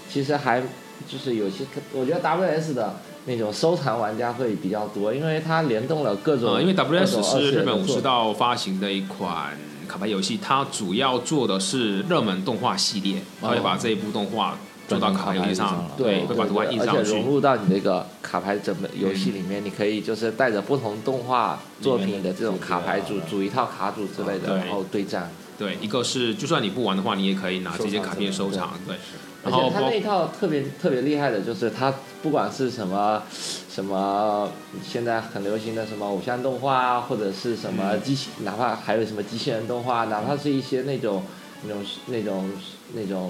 [SPEAKER 2] 其实还就是有些，我觉得 WS 的那种收藏玩家会比较多，因为它联动了各种，
[SPEAKER 3] 呃，因为 WS
[SPEAKER 2] 各种二
[SPEAKER 3] 是
[SPEAKER 2] 次元
[SPEAKER 3] 日
[SPEAKER 2] 的
[SPEAKER 3] 本武
[SPEAKER 2] 作
[SPEAKER 3] 士
[SPEAKER 2] 品
[SPEAKER 3] 道发行的一款卡牌游戏，它主要做的是热门动画系列，它会把这一部动画做到卡牌游
[SPEAKER 1] 转成卡牌游戏
[SPEAKER 3] 戏
[SPEAKER 1] 上
[SPEAKER 3] 上
[SPEAKER 1] 了，
[SPEAKER 2] 对，
[SPEAKER 3] 会
[SPEAKER 2] 对
[SPEAKER 3] 把图案
[SPEAKER 2] 对
[SPEAKER 3] 印
[SPEAKER 2] 而
[SPEAKER 3] 上
[SPEAKER 2] 且融
[SPEAKER 3] 去。
[SPEAKER 2] 入到你这个卡牌整本游戏里面，你可以就是带着不同动画作品的这种卡牌组组一套卡组之类
[SPEAKER 3] 嗯对
[SPEAKER 2] 的，然后对战。
[SPEAKER 3] 对，一个是就算你不玩的话，你也可以拿这些卡片收藏。对，
[SPEAKER 2] 而
[SPEAKER 3] 然后
[SPEAKER 2] 且它
[SPEAKER 3] 包
[SPEAKER 2] 那一套特别特别厉害的，就是它不管是什么什么现在很流行的什么偶像动画啊，或者是什
[SPEAKER 3] 嗯
[SPEAKER 2] 么机器，哪怕还有什么机器人动画，啊哪怕是一些那种那种那种那种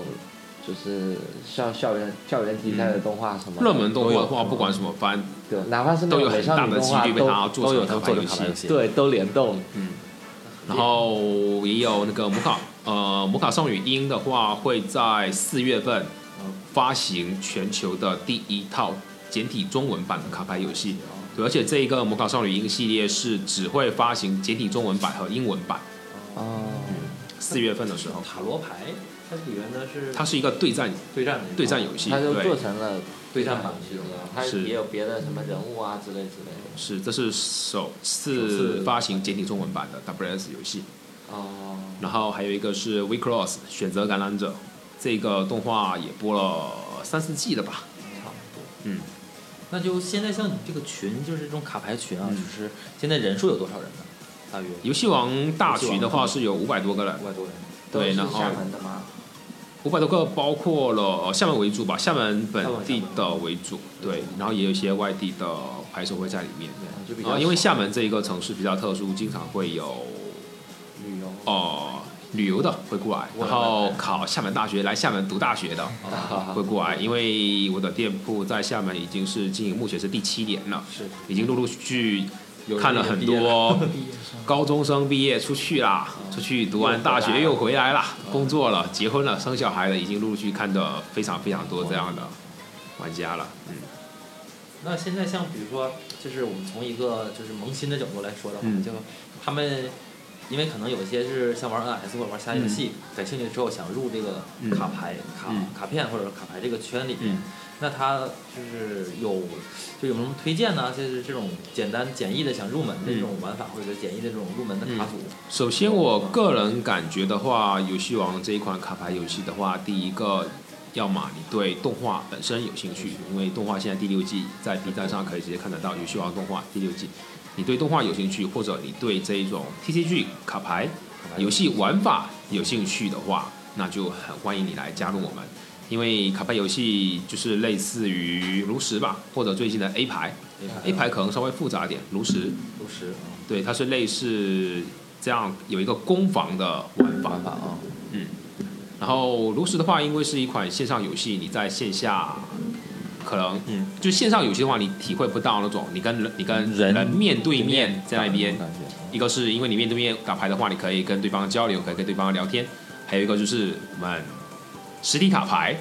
[SPEAKER 2] 就是校校园校园题材的动画什么的
[SPEAKER 3] 热门动画的话，不管什么番，
[SPEAKER 2] 对，哪怕是那
[SPEAKER 3] 都有
[SPEAKER 2] 种美
[SPEAKER 3] 很
[SPEAKER 2] 少
[SPEAKER 3] 大
[SPEAKER 2] 女
[SPEAKER 3] 的
[SPEAKER 2] 动
[SPEAKER 3] 几
[SPEAKER 2] 画
[SPEAKER 3] 率被它
[SPEAKER 2] 都
[SPEAKER 3] 做
[SPEAKER 1] 都有
[SPEAKER 3] 成
[SPEAKER 1] 能
[SPEAKER 3] 牌
[SPEAKER 1] 做成
[SPEAKER 3] 游
[SPEAKER 1] 卡
[SPEAKER 3] 戏
[SPEAKER 1] 牌。游戏，，
[SPEAKER 2] 对都联动，
[SPEAKER 3] 然后也有那个魔卡呃魔卡少女樱的话，会在四月份发行全球的第一套简体中文版的卡牌游戏。
[SPEAKER 1] 哦
[SPEAKER 3] 对，而且这一个魔卡少女樱系列是只会发行简体中文版和英文版。
[SPEAKER 2] 哦，
[SPEAKER 3] 四月份的时候，
[SPEAKER 1] 塔罗牌它里面呢是
[SPEAKER 3] 它是一个对战
[SPEAKER 1] 对战
[SPEAKER 3] 对战游戏，
[SPEAKER 2] 它就做
[SPEAKER 3] 对，
[SPEAKER 2] 成了
[SPEAKER 1] 对战版
[SPEAKER 2] 游戏了，它
[SPEAKER 3] 是
[SPEAKER 2] 也有别的什么人物啊之类之类的。
[SPEAKER 3] 是这是
[SPEAKER 1] 首
[SPEAKER 3] 首次
[SPEAKER 1] 次
[SPEAKER 3] 发行简体中文版的 WS 游戏，
[SPEAKER 2] 哦，
[SPEAKER 3] 然后还有一个是 We Cross 选择橄榄者，这个动画也播了三四季了吧？
[SPEAKER 1] 差不多。
[SPEAKER 3] 嗯，
[SPEAKER 1] 那就现在像你们这个群，就是这种卡牌群啊，
[SPEAKER 3] 嗯
[SPEAKER 1] 就是现在人数有多少人呢？大约
[SPEAKER 3] 游戏王大群的话是有五百多个人，
[SPEAKER 1] 五百多人。
[SPEAKER 2] 都
[SPEAKER 3] 对
[SPEAKER 2] 是
[SPEAKER 3] 然后
[SPEAKER 2] 厦门的吗？
[SPEAKER 3] 五百多个包括了呃厦门为主吧，厦门本地的为主，对，然后也有一些外地的拍手会在里面。
[SPEAKER 2] 嗯就比较
[SPEAKER 3] 然哦后因为
[SPEAKER 2] 少
[SPEAKER 3] 厦门这一个城市比较特殊，经常会有
[SPEAKER 2] 旅游
[SPEAKER 3] 呃旅游的会过来，
[SPEAKER 2] 过
[SPEAKER 3] 然
[SPEAKER 2] 来
[SPEAKER 3] 后考厦门大学来厦门读大学的
[SPEAKER 2] 啊
[SPEAKER 3] 会过来，因为我的店铺在厦门已经是经营目前是第七年了，
[SPEAKER 1] 是
[SPEAKER 3] 已经陆陆续续
[SPEAKER 1] 有
[SPEAKER 3] 看了很多 高中生毕业出去啦，出去读完大学又回来啦，工作了、结婚了、生小孩了，已经陆陆续续看的非常非常多这样的玩家了。嗯
[SPEAKER 1] 那现在像比如说，就是我们从一个就是萌新的角度来说的话，
[SPEAKER 3] 嗯
[SPEAKER 1] 就他们因为可能有些是像玩 NS 或者玩其他游戏、感兴趣之后，想入这个
[SPEAKER 3] 嗯
[SPEAKER 1] 卡牌、卡、
[SPEAKER 3] 嗯
[SPEAKER 1] 卡片或者卡牌这个圈里面，
[SPEAKER 3] 嗯
[SPEAKER 1] 那他就是有就有什么推荐呢？就是这种简单简易的想入门的
[SPEAKER 3] 嗯
[SPEAKER 1] 这种玩法，或者简易的这种入门的卡组，
[SPEAKER 3] 首先，我个人感觉的话，游戏王这一款卡牌游戏的话，第一个，要么你对动画本身有兴趣，因为动画现在第六季在 B 站上可以直接看得到，游戏王动画第六季，你对动画有兴趣，或者你对这一种 TCG 卡牌游戏玩法有兴趣的话，那就很欢迎你来加入我们。因为卡牌游戏就是类似于炉石吧，或者最近的 A 牌，A 牌可能稍微复杂点，炉石
[SPEAKER 1] 都是
[SPEAKER 3] 对，它是类似这样有一个攻防的玩法。嗯
[SPEAKER 1] 玩法啊，
[SPEAKER 3] 然后炉石的话，因为是一款线上游戏，你在线下可能
[SPEAKER 1] 嗯
[SPEAKER 3] 就线上游戏的话，你体会不到那种你跟人你跟
[SPEAKER 5] 人
[SPEAKER 3] 面对面在那边。
[SPEAKER 1] 感觉
[SPEAKER 3] 一个是因为你面对面打牌的话，你可以跟对方交流，可以跟对方聊天；还有一个就是我们实体卡牌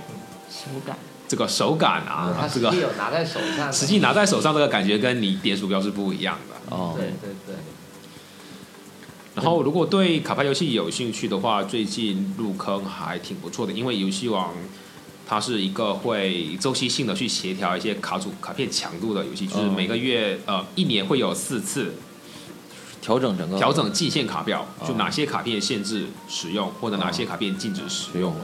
[SPEAKER 4] 手感。
[SPEAKER 3] 这个手感
[SPEAKER 2] 它
[SPEAKER 3] 啊，这
[SPEAKER 2] 实
[SPEAKER 3] 个
[SPEAKER 2] 际有拿在手上的，
[SPEAKER 3] 实际拿在手上这个感觉跟你点鼠标是不一样的。
[SPEAKER 5] 哦，
[SPEAKER 2] 对对对，
[SPEAKER 3] 然后，如果对卡牌游戏有兴趣的话，最近入坑还挺不错的，因为游戏王它是一个会周期性的去协调一些卡组卡片强度的游戏，就是
[SPEAKER 5] 嗯
[SPEAKER 3] 每个月呃一年会有四次
[SPEAKER 5] 调整整个
[SPEAKER 3] 调整季限卡表，
[SPEAKER 5] 哦
[SPEAKER 3] 就哪些卡片限制使用，或者哪些卡片禁止使用，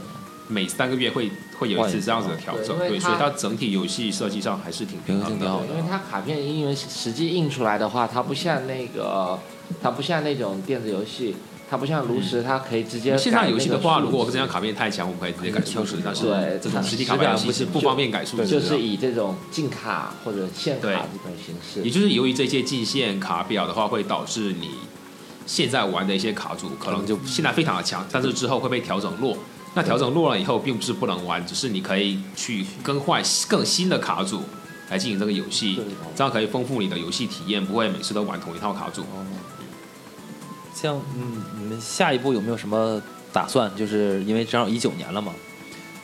[SPEAKER 3] 每三个月会会有一次这样子的调整，
[SPEAKER 2] 对因
[SPEAKER 3] 对，
[SPEAKER 2] 为它
[SPEAKER 3] 所哦以它整体游戏设计上还是挺平
[SPEAKER 5] 平
[SPEAKER 3] 衡
[SPEAKER 5] 衡性
[SPEAKER 3] 的
[SPEAKER 5] 挺。好的
[SPEAKER 2] 因为它卡片因为实际印出来的话，它不像那个，它不像那种电子游戏，它不像炉石，它可以直接改
[SPEAKER 3] 线上游戏的话，
[SPEAKER 2] 那个数
[SPEAKER 3] 如
[SPEAKER 2] 值
[SPEAKER 3] 果这张卡片太强，我们可以直接改数值，但是
[SPEAKER 2] 对
[SPEAKER 3] 这种实体卡
[SPEAKER 1] 它
[SPEAKER 3] 牌游
[SPEAKER 1] 实感不
[SPEAKER 3] 戏
[SPEAKER 1] 行
[SPEAKER 3] 不方便改数值的，
[SPEAKER 2] 就是以这种进卡或者限卡这种形式，
[SPEAKER 3] 也就是由于这些进线卡表的话，会导致你现在玩的一些卡组可能就现在非常的强，但是之后会被调整弱。那调整弱了以后，并不是不能玩，只是你可以去更换更新的卡组来进行这个游戏
[SPEAKER 2] 对，
[SPEAKER 3] 这样可以丰富你的游戏体验，不会每次都玩同一套卡组。
[SPEAKER 1] 像嗯，你们下一步有没有什么打算？就是因为正好一九年了嘛，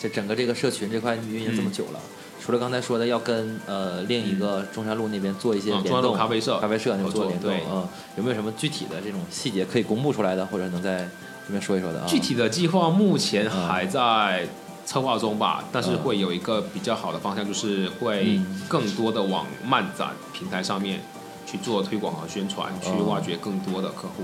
[SPEAKER 1] 这整个这个社群这块运营这
[SPEAKER 3] 嗯
[SPEAKER 1] 么久了，除了刚才说的要跟呃另一个中山路那边做一些
[SPEAKER 3] 嗯，
[SPEAKER 1] 联
[SPEAKER 3] 中央路
[SPEAKER 1] 动，
[SPEAKER 3] 咖啡社
[SPEAKER 1] 咖，啡社那边做联动
[SPEAKER 3] 合作对
[SPEAKER 1] 啊、有没有什么具体的这种细节可以公布出来的，或者能在这边说一说的啊？
[SPEAKER 3] 具体的计划目前还在策划中吧，但是会有一个比较好的方向，就是会更多的往漫展平台上面去做推广和宣传，去挖掘更多的客户。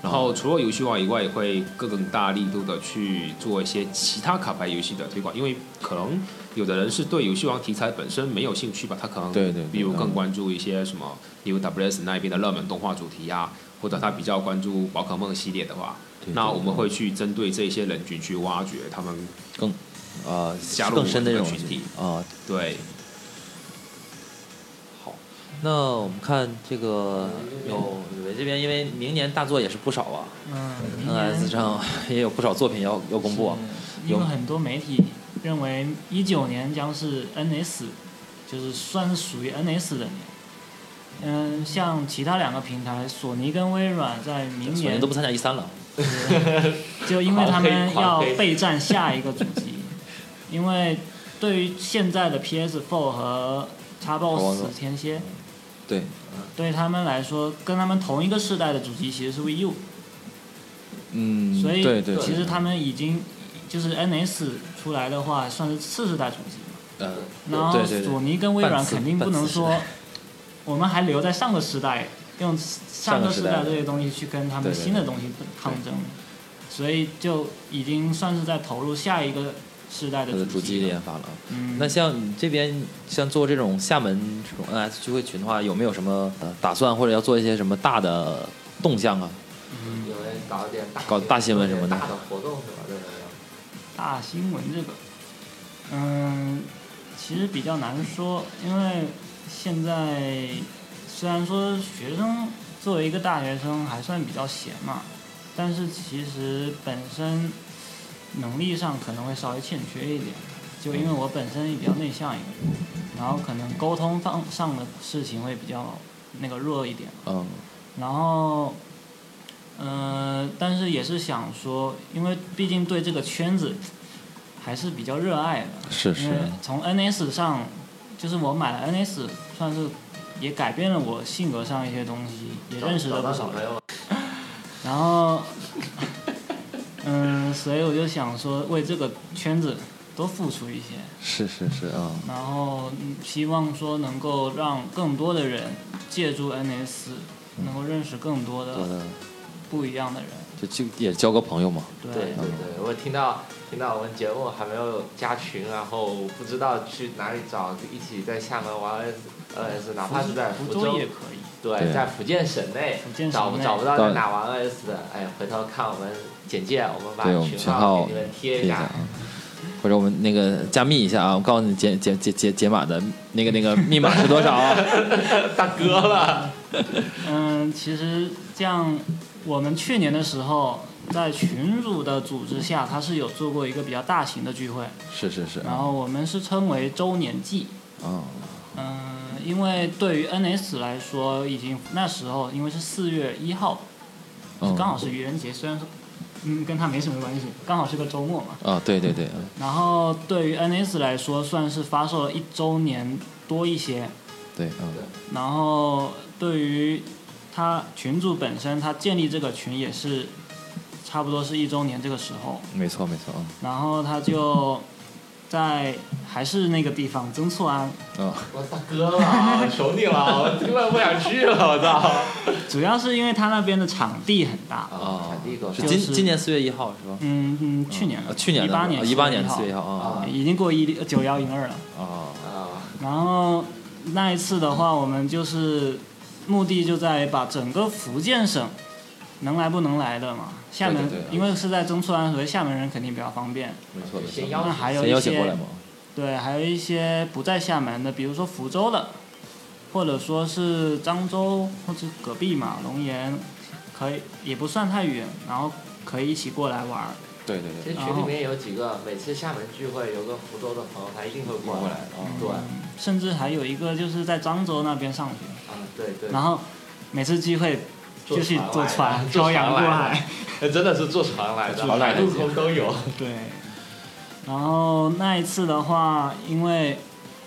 [SPEAKER 3] 然后除了游戏网以外，也会更大力度的去做一些其他卡牌游戏的推广，因为可能有的人是对游戏王题材本身没有兴趣吧，他可能
[SPEAKER 5] 对对对
[SPEAKER 3] 比
[SPEAKER 6] 嗯
[SPEAKER 3] 如更关注一些什么 UWS 那一边的热门动画主题呀、啊或者他比较关注宝可梦系列的话，那我们会去针对这些人群去挖掘他们
[SPEAKER 5] 啊，
[SPEAKER 3] 加入
[SPEAKER 5] 更深的这
[SPEAKER 3] 我
[SPEAKER 5] 种
[SPEAKER 3] 们这个群体
[SPEAKER 5] 啊，
[SPEAKER 3] 对
[SPEAKER 1] 那我们看这个有李维这边，因为明年大作也是不少啊
[SPEAKER 4] 嗯，明年
[SPEAKER 1] ，NS 上 也有不少作品要要公布啊。
[SPEAKER 4] 因为很多媒体认为一九年将是 NS，就是算是属于 NS 的年。嗯，像其他两个平台，索尼跟微软在明
[SPEAKER 1] 索
[SPEAKER 4] 年
[SPEAKER 1] 尼都不参加一三了，
[SPEAKER 4] 就因为他们
[SPEAKER 1] 狂
[SPEAKER 4] 要
[SPEAKER 1] 黑狂黑
[SPEAKER 4] 备战下一个主 机，因为对于现在的 PS4 和 Xbox 天蝎，
[SPEAKER 5] 对，
[SPEAKER 4] 对他们来说，跟他们同一个世代的主机其实是 VU。
[SPEAKER 1] 嗯，
[SPEAKER 4] 所以
[SPEAKER 1] 对对，
[SPEAKER 4] 其实他们已经就是 NS 出来的话，算是次世代重新。
[SPEAKER 6] 呃，
[SPEAKER 4] 然后
[SPEAKER 6] 对对对
[SPEAKER 4] 索尼跟微软
[SPEAKER 6] 半次
[SPEAKER 4] 肯定不能说
[SPEAKER 6] 半，
[SPEAKER 4] 我们还留在上个时代，用上
[SPEAKER 6] 个
[SPEAKER 4] 个
[SPEAKER 6] 时
[SPEAKER 4] 时
[SPEAKER 6] 代
[SPEAKER 4] 代这些东西去跟他
[SPEAKER 6] 对对
[SPEAKER 4] 们
[SPEAKER 6] 对
[SPEAKER 4] 新的东西抗争，所以就已经算是在投入下一个世代
[SPEAKER 6] 它的
[SPEAKER 4] 的
[SPEAKER 6] 主机
[SPEAKER 4] 机了。
[SPEAKER 6] 研发了。啊
[SPEAKER 4] 嗯，
[SPEAKER 6] 那像你这边像做这种厦门这种 NS 聚会群的话，有没有什么呃打算或者要做一些什么大的动向啊？
[SPEAKER 2] 有人搞点大
[SPEAKER 6] 搞大新闻什么的
[SPEAKER 2] 大的活动什么的没有？
[SPEAKER 4] 大新闻这个，嗯，其实比较难说，因为现在虽然说学生作为一个大学生还算比较闲嘛，但是其实本身能力上可能会稍微欠缺一点，就因为我本身也比较内向一个人，然后可能沟通方上的事情会比较那个弱一点。
[SPEAKER 6] 嗯，
[SPEAKER 4] 然后，呃，但是也是想说，因为毕竟对这个圈子还是比较热爱的，
[SPEAKER 1] 是是
[SPEAKER 4] 因为，从 NS 上，就是我买了 NS，算是也改变了我性格上一些东西，也认识了不少人。然后，嗯、 所以我就想说，为这个圈子多付出一些。
[SPEAKER 1] 是是是啊、
[SPEAKER 4] 然后嗯希望说能够让更多的人借助 NS，能够认识更嗯多
[SPEAKER 6] 我
[SPEAKER 4] 的
[SPEAKER 6] 的
[SPEAKER 4] 不一样的人。
[SPEAKER 6] 就就也交个朋友嘛。
[SPEAKER 4] 对
[SPEAKER 2] 对对对，我听到听到我们节目还没有加群，然后不知道去哪里找一起在厦门玩
[SPEAKER 6] 嗯
[SPEAKER 2] NS，哪怕是在
[SPEAKER 4] 福
[SPEAKER 2] 福
[SPEAKER 4] 州
[SPEAKER 2] 州
[SPEAKER 4] 也，可以，
[SPEAKER 2] 对，
[SPEAKER 1] 对
[SPEAKER 2] 在福建省内
[SPEAKER 4] 福建
[SPEAKER 2] 找
[SPEAKER 4] 省内
[SPEAKER 2] 找不到在哪玩 NS 的，哎，回头看我们简介，我们把
[SPEAKER 6] 对我们群号
[SPEAKER 2] 号给你们贴
[SPEAKER 6] 一
[SPEAKER 2] 一
[SPEAKER 6] 下
[SPEAKER 2] 下
[SPEAKER 6] 啊。，或者我们那个加密一下啊，我告诉你解解解解解码的那个那 个密码是多少 啊？
[SPEAKER 2] 大哥了，
[SPEAKER 4] 嗯，其实这样，我们去年的时候在群主的组织下，他是有做过一个比较大型的聚会，
[SPEAKER 6] 是是是
[SPEAKER 4] 然
[SPEAKER 6] 啊，
[SPEAKER 4] 后我们是称为周年祭。
[SPEAKER 6] 嗯
[SPEAKER 4] 嗯，因为对于 NS 来说，已经那时候因为是四月一号，
[SPEAKER 6] 嗯
[SPEAKER 4] 刚好是愚人节，虽然说，嗯，跟他没什么关系，刚好是个周末嘛。
[SPEAKER 6] 啊，对对对，啊
[SPEAKER 4] 然后对于 NS 来说，算是发售了一周年多一些。
[SPEAKER 6] 对嗯
[SPEAKER 4] 然后对于他群主本身，他建立这个群也是差不多是一周年这个时候。
[SPEAKER 6] 没错没错啊
[SPEAKER 4] 然后他就在还是那个地方曾厝垵，
[SPEAKER 6] 啊，
[SPEAKER 2] 我大哥了，我求你了，我听了不想去了，我操！
[SPEAKER 4] 主要是因为他那边的场地很大。
[SPEAKER 6] 哦
[SPEAKER 2] 产地
[SPEAKER 6] 是
[SPEAKER 4] 就
[SPEAKER 6] 今
[SPEAKER 4] 是
[SPEAKER 6] 今年四月一号是吧？
[SPEAKER 4] 嗯嗯，去年
[SPEAKER 6] 啊
[SPEAKER 4] 了，，
[SPEAKER 6] 去年
[SPEAKER 4] 一
[SPEAKER 6] 的
[SPEAKER 4] 八年
[SPEAKER 6] 一八年
[SPEAKER 4] 4
[SPEAKER 6] 四月一
[SPEAKER 4] 号，
[SPEAKER 6] 号啊
[SPEAKER 4] 已经过一九幺零二了。
[SPEAKER 6] 啊，
[SPEAKER 2] 啊，
[SPEAKER 4] 然后那一次的话，我们就是目的就在于把整个福建省能来不能来的嘛，厦门
[SPEAKER 6] 对对对
[SPEAKER 4] 因为是在中川，所以厦门人肯定比较方便。
[SPEAKER 6] 没错没错
[SPEAKER 2] 先，
[SPEAKER 4] 那
[SPEAKER 2] 邀
[SPEAKER 4] 还有
[SPEAKER 6] 先
[SPEAKER 4] 一
[SPEAKER 6] 邀请过来
[SPEAKER 4] 些
[SPEAKER 6] 嘛，
[SPEAKER 4] 对，还有一些不在厦门的，比如说福州的，或者说是漳州或者隔壁嘛，龙岩，可以也不算太远，然后可以一起过来玩儿。
[SPEAKER 6] 对对对
[SPEAKER 2] 其实
[SPEAKER 4] 哦
[SPEAKER 2] 群里面有几个，每次厦门聚会有个福州的朋友，他一定会过
[SPEAKER 6] 过来
[SPEAKER 2] 来。
[SPEAKER 6] 啊，
[SPEAKER 2] 对，
[SPEAKER 4] 甚至还有一个就是在漳州那边上学，
[SPEAKER 2] 啊，对对。
[SPEAKER 4] 然后每次聚会就去
[SPEAKER 2] 坐
[SPEAKER 4] 坐
[SPEAKER 2] 船来
[SPEAKER 4] 船
[SPEAKER 2] 的
[SPEAKER 4] 漂洋
[SPEAKER 2] 坐
[SPEAKER 4] 过
[SPEAKER 2] 船来。
[SPEAKER 4] 海
[SPEAKER 6] 哎
[SPEAKER 2] 那真的是坐船来的，
[SPEAKER 6] 船来
[SPEAKER 2] 海
[SPEAKER 6] 的
[SPEAKER 2] 陆空都有。
[SPEAKER 4] 对，然后那一次的话，因为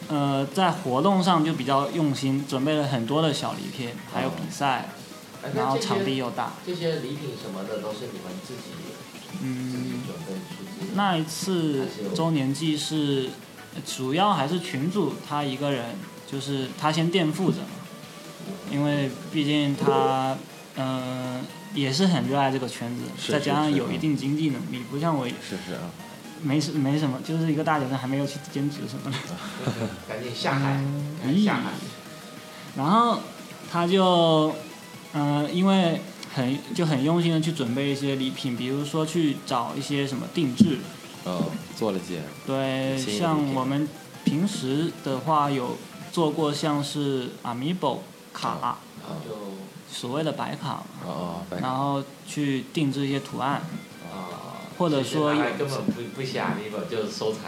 [SPEAKER 4] 呃在活动上就比较用心，准备了很多的小礼品，还有比赛，
[SPEAKER 2] 哎
[SPEAKER 4] 然
[SPEAKER 2] 那
[SPEAKER 4] 后
[SPEAKER 2] 这些
[SPEAKER 4] 场地又大。
[SPEAKER 2] 这些礼品什么的都是你们自己自己
[SPEAKER 4] 嗯，
[SPEAKER 2] 准备去做。
[SPEAKER 4] 那一次周年祭是呃主要还是群主他一个人，就是他先垫付着嘛，因为毕竟他嗯、呃也是很热爱这个圈子，
[SPEAKER 6] 是
[SPEAKER 4] 再加上
[SPEAKER 6] 是
[SPEAKER 4] 有一定经济能力，不像我
[SPEAKER 6] 是是啊，
[SPEAKER 4] 没什没什么，就是一个大学生还没有去兼职什么的。
[SPEAKER 2] 赶紧下海，赶紧
[SPEAKER 4] 嗯咦
[SPEAKER 2] 下海。
[SPEAKER 4] 然后他就，呃，因为很就很用心的去准备一些礼品，比如说去找一些什么定制，
[SPEAKER 6] 呃，做了些新的
[SPEAKER 4] 对，
[SPEAKER 6] 礼品
[SPEAKER 4] 像我们平时的话有做过像是 Amiibo 卡，
[SPEAKER 2] 然
[SPEAKER 6] 哦
[SPEAKER 2] 后就
[SPEAKER 4] 所谓的白卡，
[SPEAKER 6] 啊啊，白
[SPEAKER 4] 然后去定制一些图案，
[SPEAKER 2] 啊，
[SPEAKER 4] 或者说
[SPEAKER 2] 其实
[SPEAKER 4] 有
[SPEAKER 2] 拿来根本不不写 a m 就是收藏。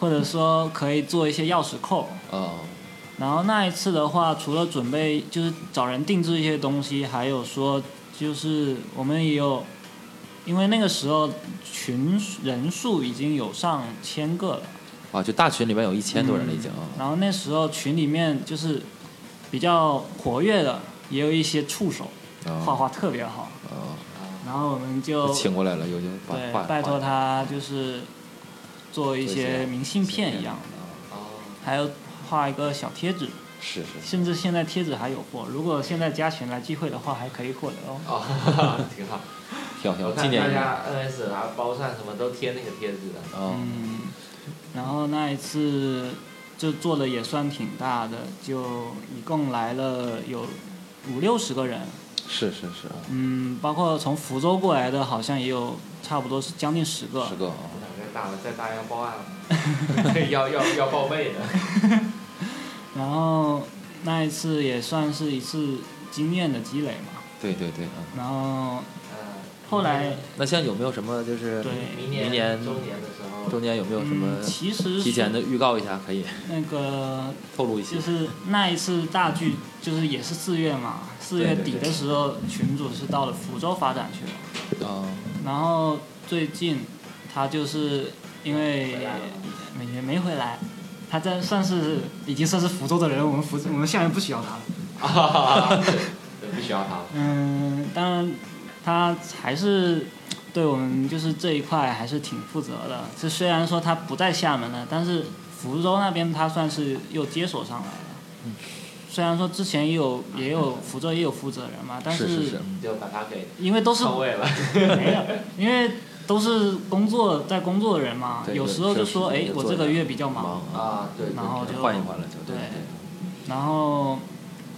[SPEAKER 4] 或者说可以做一些钥匙扣。
[SPEAKER 6] 啊，
[SPEAKER 4] 然后那一次的话，除了准备就是找人定制一些东西，还有说就是我们也有，因为那个时候群人数已经有上千个了，
[SPEAKER 6] 啊，就大群里面有一千多人了已经啊，
[SPEAKER 4] 嗯然后那时候群里面就是比较活跃的，也有一些触手，
[SPEAKER 6] 啊
[SPEAKER 4] 画画特别好，
[SPEAKER 6] 啊，
[SPEAKER 2] 啊，
[SPEAKER 4] 然后我们就
[SPEAKER 6] 请过来了，有就把
[SPEAKER 4] 对
[SPEAKER 6] 把
[SPEAKER 4] 拜托他就是做一些明信片一样的，
[SPEAKER 6] 哦，
[SPEAKER 4] 还有画一个小贴纸，
[SPEAKER 6] 是是
[SPEAKER 4] 甚至现在贴纸还有货，如果现在加群来聚会的话，还可以获得哦。
[SPEAKER 6] 哦，哈哈挺好，
[SPEAKER 1] 挺好
[SPEAKER 6] 挺好，
[SPEAKER 2] 我
[SPEAKER 6] 纪
[SPEAKER 2] 看
[SPEAKER 6] 念
[SPEAKER 2] 大
[SPEAKER 6] 一下。
[SPEAKER 2] 家 NS 拿包上什么都贴那个贴纸的，
[SPEAKER 6] 哦，
[SPEAKER 4] 嗯，然后那一次就做的也算挺大的，就一共来了有五六十个人，
[SPEAKER 6] 是是是，啊
[SPEAKER 4] 嗯，包括从福州过来的，好像也有差不多是将近十个。
[SPEAKER 6] 十个啊，
[SPEAKER 2] 感觉打了再大要报案了，啊 要要要报备的。
[SPEAKER 4] 然后那一次也算是一次经验的积累嘛。
[SPEAKER 6] 对对对啊。
[SPEAKER 4] 然后
[SPEAKER 2] 嗯，
[SPEAKER 4] 后来
[SPEAKER 6] 那像有没有什么就是
[SPEAKER 4] 对，
[SPEAKER 2] 明年
[SPEAKER 6] 明年
[SPEAKER 2] 周年的时候，
[SPEAKER 6] 中间有没有什么
[SPEAKER 4] 嗯，其实
[SPEAKER 6] 提前的预告一下，可以
[SPEAKER 4] 那个
[SPEAKER 6] 透露一些
[SPEAKER 4] 就？是那一次大剧，就是也是四月嘛，四月底的时候，群主是到了福州发展去
[SPEAKER 2] 哦
[SPEAKER 4] 了。
[SPEAKER 6] 啊，
[SPEAKER 4] 然后最近他就是因为
[SPEAKER 2] 回来了吗
[SPEAKER 4] 没也没回来，他在算是已经算是福州的人，我们福我们厦门不需要他了。
[SPEAKER 2] 啊， 对，不需要他了。
[SPEAKER 4] 嗯，当然他还是对我们就是这一块还是挺负责的。这虽然说他不在厦门了，但是福州那边他算是又接手上来了。
[SPEAKER 6] 嗯
[SPEAKER 4] 虽然说之前也有也有福州也有负责人嘛，但
[SPEAKER 6] 是是是，
[SPEAKER 2] 就把他给
[SPEAKER 4] 因为都是
[SPEAKER 2] 篡位了。
[SPEAKER 4] 没有，因为都是工作在工作的人嘛，
[SPEAKER 6] 对
[SPEAKER 4] 有时候就说，
[SPEAKER 6] 确实
[SPEAKER 4] 哎
[SPEAKER 6] 是，
[SPEAKER 4] 我这个月比较忙，
[SPEAKER 6] 忙啊，
[SPEAKER 2] 啊，对，对
[SPEAKER 4] 然后
[SPEAKER 2] 对
[SPEAKER 4] 就
[SPEAKER 6] 换一换了就对
[SPEAKER 4] 对
[SPEAKER 6] 对。对
[SPEAKER 4] 然后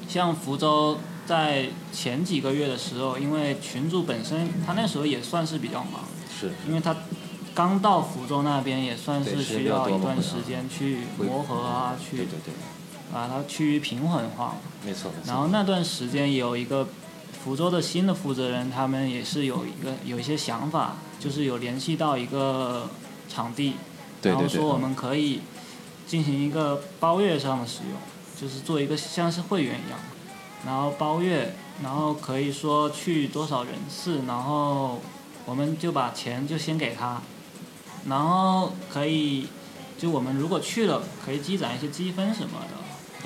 [SPEAKER 4] 像福州在前几个月的时候，因为群主本身他那时候也算是比较忙，
[SPEAKER 6] 是
[SPEAKER 4] 因为他刚到福州那边也算
[SPEAKER 6] 对
[SPEAKER 4] 是
[SPEAKER 6] 时间
[SPEAKER 4] 需
[SPEAKER 6] 比较
[SPEAKER 4] 要
[SPEAKER 6] 多
[SPEAKER 4] 一
[SPEAKER 6] 嘛
[SPEAKER 4] 段
[SPEAKER 6] 会啊
[SPEAKER 4] 时间去
[SPEAKER 6] 会
[SPEAKER 4] 磨合啊，
[SPEAKER 6] 对
[SPEAKER 4] 去
[SPEAKER 6] 对对，
[SPEAKER 4] 把它趋于平衡化。
[SPEAKER 6] 没错没错。
[SPEAKER 4] 然后那段时间有一个福州的新的负责人，他们也是有一个有一些想法，就是有联系到一个场地，
[SPEAKER 6] 对
[SPEAKER 4] 然
[SPEAKER 6] 对对
[SPEAKER 4] 后说我们可以进行一个包月上的使用，就是做一个像是会员一样，然后包月，然后可以说去多少人次，然后我们就把钱就先给他，然后可以就我们如果去了，可以积攒一些积分什么的，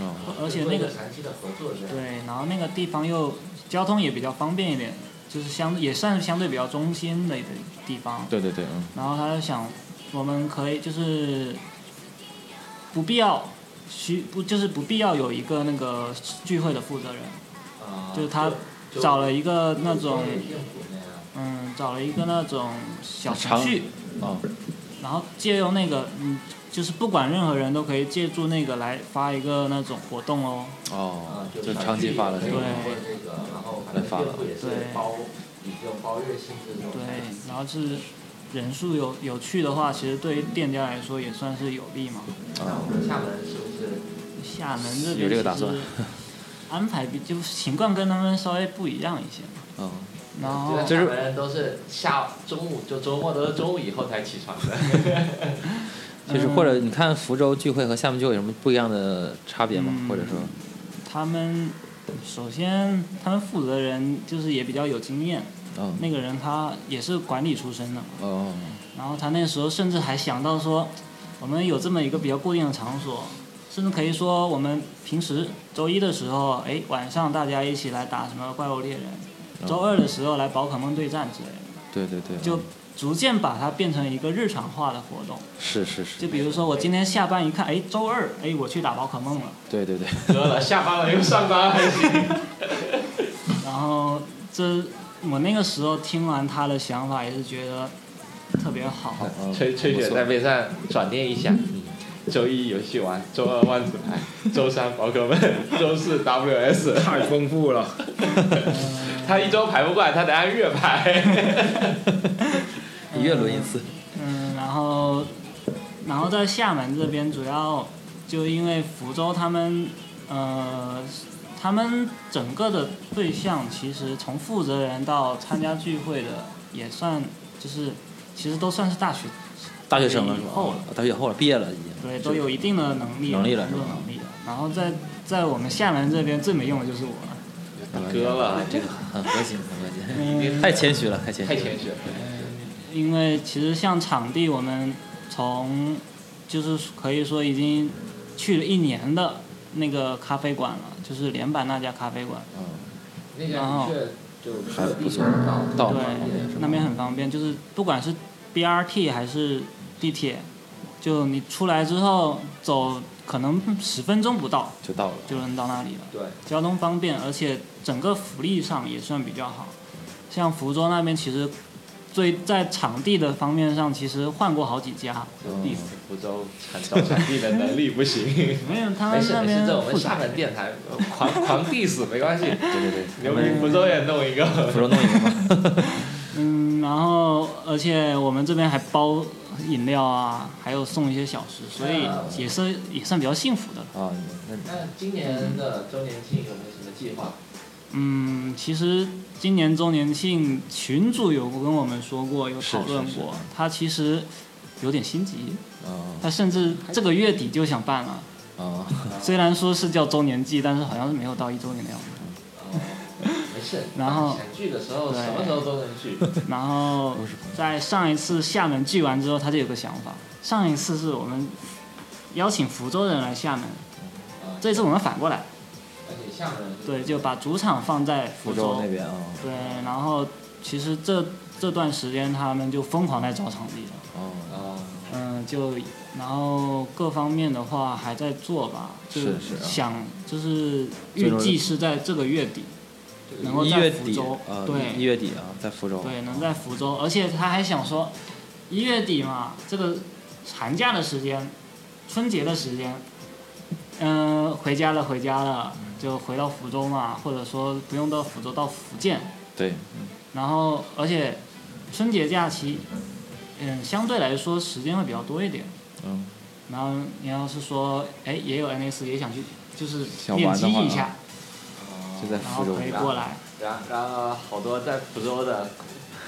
[SPEAKER 6] 嗯
[SPEAKER 4] 而且那个
[SPEAKER 2] 做一长期的合作这样。
[SPEAKER 4] 对，然后那个地方又交通也比较方便一点，就是相也算是相对比较中心的一个地方。
[SPEAKER 6] 对对对，嗯，
[SPEAKER 4] 然后他就想，我们可以就是不必要需不就是不必要有一个那个聚会的负责人，
[SPEAKER 2] 啊，
[SPEAKER 4] 就是他
[SPEAKER 2] 就
[SPEAKER 4] 找了一个那
[SPEAKER 2] 就
[SPEAKER 4] 种
[SPEAKER 2] 有点政府那样
[SPEAKER 4] 嗯找了一个那种小程
[SPEAKER 6] 长
[SPEAKER 4] 序，
[SPEAKER 6] 哦，
[SPEAKER 4] 然后借用那个嗯就是不管任何人都可以借助那个来发一个那种活动哦。
[SPEAKER 6] 哦
[SPEAKER 2] 啊，，
[SPEAKER 6] 就长期发了这
[SPEAKER 4] 对
[SPEAKER 6] 个，
[SPEAKER 2] 这个，然后反正政府也是
[SPEAKER 4] 对
[SPEAKER 2] 包以这种包月性质这种。
[SPEAKER 4] 对，然后是人数有有去的话，其实对于店家来说也算是有利嘛。
[SPEAKER 2] 那我们厦门是不是
[SPEAKER 6] 嗯
[SPEAKER 4] 厦门这边
[SPEAKER 6] 有这个打
[SPEAKER 4] 其实
[SPEAKER 6] 算
[SPEAKER 4] 安排比就是情况跟他们稍微不一样一些嘛。
[SPEAKER 6] 嗯，
[SPEAKER 4] 然后
[SPEAKER 2] 这厦门人都是下中午就周末都是中午以后才起床的。
[SPEAKER 6] 就是或者你看福州聚会和厦门聚会有什么不一样的差别吗？
[SPEAKER 4] 嗯
[SPEAKER 6] 或者说，
[SPEAKER 4] 他们首先他们负责人就是也比较有经验，
[SPEAKER 6] 嗯，
[SPEAKER 4] 那个人他也是管理出身的嘛，
[SPEAKER 6] 哦，
[SPEAKER 4] 然后他那时候甚至还想到说，我们有这么一个比较固定的场所，甚至可以说我们平时周一的时候，哎，晚上大家一起来打什么怪物猎人，周二的时候来宝可梦对战之类的，
[SPEAKER 6] 对对对，
[SPEAKER 4] 就
[SPEAKER 6] 嗯
[SPEAKER 4] 逐渐把它变成一个日常化的活动。
[SPEAKER 6] 是是是，
[SPEAKER 4] 就比如说我今天下班一看，哎，周二，哎，我去打宝可梦了，
[SPEAKER 6] 对对对，
[SPEAKER 2] 得了，下班了又上班还行。
[SPEAKER 4] 然后这我那个时候听完他的想法，也是觉得特别好。
[SPEAKER 6] 嗯
[SPEAKER 2] 吹吹雪在，背上转念一想，周一游戏玩，周二万字牌，周三宝可梦，周四 WS。
[SPEAKER 3] 太丰富了，
[SPEAKER 2] 他一周排不过来，他得按月 排。
[SPEAKER 6] 不错一月轮一次，
[SPEAKER 4] 嗯，然后，然后在厦门这边，主要就因为福州他们，呃，他们整个的对象其实从负责人到参加聚会的，也算就是其实都算是大学，
[SPEAKER 6] 大学生了是吧？
[SPEAKER 4] 以后了
[SPEAKER 6] 啊大学以后了，毕业了已经，
[SPEAKER 4] 对，都有一定的能力，
[SPEAKER 6] 能力了是吧
[SPEAKER 4] 工作能力了。然后在在我们厦门这边最没用的就是我了，
[SPEAKER 2] 割了
[SPEAKER 6] 嗯这个很核心，很核心，
[SPEAKER 4] 嗯，
[SPEAKER 6] 太谦虚了，太谦虚
[SPEAKER 2] 太
[SPEAKER 6] 了，
[SPEAKER 2] 谦虚了，哎
[SPEAKER 4] 因为其实像场地，我们从就是可以说已经去了一年的那个咖啡馆了，就是连板那家咖啡馆。
[SPEAKER 6] 嗯，
[SPEAKER 2] 那家
[SPEAKER 4] 然后
[SPEAKER 2] 的确就还不错。到
[SPEAKER 4] 对，哦那边很方便，就是不管是 BRT 还是地铁，就你出来之后走可能十分钟不到
[SPEAKER 6] 就到了。
[SPEAKER 4] 就能到那里了。
[SPEAKER 2] 对，
[SPEAKER 4] 交通方便，而且整个福利上也算比较好。像福州那边其实最在场地的方面上，其实换过好几家
[SPEAKER 2] 嗯
[SPEAKER 4] 地方。
[SPEAKER 2] 福州产造产地的能力不行。
[SPEAKER 4] 没有， 他
[SPEAKER 2] 没
[SPEAKER 4] 们
[SPEAKER 2] 事
[SPEAKER 4] 那
[SPEAKER 2] 没事，
[SPEAKER 4] 边
[SPEAKER 2] 这我们
[SPEAKER 4] 复
[SPEAKER 2] 厦
[SPEAKER 4] 杂。
[SPEAKER 2] 门电台呃狂 狂 diss 没关系，
[SPEAKER 6] 对对对，
[SPEAKER 2] 牛逼福州也弄一个。
[SPEAKER 6] 福州弄一个嘛。
[SPEAKER 4] 嗯，然后而且我们这边还包饮料啊，还有送一些小吃，所以
[SPEAKER 2] 啊
[SPEAKER 4] 也是也算比较幸福的了。
[SPEAKER 6] 啊，那
[SPEAKER 2] 那今年的周年庆有没有什么计划？
[SPEAKER 4] 嗯，其实今年周年庆群主有跟我们说过，有讨论过，
[SPEAKER 6] 是是是
[SPEAKER 4] 他其实有点心急，
[SPEAKER 6] 啊
[SPEAKER 4] 他甚至这个月底就想办了。
[SPEAKER 6] 啊，
[SPEAKER 4] 虽然说是叫周年祭，但是好像是没有到一周年的样子。
[SPEAKER 2] 没事，
[SPEAKER 4] 然后
[SPEAKER 2] 想聚的时候
[SPEAKER 4] 对
[SPEAKER 2] 什么时候都能聚。
[SPEAKER 4] 然后在上一次厦门聚完之后，他就有个想法。上一次是我们邀请福州人来厦门，
[SPEAKER 2] 啊
[SPEAKER 4] 这次我们反过来，
[SPEAKER 2] 而且厦门
[SPEAKER 4] 对，就把主场放在福
[SPEAKER 6] 福州那边啊，
[SPEAKER 4] 对，然后其实这这段时间他们就疯狂在找场地了，
[SPEAKER 6] 哦，
[SPEAKER 2] 啊，
[SPEAKER 4] 嗯，就然后各方面的话还在做吧，就是
[SPEAKER 6] 是啊
[SPEAKER 4] 想就是预计是在这个月底能够
[SPEAKER 6] 一月
[SPEAKER 4] 在福
[SPEAKER 6] 底
[SPEAKER 4] 州，
[SPEAKER 6] 啊，
[SPEAKER 4] 对，
[SPEAKER 6] 一月底啊，在福州。
[SPEAKER 4] 对，能在福州，而且他还想说，一月底嘛，这个寒假的时间，春节的时间，嗯、回家了，回家了，
[SPEAKER 6] 嗯
[SPEAKER 4] 就回到福州嘛，或者说不用到福州，到福建，
[SPEAKER 6] 对，
[SPEAKER 4] 然后而且春节假期，嗯，相对来说时间会比较多一点，
[SPEAKER 6] 嗯，
[SPEAKER 4] 然后你要是说，哎，也有 NS 也想去，就是
[SPEAKER 6] 想
[SPEAKER 4] 面
[SPEAKER 6] 玩的
[SPEAKER 4] 基
[SPEAKER 6] 话嗯
[SPEAKER 4] 一下，
[SPEAKER 6] 就在
[SPEAKER 4] 然
[SPEAKER 6] 福
[SPEAKER 4] 后
[SPEAKER 6] 州
[SPEAKER 4] 可以过来，
[SPEAKER 2] 然然而好多在福州的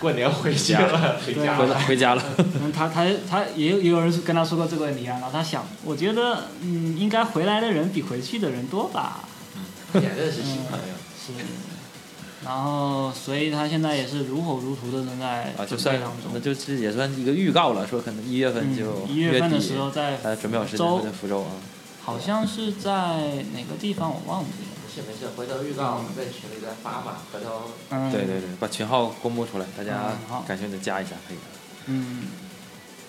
[SPEAKER 2] 过年回家了，回
[SPEAKER 4] 对啊
[SPEAKER 2] 家
[SPEAKER 6] 回
[SPEAKER 2] 了。
[SPEAKER 6] 来回家了。
[SPEAKER 4] 嗯，他他他也有也有人跟他说过这个问题啊，然后他想，我觉得嗯，应该回来的人比回去的人多吧，
[SPEAKER 2] 也认识新朋友，
[SPEAKER 4] 是，然后所以他现在也是如火如荼的正在
[SPEAKER 6] 啊，就
[SPEAKER 4] 准备
[SPEAKER 6] 算
[SPEAKER 4] 当中
[SPEAKER 6] 那，就是也算一个预告了，说可能一月份就
[SPEAKER 4] 嗯，一月份的时候
[SPEAKER 6] 底，
[SPEAKER 4] 在
[SPEAKER 6] 大家准备好时间
[SPEAKER 4] 周
[SPEAKER 6] 会在福州啊。
[SPEAKER 4] 好像是在哪个地方我忘记了，
[SPEAKER 2] 没事没事，回头预告我们在群里再发嘛，回头
[SPEAKER 4] 嗯，
[SPEAKER 6] 对对对，把群号公布出来，大家
[SPEAKER 4] 嗯好
[SPEAKER 6] 感兴趣的加一下可以的。
[SPEAKER 4] 嗯，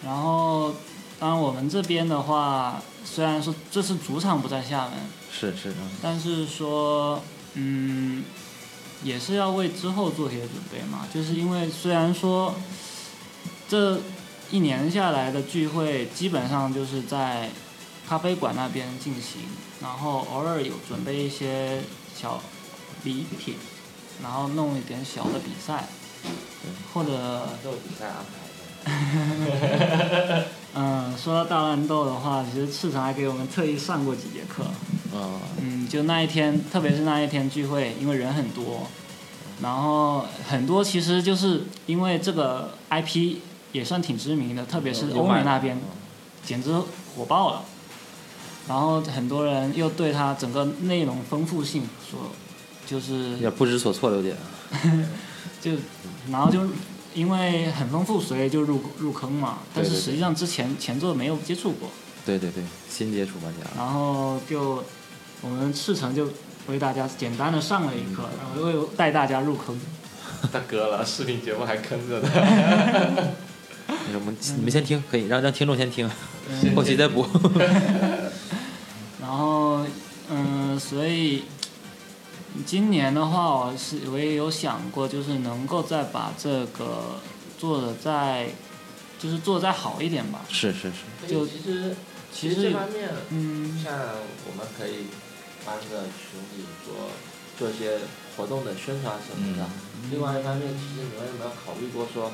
[SPEAKER 4] 然后当然我们这边的话，虽然说这次主场不在厦门，
[SPEAKER 6] 是是啊，
[SPEAKER 4] 但是说，嗯，也是要为之后做些准备嘛。就是因为虽然说这一年下来的聚会基本上就是在咖啡馆那边进行，然后偶尔有准备一些小礼品，然后弄一点小的比赛，或者
[SPEAKER 2] 都有比赛安排
[SPEAKER 4] 嗯，说到大乱斗的话，其实赤城还给我们特意上过几节课。
[SPEAKER 3] 哦
[SPEAKER 6] 嗯，
[SPEAKER 4] 嗯，就那一天，特别是那一天聚会，因为人很多，然后很多其实就是因为这个 IP 也算挺知名的，特别是
[SPEAKER 6] 有
[SPEAKER 4] 欧
[SPEAKER 6] 卖
[SPEAKER 4] 美
[SPEAKER 6] 的
[SPEAKER 4] 那边
[SPEAKER 6] 嗯，
[SPEAKER 4] 简直火爆了。然后很多人又对它整个内容丰富性说，就是
[SPEAKER 6] 有点不知所措了，有点。
[SPEAKER 4] 就然后就因为很丰富，所以就入入坑嘛。但是
[SPEAKER 6] 对对对
[SPEAKER 4] 实际上之前前作没有接触过，
[SPEAKER 6] 对对对，新接触玩家。
[SPEAKER 4] 然后就我们赤诚就为大家简单的上了一课，
[SPEAKER 2] 嗯
[SPEAKER 4] 然后又带大家入坑。
[SPEAKER 2] 的。大哥了，视频节目还坑着呢。
[SPEAKER 6] 那我们你们先听，可以让让听众先听，
[SPEAKER 4] 嗯
[SPEAKER 6] 后期再补。
[SPEAKER 4] 然后，嗯，所以嗯今年的话，我是我也有想过，就是能够再把这个做的再，就是做的再好一点吧。
[SPEAKER 6] 是是是，
[SPEAKER 4] 就
[SPEAKER 2] 其实其
[SPEAKER 4] 其
[SPEAKER 2] 实
[SPEAKER 4] 实
[SPEAKER 2] 这，方面，
[SPEAKER 4] 嗯，
[SPEAKER 2] 像我们可以帮着群里做做些活动的宣传什么的。
[SPEAKER 6] 嗯
[SPEAKER 2] 另外一方面，其实你们有没有考虑过说，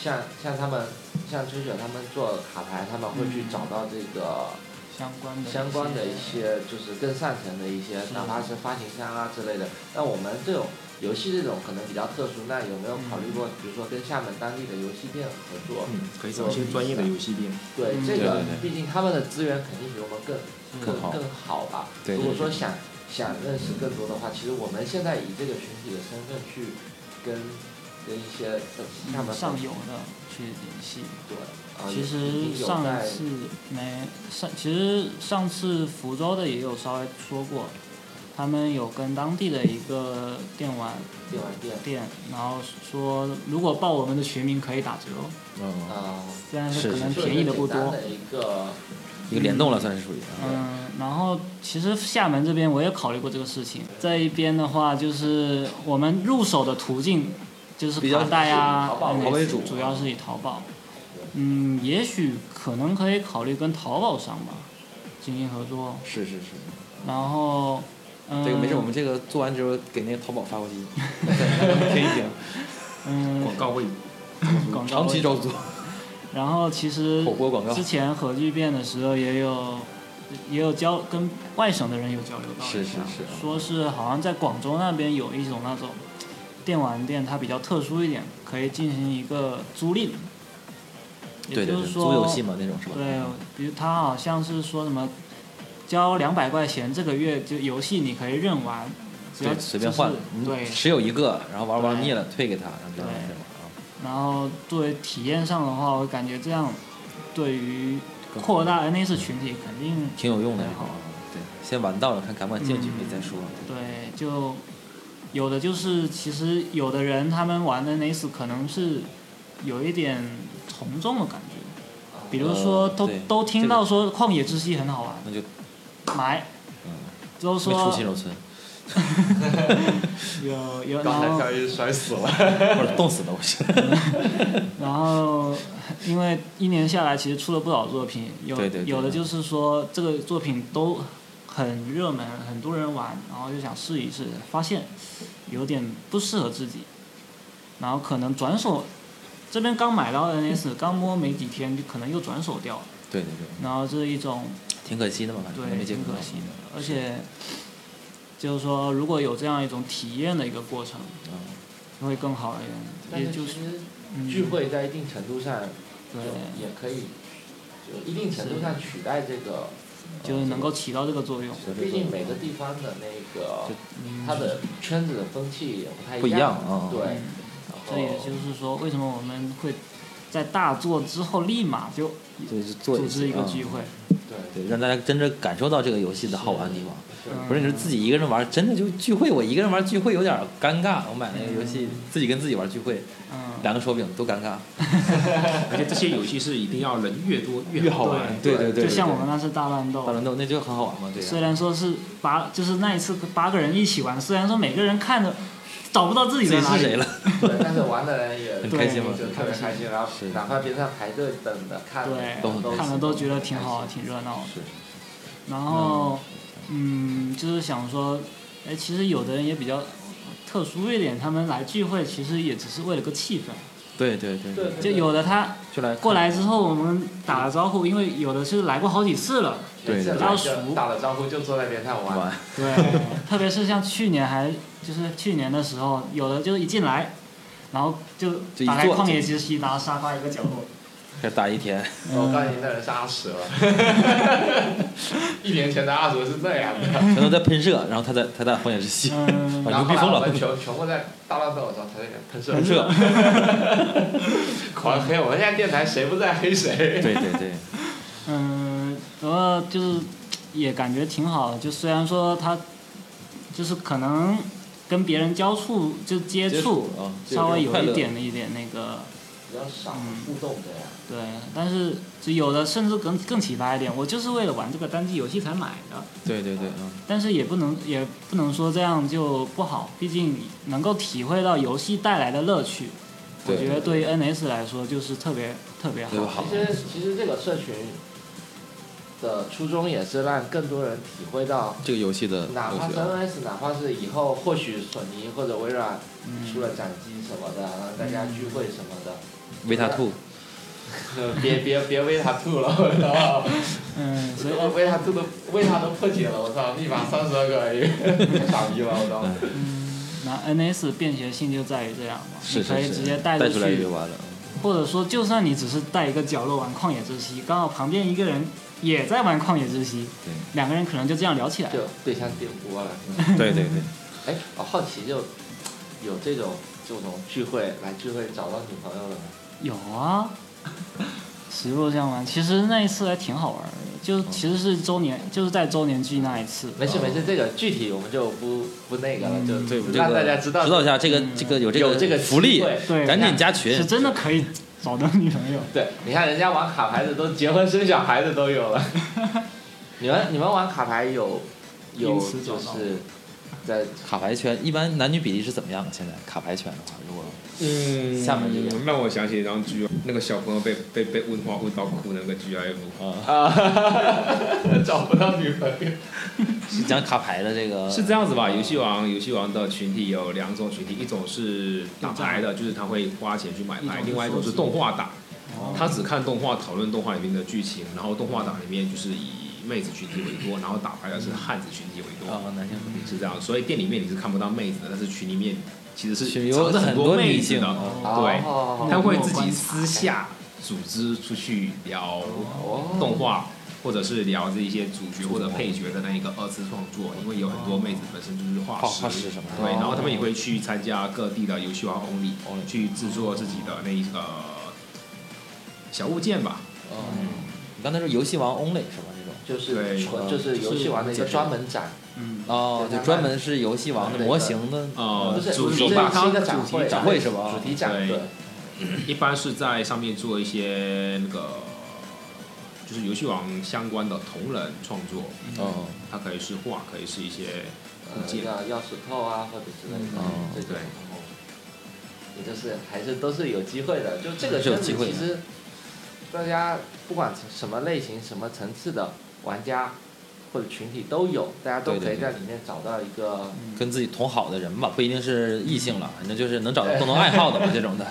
[SPEAKER 2] 像像他们像春雪他们做卡牌，他们会去
[SPEAKER 4] 嗯
[SPEAKER 2] 找到这个
[SPEAKER 4] 相关的
[SPEAKER 2] 相关的一些就是更上层的一些，
[SPEAKER 4] 是
[SPEAKER 2] 哪怕是发行商啊之类的。那我们这种游戏这种可能比较特殊，那有没有考虑
[SPEAKER 4] 嗯
[SPEAKER 2] 过，比如说跟厦门当地的游戏店合作？
[SPEAKER 3] 嗯，可以找一些专业的游戏店。
[SPEAKER 2] 对
[SPEAKER 4] 嗯
[SPEAKER 2] 这
[SPEAKER 6] 对
[SPEAKER 2] 个
[SPEAKER 6] 对对，
[SPEAKER 2] 毕竟他们的资源肯定比我们更
[SPEAKER 6] 更
[SPEAKER 2] 更
[SPEAKER 6] 好
[SPEAKER 2] 更好吧。
[SPEAKER 6] 对
[SPEAKER 2] 如果
[SPEAKER 6] 对
[SPEAKER 2] 说想想认识更多的话，其实我们现在以这个群体的身份去跟跟一些厦门
[SPEAKER 4] 嗯上游的去联系。
[SPEAKER 2] 对，啊
[SPEAKER 4] 其
[SPEAKER 2] 已
[SPEAKER 4] 实
[SPEAKER 2] 经有
[SPEAKER 4] 上
[SPEAKER 2] 在
[SPEAKER 4] 一次没上，其实上次福州的也有稍微说过，他们有跟当地的一个电玩
[SPEAKER 1] 电玩店
[SPEAKER 4] 店，然后说如果报我们的群名可以打折，哦
[SPEAKER 7] 嗯，
[SPEAKER 1] 啊，
[SPEAKER 4] 这样
[SPEAKER 7] 是
[SPEAKER 4] 可能
[SPEAKER 1] 是
[SPEAKER 4] 便宜的不多。
[SPEAKER 1] 一个一个联动了，算是属于啊
[SPEAKER 4] 嗯，然后其实厦门这边我也考虑过这个事情，在一边的话就是我们入手的途径就是
[SPEAKER 1] 比较
[SPEAKER 4] 卡带啊，
[SPEAKER 1] 是以淘宝
[SPEAKER 4] 嗯
[SPEAKER 1] 为主啊
[SPEAKER 4] 主要是以淘宝。嗯，也许可能可以考虑跟淘宝商吧进行合作，
[SPEAKER 1] 是是是，
[SPEAKER 4] 然后。嗯，
[SPEAKER 1] 这个没事，我们这个做完之后给那个淘宝发过 去，听一听，
[SPEAKER 4] 嗯
[SPEAKER 3] 广告位
[SPEAKER 4] 广告
[SPEAKER 1] 长期招租
[SPEAKER 4] 然后其实
[SPEAKER 1] 口播广告
[SPEAKER 4] 之，前核聚变的时候也有也有交跟外省的人有交流到一下，
[SPEAKER 1] 是是是
[SPEAKER 4] 说是好像在广州那边有一种那种电玩店，它比较特殊一点，可以进行一个租赁，
[SPEAKER 1] 对对
[SPEAKER 4] 也就
[SPEAKER 1] 对，
[SPEAKER 4] 是说
[SPEAKER 1] 租游戏嘛那种是吧？
[SPEAKER 4] 对，比如他好像是说什么交两百块钱，这个月就游戏你可以任玩，只要
[SPEAKER 1] 对，随便换
[SPEAKER 4] 就是，
[SPEAKER 1] 嗯
[SPEAKER 4] 对，
[SPEAKER 1] 只有一个，然后玩玩
[SPEAKER 4] 对
[SPEAKER 1] 腻了退给他，然后这样
[SPEAKER 4] 对
[SPEAKER 1] 这样啊，
[SPEAKER 4] 然后作为体验上的话，我感觉这样对于扩大 NS 群体肯定
[SPEAKER 1] 挺有用的
[SPEAKER 4] 对
[SPEAKER 1] 这个啊。对，先玩到了，看感不感兴趣
[SPEAKER 4] 嗯
[SPEAKER 1] 再说。
[SPEAKER 4] 对，就有的就是其实有的人他们玩 NS 可能是有一点从众的感觉，比如说
[SPEAKER 1] 呃
[SPEAKER 4] 都、
[SPEAKER 1] 对
[SPEAKER 4] 都
[SPEAKER 1] 这
[SPEAKER 4] 听
[SPEAKER 1] 个
[SPEAKER 4] 到说旷野之息很好玩，
[SPEAKER 1] 那就
[SPEAKER 4] 买，都
[SPEAKER 1] 没出
[SPEAKER 4] 说
[SPEAKER 1] 新手 村，
[SPEAKER 4] 有有然后
[SPEAKER 2] 鱼哎摔死了。
[SPEAKER 1] 或者冻死了我是。
[SPEAKER 4] 然后，因为一年下来，其实出了不少作品，有
[SPEAKER 1] 对对对
[SPEAKER 4] 有的就是说这个作品都很热门，很多人玩，然后就想试一试，发现有点不适合自己，然后可能转手这边刚买到 NS，刚摸没几天，就可能又转手掉了，
[SPEAKER 1] 对对对，
[SPEAKER 4] 然后这一种
[SPEAKER 1] 挺可惜的嘛，反正没
[SPEAKER 4] 对
[SPEAKER 1] 接
[SPEAKER 4] 挺
[SPEAKER 1] 触
[SPEAKER 4] 可
[SPEAKER 1] 到。
[SPEAKER 4] 惜的，而且就是说如果有这样一种体验的一个过程，
[SPEAKER 1] 嗯
[SPEAKER 4] 会更好一
[SPEAKER 2] 但
[SPEAKER 4] 点，
[SPEAKER 2] 是其
[SPEAKER 4] 也就是
[SPEAKER 2] 实
[SPEAKER 4] 嗯
[SPEAKER 2] 聚会在一定程度上
[SPEAKER 4] 对。
[SPEAKER 2] 也可以，就一定程度上取代这个，
[SPEAKER 4] 就是能够起到这个作用。
[SPEAKER 1] 对对
[SPEAKER 2] 毕
[SPEAKER 1] 对
[SPEAKER 2] 竟每个地方的那个
[SPEAKER 1] 就
[SPEAKER 2] 它的圈子的风气也不太
[SPEAKER 1] 不一样
[SPEAKER 2] 样
[SPEAKER 1] 啊
[SPEAKER 2] 对，
[SPEAKER 4] 嗯这
[SPEAKER 2] 然
[SPEAKER 4] 也
[SPEAKER 2] 后
[SPEAKER 4] 就是说，为什么我们会在大作之后立马就
[SPEAKER 1] 对，就做
[SPEAKER 4] 组织一个
[SPEAKER 1] 啊
[SPEAKER 4] 聚会？
[SPEAKER 2] 对
[SPEAKER 1] 对，让大家真正感受到这个游戏的好玩的地方。
[SPEAKER 4] 嗯
[SPEAKER 1] 不是你说自己一个人玩，真的就聚会，我一个人玩聚会有点尴尬。我买那个游戏，自己跟自己玩聚会，
[SPEAKER 4] 嗯，
[SPEAKER 1] 两个手柄都尴尬。
[SPEAKER 3] 而且这些游戏是一定要人越多越
[SPEAKER 1] 越
[SPEAKER 3] 好
[SPEAKER 1] 好
[SPEAKER 3] 玩。
[SPEAKER 1] 玩对对对
[SPEAKER 4] 嗯就像我们那次大乱
[SPEAKER 1] 大
[SPEAKER 4] 斗，
[SPEAKER 1] 乱斗那就很好玩嘛，对呀、啊
[SPEAKER 4] 虽然说是八，就是那一次八个人一起玩，虽然说每个人看着找不到自己
[SPEAKER 1] 自
[SPEAKER 4] 在
[SPEAKER 1] 己
[SPEAKER 4] 哪
[SPEAKER 1] 是
[SPEAKER 4] 里
[SPEAKER 1] 谁，了？
[SPEAKER 2] 对，但是玩的人也
[SPEAKER 1] 很开心嘛
[SPEAKER 2] 就特别开心，然后
[SPEAKER 1] 是
[SPEAKER 2] 哪怕边上排队等的看的
[SPEAKER 4] 对，
[SPEAKER 1] 都很
[SPEAKER 4] 看
[SPEAKER 2] 是
[SPEAKER 4] 了都觉得
[SPEAKER 2] 很
[SPEAKER 4] 挺
[SPEAKER 2] 开
[SPEAKER 4] 好，
[SPEAKER 2] 心
[SPEAKER 4] 挺热闹的。
[SPEAKER 1] 是
[SPEAKER 4] 然后，嗯，就是想说，哎，其实有的人也比较特殊一点，他们来聚会其实也只是为了个气氛，
[SPEAKER 1] 对对对
[SPEAKER 2] 对，
[SPEAKER 4] 就有的他
[SPEAKER 1] 就来
[SPEAKER 4] 过来之后，我们打了招呼，因为有的是来过好几次了，
[SPEAKER 1] 对
[SPEAKER 2] 这
[SPEAKER 1] 对
[SPEAKER 2] 来
[SPEAKER 4] 比较
[SPEAKER 2] 就
[SPEAKER 4] 熟
[SPEAKER 2] 打了招呼就坐在边上玩，
[SPEAKER 1] 玩，
[SPEAKER 4] 对，特别是像去年还就是去年的时候，有的就是一进来，然后就
[SPEAKER 1] 就一
[SPEAKER 4] 打开
[SPEAKER 1] 坐
[SPEAKER 4] 旷野之息，拿沙发一个角落，
[SPEAKER 1] 开始打一天，
[SPEAKER 2] 我告诉你那人是二十了，一年前的二十是那样的。
[SPEAKER 1] 全都在喷射，然后他在他在荒野之息，
[SPEAKER 4] 嗯
[SPEAKER 1] 啊牛
[SPEAKER 2] 然后后
[SPEAKER 1] 逼
[SPEAKER 2] 来
[SPEAKER 1] 疯
[SPEAKER 2] 我
[SPEAKER 1] 了
[SPEAKER 2] 们，全全部在大乱斗的时候，他就喷射
[SPEAKER 1] 喷射，
[SPEAKER 2] 狂黑。我们现在电台谁不在黑谁？
[SPEAKER 1] 对对对，
[SPEAKER 4] 嗯，然后就是也感觉挺好的，就虽然说他就是可能跟别人交触就接触
[SPEAKER 1] 啊，就
[SPEAKER 4] 稍
[SPEAKER 1] 这种
[SPEAKER 4] 微有
[SPEAKER 1] 快乐
[SPEAKER 4] 一，点一点那个。
[SPEAKER 2] 比较少
[SPEAKER 1] 嗯
[SPEAKER 2] 互动这样。
[SPEAKER 4] 对，但是就有的甚至更更奇葩一点，我就是为了玩这个单机游戏才买的，
[SPEAKER 1] 对对对啊，
[SPEAKER 4] 但是也不能也不能说这样就不好，毕竟能够体会到游戏带来的乐趣，我
[SPEAKER 1] 对
[SPEAKER 4] 觉得对于 NS 来说就是特别特别好
[SPEAKER 1] 特。别好
[SPEAKER 2] 其，实其实这个社群的初衷也是让更多人体会到，
[SPEAKER 1] 这个游戏的
[SPEAKER 2] 哪怕
[SPEAKER 1] 我
[SPEAKER 2] 是
[SPEAKER 1] 觉得
[SPEAKER 2] NS，哪怕是以后或许索尼或者微软出
[SPEAKER 4] 嗯，
[SPEAKER 2] 了掌机什么的，然后大家
[SPEAKER 1] 嗯
[SPEAKER 2] 聚会什么的，
[SPEAKER 1] 维塔兔，
[SPEAKER 2] 呃别别别为他吐了，我 操！
[SPEAKER 4] 嗯，所以
[SPEAKER 2] 我为他吐都为他都破解了，我操！密码三十二个而已，太 傻逼了，我操！
[SPEAKER 4] 嗯那 NS 便携性就在于这样嘛，
[SPEAKER 1] 是
[SPEAKER 4] 你可
[SPEAKER 1] 是
[SPEAKER 4] 以直接
[SPEAKER 1] 是，
[SPEAKER 4] 带
[SPEAKER 1] 带
[SPEAKER 4] 出
[SPEAKER 1] 出来就完了，
[SPEAKER 4] 或者说就算你只是带一个角落玩旷野之息，刚好旁边一个人也在玩旷野之息，
[SPEAKER 1] 对
[SPEAKER 4] 两个人可能就这样聊起来了。
[SPEAKER 2] 就对象电波了。
[SPEAKER 1] 对对对，
[SPEAKER 2] 哎，我好奇就有这种这种聚会来聚会找到女朋友了吗？
[SPEAKER 4] 有啊， 实录相关。其实那一次还挺好玩的，
[SPEAKER 1] 哦
[SPEAKER 4] 就其实是周年，就是在周年剧那一次。
[SPEAKER 2] 没事没事，这
[SPEAKER 4] 哦
[SPEAKER 2] 个具体我们就不不那个了，就
[SPEAKER 1] 嗯对，这个
[SPEAKER 2] 让大家知道
[SPEAKER 1] 知道一下这个
[SPEAKER 4] 嗯
[SPEAKER 1] 这个有这
[SPEAKER 2] 有
[SPEAKER 1] 个
[SPEAKER 2] 这个机
[SPEAKER 1] 福利，
[SPEAKER 2] 会
[SPEAKER 4] 对，
[SPEAKER 1] 赶紧
[SPEAKER 4] 那
[SPEAKER 1] 加群
[SPEAKER 4] 是。真的可以找到女朋友。
[SPEAKER 2] 对，你看人家玩卡牌的都结婚生小孩的都有了， 你们你们玩卡牌有有
[SPEAKER 4] 因此
[SPEAKER 2] 就
[SPEAKER 4] 找到
[SPEAKER 2] 是 在
[SPEAKER 1] 卡牌圈一般男女比例是怎么样的？现在卡牌圈的话，如果
[SPEAKER 3] 嗯
[SPEAKER 1] 下面这个
[SPEAKER 3] 让我想起一张剧，那个小朋友被被被问话问到哭的那个 GIF，
[SPEAKER 2] 啊找不到女朋友，
[SPEAKER 1] 是讲卡牌的这个，
[SPEAKER 3] 是这样子吧？游戏王游戏王的群体有两种群体，一种是打牌的，就是他会花钱去买牌；，另外一种是动画党，他只看动画，讨论动画里面的剧情，然后动画党里面就是以妹子群体为多，然后打牌的是汉子群体为多。
[SPEAKER 1] 啊，男性
[SPEAKER 3] 是这样，所以店里面你是看不到妹子的，但是群里面其实
[SPEAKER 1] 群
[SPEAKER 3] 是
[SPEAKER 1] 有
[SPEAKER 3] 藏着
[SPEAKER 1] 很
[SPEAKER 3] 多
[SPEAKER 1] 多
[SPEAKER 3] 妹
[SPEAKER 1] 女
[SPEAKER 3] 子
[SPEAKER 1] 性
[SPEAKER 3] 的，对，
[SPEAKER 2] 哦
[SPEAKER 3] 他们会自己私下组织出去聊动画，或者是聊这一些主角或者配角的那一个二次创作，因为有很多妹子本身就是画
[SPEAKER 1] 画
[SPEAKER 3] 师，
[SPEAKER 1] 画师什么的
[SPEAKER 3] 对，
[SPEAKER 2] 哦
[SPEAKER 3] 然后他们也会去参加各地的游戏王 only 去制作自己的那一个小物件吧，
[SPEAKER 1] 嗯，你刚才说游戏王 only 是吧？这种
[SPEAKER 2] 就是
[SPEAKER 3] 对
[SPEAKER 1] 嗯
[SPEAKER 2] 纯就是游戏玩的一个专门展，
[SPEAKER 4] 嗯，
[SPEAKER 1] 哦，
[SPEAKER 2] 对
[SPEAKER 1] 就专门是游戏王的模型的
[SPEAKER 3] 呃
[SPEAKER 2] 哦不，是
[SPEAKER 3] 主
[SPEAKER 2] 不是
[SPEAKER 3] 题
[SPEAKER 2] 这
[SPEAKER 3] 吧，
[SPEAKER 2] 是一个
[SPEAKER 3] 它
[SPEAKER 2] 展会，
[SPEAKER 1] 展会是吧
[SPEAKER 2] 主题展
[SPEAKER 3] 对
[SPEAKER 2] 对，
[SPEAKER 3] 一般是在上面做一些那个，就是游戏王相关的同人创作，
[SPEAKER 1] 哦，
[SPEAKER 3] 它可以是画，可以是一些物
[SPEAKER 2] 呃，
[SPEAKER 3] 件。
[SPEAKER 2] 要钥匙扣啊或者之类的
[SPEAKER 1] 嗯
[SPEAKER 2] 这种
[SPEAKER 3] 对，
[SPEAKER 2] 也就是还是都是有机会的。就这个
[SPEAKER 1] 是有
[SPEAKER 2] 圈子
[SPEAKER 1] 机会的
[SPEAKER 2] 其实大家不管什么类型、什么层次的玩家或者群体都有，大家都
[SPEAKER 1] 对对
[SPEAKER 2] 可以
[SPEAKER 1] 对
[SPEAKER 2] 在里面找到一个
[SPEAKER 1] 跟自己同好的人吧，不一定是异性了，反正就是能找到共同爱好的吧，这种的。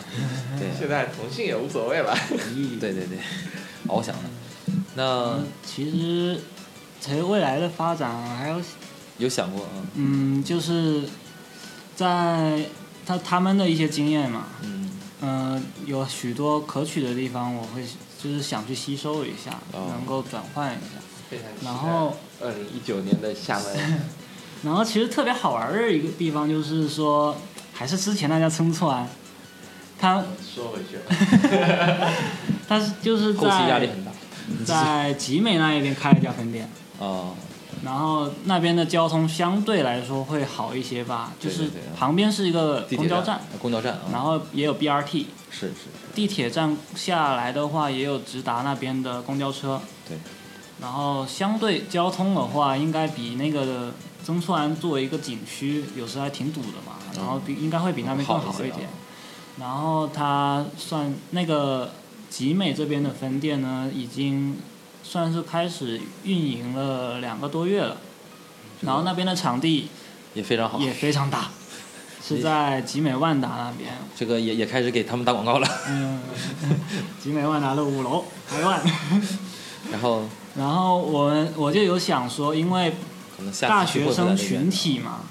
[SPEAKER 1] 对 啊
[SPEAKER 2] 现在同性也无所谓了。
[SPEAKER 1] 对对对，翱翔的。那
[SPEAKER 4] 嗯其实其实未来的发展还有
[SPEAKER 1] 有想过啊？
[SPEAKER 4] 嗯，就是在他他们的一些经验嘛，
[SPEAKER 1] 嗯，
[SPEAKER 4] 嗯、有许多可取的地方，我会就是想去吸收一下，
[SPEAKER 1] 哦
[SPEAKER 4] 能够转换一下。
[SPEAKER 2] 非常期待
[SPEAKER 4] 然后，
[SPEAKER 2] 二零一九年的厦门，
[SPEAKER 4] 然后其实特别好玩的一个地方就是说，还是之前那家春川，他
[SPEAKER 2] 说回去吧。
[SPEAKER 4] 他是就是
[SPEAKER 1] 后期压力
[SPEAKER 4] 在
[SPEAKER 1] 很大
[SPEAKER 4] 在集美那一边开了一家分店，
[SPEAKER 1] 啊。
[SPEAKER 4] 然后那边的交通相对来说会好一些吧，就
[SPEAKER 1] 对
[SPEAKER 4] 是
[SPEAKER 1] 对对
[SPEAKER 4] 旁边是一个
[SPEAKER 1] 地
[SPEAKER 4] 公
[SPEAKER 1] 铁
[SPEAKER 4] 交站，，
[SPEAKER 1] 公交站啊，
[SPEAKER 4] 然后也有 BRT，
[SPEAKER 1] 是是是，
[SPEAKER 4] 地铁站下来的话，也有直达那边的公交车。
[SPEAKER 1] 对。
[SPEAKER 4] 然后相对交通的话，应该比那个的曾厝垵作为一个景区，有时候还挺堵的嘛，然后比应该会比那边更好
[SPEAKER 1] 嗯好一
[SPEAKER 4] 一
[SPEAKER 1] 些
[SPEAKER 4] 点。
[SPEAKER 1] 啊
[SPEAKER 4] 然后它算那个集美这边的分店呢，已经算是开始运营了两个多月了。
[SPEAKER 1] 嗯
[SPEAKER 4] 然后那边的场地
[SPEAKER 1] 也非常好。
[SPEAKER 4] 也非常大，是在集美万达那边。
[SPEAKER 1] 这个也也开始给他们打广告了。
[SPEAKER 4] 嗯，集美万达的五楼台湾。
[SPEAKER 1] 然后
[SPEAKER 4] 然后我们我就有想说，因为
[SPEAKER 1] 可能下
[SPEAKER 4] 大
[SPEAKER 1] 次聚
[SPEAKER 4] 学
[SPEAKER 1] 会
[SPEAKER 4] 生
[SPEAKER 1] 会在那边
[SPEAKER 4] 群体嘛，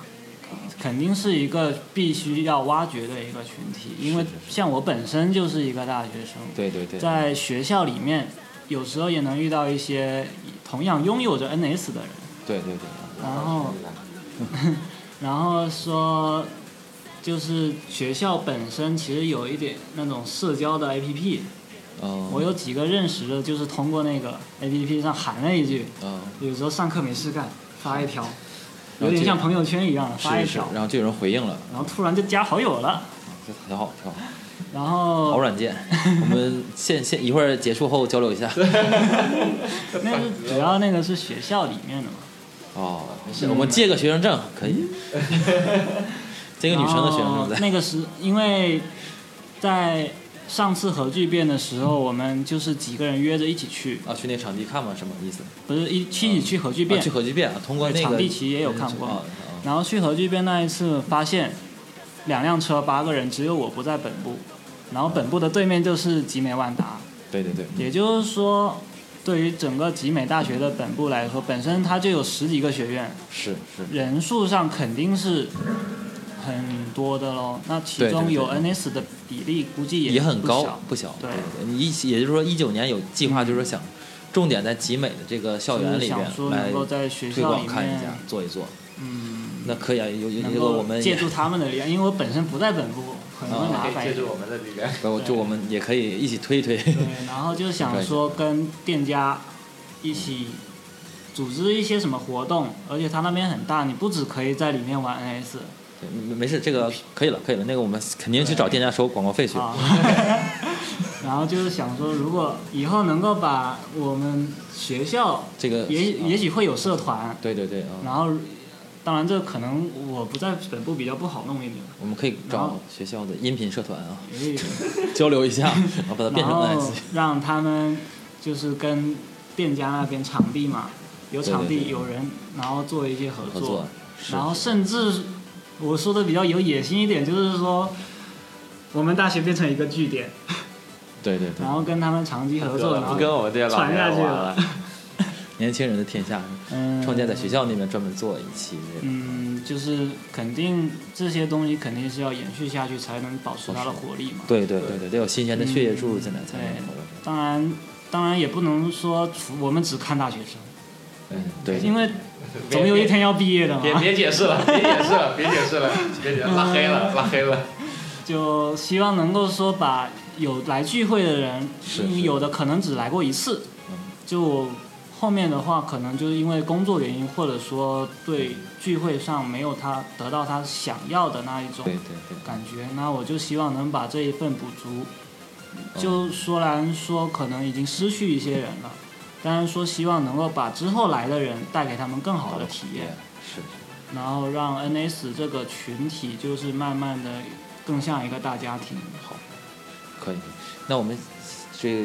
[SPEAKER 4] 肯定是一个必须要挖掘的一个群体，因为
[SPEAKER 1] 是是
[SPEAKER 4] 像我本身就是一个大学生，
[SPEAKER 1] 对对对，
[SPEAKER 4] 在学校里面，有时候也能遇到一些同样拥有着 NS 的人，
[SPEAKER 1] 对对对，
[SPEAKER 4] 然后然后说。就是学校本身其实有一点那种社交的 APP，
[SPEAKER 1] 嗯，
[SPEAKER 4] 我有几个认识的，就是通过那个 APP 上喊了一句，
[SPEAKER 1] 嗯，
[SPEAKER 4] 有时候上课没事干，发一条，
[SPEAKER 1] 然后
[SPEAKER 4] 有点
[SPEAKER 1] 就
[SPEAKER 4] 像朋友圈一样发一
[SPEAKER 1] 是是，
[SPEAKER 4] 条，
[SPEAKER 1] 然后就有人回应了，
[SPEAKER 4] 然后突然就加好友了，
[SPEAKER 1] 这挺好挺
[SPEAKER 4] 哦
[SPEAKER 1] 好，
[SPEAKER 4] 然
[SPEAKER 1] 好
[SPEAKER 4] 后
[SPEAKER 1] 软件。 我们现现一会儿结束后交流一下。
[SPEAKER 4] 那是主要那个是学校里面的嘛，
[SPEAKER 1] 哦，没
[SPEAKER 4] 嗯
[SPEAKER 1] 事，我们借个学生证可 以，借个女生的学生证
[SPEAKER 4] 然后
[SPEAKER 1] 在。
[SPEAKER 4] 哦那个是因为在上次核聚变的时候，我们就是几个人约着一起去，
[SPEAKER 1] 啊，去那场地看吗？什么意思？
[SPEAKER 4] 不是一起一起去核聚变
[SPEAKER 1] 啊去，核聚变啊，通过那
[SPEAKER 4] 对
[SPEAKER 1] 个
[SPEAKER 4] 场地其实也有看过
[SPEAKER 1] 啊
[SPEAKER 4] 然后去核聚变那一次发现，两辆车八个人，只有我不在本部，然后本部的对面就是集美万达。
[SPEAKER 1] 啊，对对对，
[SPEAKER 4] 也就是说，对于整个集美大学的本部来说，本身它就有十几个学院，
[SPEAKER 1] 是是，
[SPEAKER 4] 人数上肯定是很多的喽。那其
[SPEAKER 1] 对
[SPEAKER 4] 中
[SPEAKER 1] 对对
[SPEAKER 4] 有 NS 的比例估计
[SPEAKER 1] 也很
[SPEAKER 4] 不
[SPEAKER 1] 高
[SPEAKER 4] 小，
[SPEAKER 1] 不小。
[SPEAKER 4] 对嗯
[SPEAKER 1] 对，你一也就是说一九年有计划，就是说想重点在集美的这个校园
[SPEAKER 4] 就是
[SPEAKER 1] 里边
[SPEAKER 4] 想说
[SPEAKER 1] 来
[SPEAKER 4] 能够在学
[SPEAKER 1] 推
[SPEAKER 4] 校
[SPEAKER 1] 广
[SPEAKER 4] 里
[SPEAKER 1] 看一
[SPEAKER 4] 面
[SPEAKER 1] 下，，做一做。
[SPEAKER 4] 嗯，
[SPEAKER 1] 那可以啊，有有有
[SPEAKER 4] 能
[SPEAKER 1] 这个我
[SPEAKER 4] 够
[SPEAKER 1] 们
[SPEAKER 4] 借
[SPEAKER 1] 也
[SPEAKER 4] 助他们的力量，因为我本身不在本部，很会
[SPEAKER 2] 啊
[SPEAKER 1] 哦
[SPEAKER 4] 麻烦一点。
[SPEAKER 2] 我们的力量。
[SPEAKER 1] 然后就我们也可以一起推一推。
[SPEAKER 4] 对，然后就想说跟店家一起组织一些什么活动，而且他那边很大，你不只可以在里面玩 NS
[SPEAKER 1] 对 没没事，这个可以了，可以了。那个我们肯定去找店家收广告费去。
[SPEAKER 4] 啊，然后就是想说，如果以后能够把我们学校
[SPEAKER 1] 这个啊
[SPEAKER 4] 也也许会有社团，
[SPEAKER 1] 对对对啊，
[SPEAKER 4] 然后当然这可能我不在本部比较不好弄一点，
[SPEAKER 1] 我们可以
[SPEAKER 4] 然
[SPEAKER 1] 找
[SPEAKER 4] 后
[SPEAKER 1] 学校的音频社团啊，
[SPEAKER 4] 也 许
[SPEAKER 1] 交流一 下，然后把它变
[SPEAKER 4] 然
[SPEAKER 1] 成
[SPEAKER 4] 后
[SPEAKER 1] NS。
[SPEAKER 4] 让他们就是跟店家那边场地嘛，有场
[SPEAKER 1] 对对
[SPEAKER 4] 地
[SPEAKER 1] 对
[SPEAKER 4] 有人，然后做一些合
[SPEAKER 1] 合作，是
[SPEAKER 4] 然后甚至我说的比较有野心一点，就是说我们大学变成一个据点，
[SPEAKER 1] 对对对
[SPEAKER 4] 然，后跟他们长期合作，然
[SPEAKER 2] 不
[SPEAKER 4] 后
[SPEAKER 2] 跟我们这些老
[SPEAKER 4] 传下
[SPEAKER 2] 人
[SPEAKER 4] 去
[SPEAKER 2] 玩了。
[SPEAKER 1] 年轻人的天下，
[SPEAKER 4] 嗯，
[SPEAKER 1] 创建在学校那边专门做一期这个。
[SPEAKER 4] 嗯，就是肯定这些东西肯定是要延续下去，才能保持它的活力嘛。
[SPEAKER 1] 对对对对，得有新鲜的血液注入进来才能
[SPEAKER 4] 嗯
[SPEAKER 1] 好玩。
[SPEAKER 4] 当然，当然也不能说除我们只看大学生，
[SPEAKER 1] 嗯，对，
[SPEAKER 4] 因为总有一天要毕业的嘛。
[SPEAKER 2] 别别解释了，别 解释了，别解释了，别解释了，拉黑
[SPEAKER 3] 嗯
[SPEAKER 2] 了，拉黑了。
[SPEAKER 4] 就希望能够说把有来聚会的人，
[SPEAKER 1] 是
[SPEAKER 4] 因为
[SPEAKER 1] 是嗯
[SPEAKER 4] 有的可能只来过一次，就后面的话可能就是因为工作原因，或者说对聚会上没有他得到他想要的那一种
[SPEAKER 1] 对对对，
[SPEAKER 4] 感觉，那我就希望能把这一份补足。
[SPEAKER 1] 嗯
[SPEAKER 4] 就说来说，可能已经失去一些人了，但是说希望能够把之后来的人带给他们更好的体验。
[SPEAKER 1] 是是
[SPEAKER 4] 然后让 NS 这个群体就是慢慢的更像一个大家庭。
[SPEAKER 1] 可以。那我们这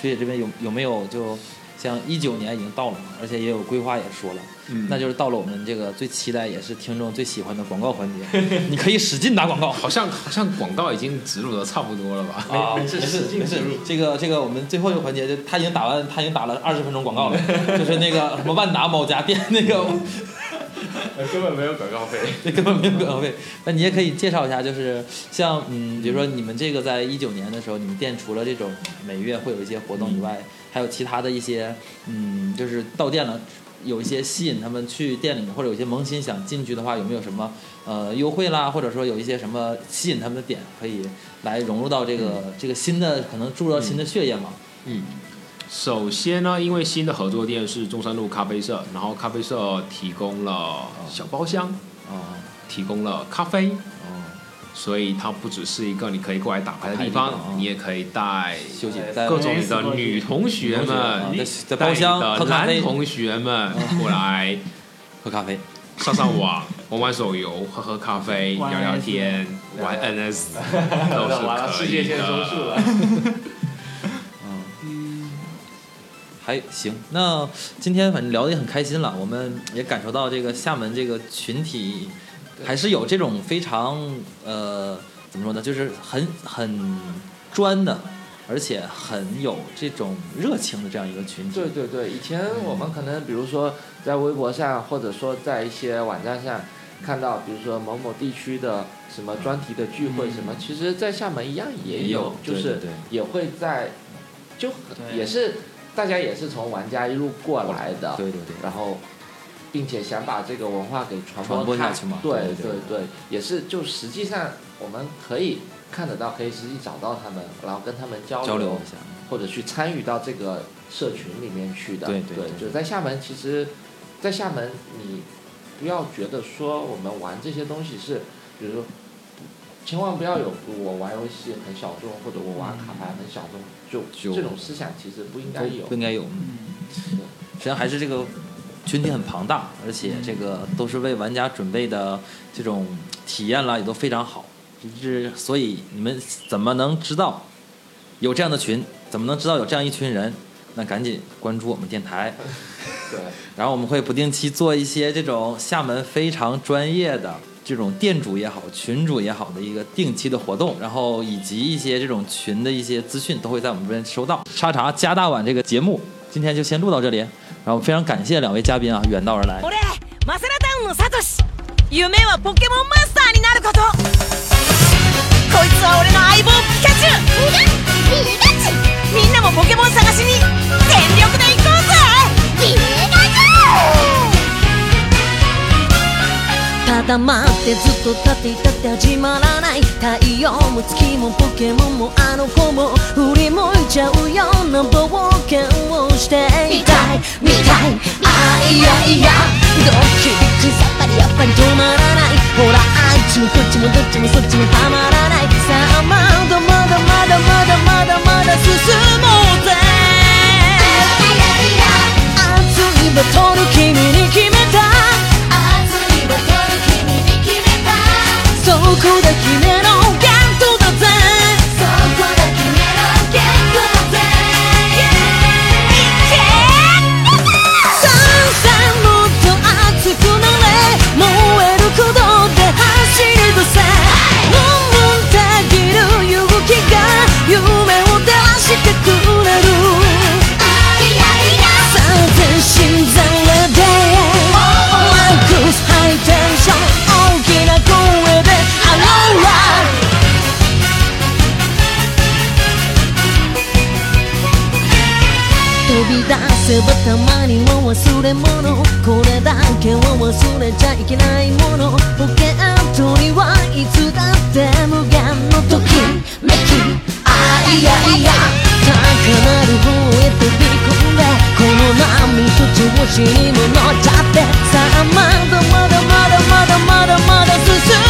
[SPEAKER 1] 学姐这边有有没有就像一九年已经到了嘛，而且也有规划也说了，
[SPEAKER 3] 嗯
[SPEAKER 1] 那就是到了我们这个最期待也是听众最喜欢的广告环节， 你可以使劲打广告。
[SPEAKER 3] 好像好像广告已经植入的差不多 了吧？
[SPEAKER 1] 啊，
[SPEAKER 2] 没
[SPEAKER 1] 没
[SPEAKER 2] 事
[SPEAKER 1] 事没
[SPEAKER 2] 使劲
[SPEAKER 1] 事，这个这个我们最后一个环节就他已经打完，他已经打了二十分钟广告了，就是那个什么万达某家店那个
[SPEAKER 2] 呃根本没有广告费。
[SPEAKER 1] 那根本没有广告费。那你也可以介绍一下，就是像嗯，比如说你们这个在一九年的时候，你们店除了这种每月会有一些活动以外，
[SPEAKER 3] 嗯
[SPEAKER 1] 还有其他的一些嗯，就是到店了。有一些吸引他们去店里面，或者有一些萌新想进去的话，有没有什么呃优惠啦，或者说有一些什么吸引他们的点，可以来融入到这个、
[SPEAKER 3] 嗯
[SPEAKER 1] 这个新的，可能注入到新的血液嘛？
[SPEAKER 3] 首先呢，因为新的合作店是中山路咖啡社，然后咖啡社提供了小包厢，
[SPEAKER 1] 啊、
[SPEAKER 3] 提供了咖啡，
[SPEAKER 1] 哦，
[SPEAKER 3] 所以它不只是一个你可以过来打牌的
[SPEAKER 1] 打牌
[SPEAKER 3] 地
[SPEAKER 1] 的地方
[SPEAKER 3] 方，
[SPEAKER 1] 啊
[SPEAKER 3] 你也可以带
[SPEAKER 1] 休息在
[SPEAKER 3] 各种你的女同学们
[SPEAKER 1] 女同学啊，在在
[SPEAKER 3] 带
[SPEAKER 1] 包
[SPEAKER 3] 你
[SPEAKER 1] 厢
[SPEAKER 3] 的
[SPEAKER 1] 喝咖啡
[SPEAKER 3] 男同学们过来
[SPEAKER 1] 喝咖啡，
[SPEAKER 3] 上上网、玩玩手游、喝喝咖啡、
[SPEAKER 4] 玩
[SPEAKER 3] 聊聊天、玩 NS，都是
[SPEAKER 2] 完了，
[SPEAKER 3] 可
[SPEAKER 2] 世界
[SPEAKER 3] 以
[SPEAKER 2] 线收束
[SPEAKER 3] 的。
[SPEAKER 2] 了。
[SPEAKER 4] 嗯
[SPEAKER 1] 还行，那今天反正聊得也很开心了，我们也感受到这个厦门这个群体，还是有这种非常呃怎么说呢，就是很呃很专的，而且很有这种热情的这样一个群体
[SPEAKER 2] 对。对对，以前我们可能比如说在微博上，或者说在一些网站上看到，比如说某某地区的什么专题的聚会什么，其实，在厦门一样也
[SPEAKER 1] 也嗯有
[SPEAKER 2] 就
[SPEAKER 1] 对
[SPEAKER 2] 是
[SPEAKER 1] 对对
[SPEAKER 2] 也会在，就很
[SPEAKER 4] 对
[SPEAKER 2] 也是大家也是从玩家一路过来的，
[SPEAKER 1] 对对对，
[SPEAKER 2] 然后，并且想把这个文化给传
[SPEAKER 1] 传播
[SPEAKER 2] 开
[SPEAKER 1] 下去嘛
[SPEAKER 2] 对
[SPEAKER 1] 对对
[SPEAKER 2] 对，也是就实际上我们可以看得到，可以实际找到他们，然后跟他们交流，
[SPEAKER 1] 交流一下，
[SPEAKER 2] 或者去参与到这个社群里面去的。
[SPEAKER 1] 对对对
[SPEAKER 2] 就在厦门，其实，在厦门你不要觉得说我们玩这些东西是，比如说。千万不要有我玩游戏很小众，或者我玩卡牌很小众，就
[SPEAKER 1] 就
[SPEAKER 2] 这种思想其实不应该有
[SPEAKER 1] 都。应该有。嗯
[SPEAKER 4] 嗯，
[SPEAKER 1] 实际上还是这个群体很庞大，而且这个都是为玩家准备的这种体验啦，也都非常好。就是所以你们怎么能知道有这样的群？怎么能知道有这样一群人？那赶紧关注我们电台，
[SPEAKER 2] 对，
[SPEAKER 1] 然后我们会不定期做一些这种厦门非常专业的这种店主也好、群主也好的一个定期的活动，然后以及一些这种群的一些资讯都会在我们这边收到。沙茶加大碗这个节目今天就先录到这里，然后非常感谢两位嘉宾啊远道而来。
[SPEAKER 8] 俺マセラタウンのサトシ夢はポケモンマスターになることこいつは俺の相棒ピカチュウみんなもポケモン探しに全力で行こうぜピカチュウただ待っってずっと立っていたって始まらない太陽も月もポケモンもあの子も振り向いちゃうような冒険をしてみたいみたいあいやいやドキドキさっぱりやっぱり止まらないほらあっちもこっちもどっちもそっちもたまらないさあまだまだまだまだまだまだ進もうぜ熱いバトル君に決めたそこだ君のゲットだぜさあさあもっと熱くなれ燃える鼓動で走り出せうんうんたぎる勇気が夢を照らしてくれるさあ全身全霊でマックスハイテンション大きな声で「アローラ」飛び出せばたまには忘れ物これだけは忘れちゃいけないものポケットにはいつだって無限の時めきあいやいや高鳴る方へ飛び込んでこの波と調子にも乗っちゃってさあまだまだまだまだまだまだ進む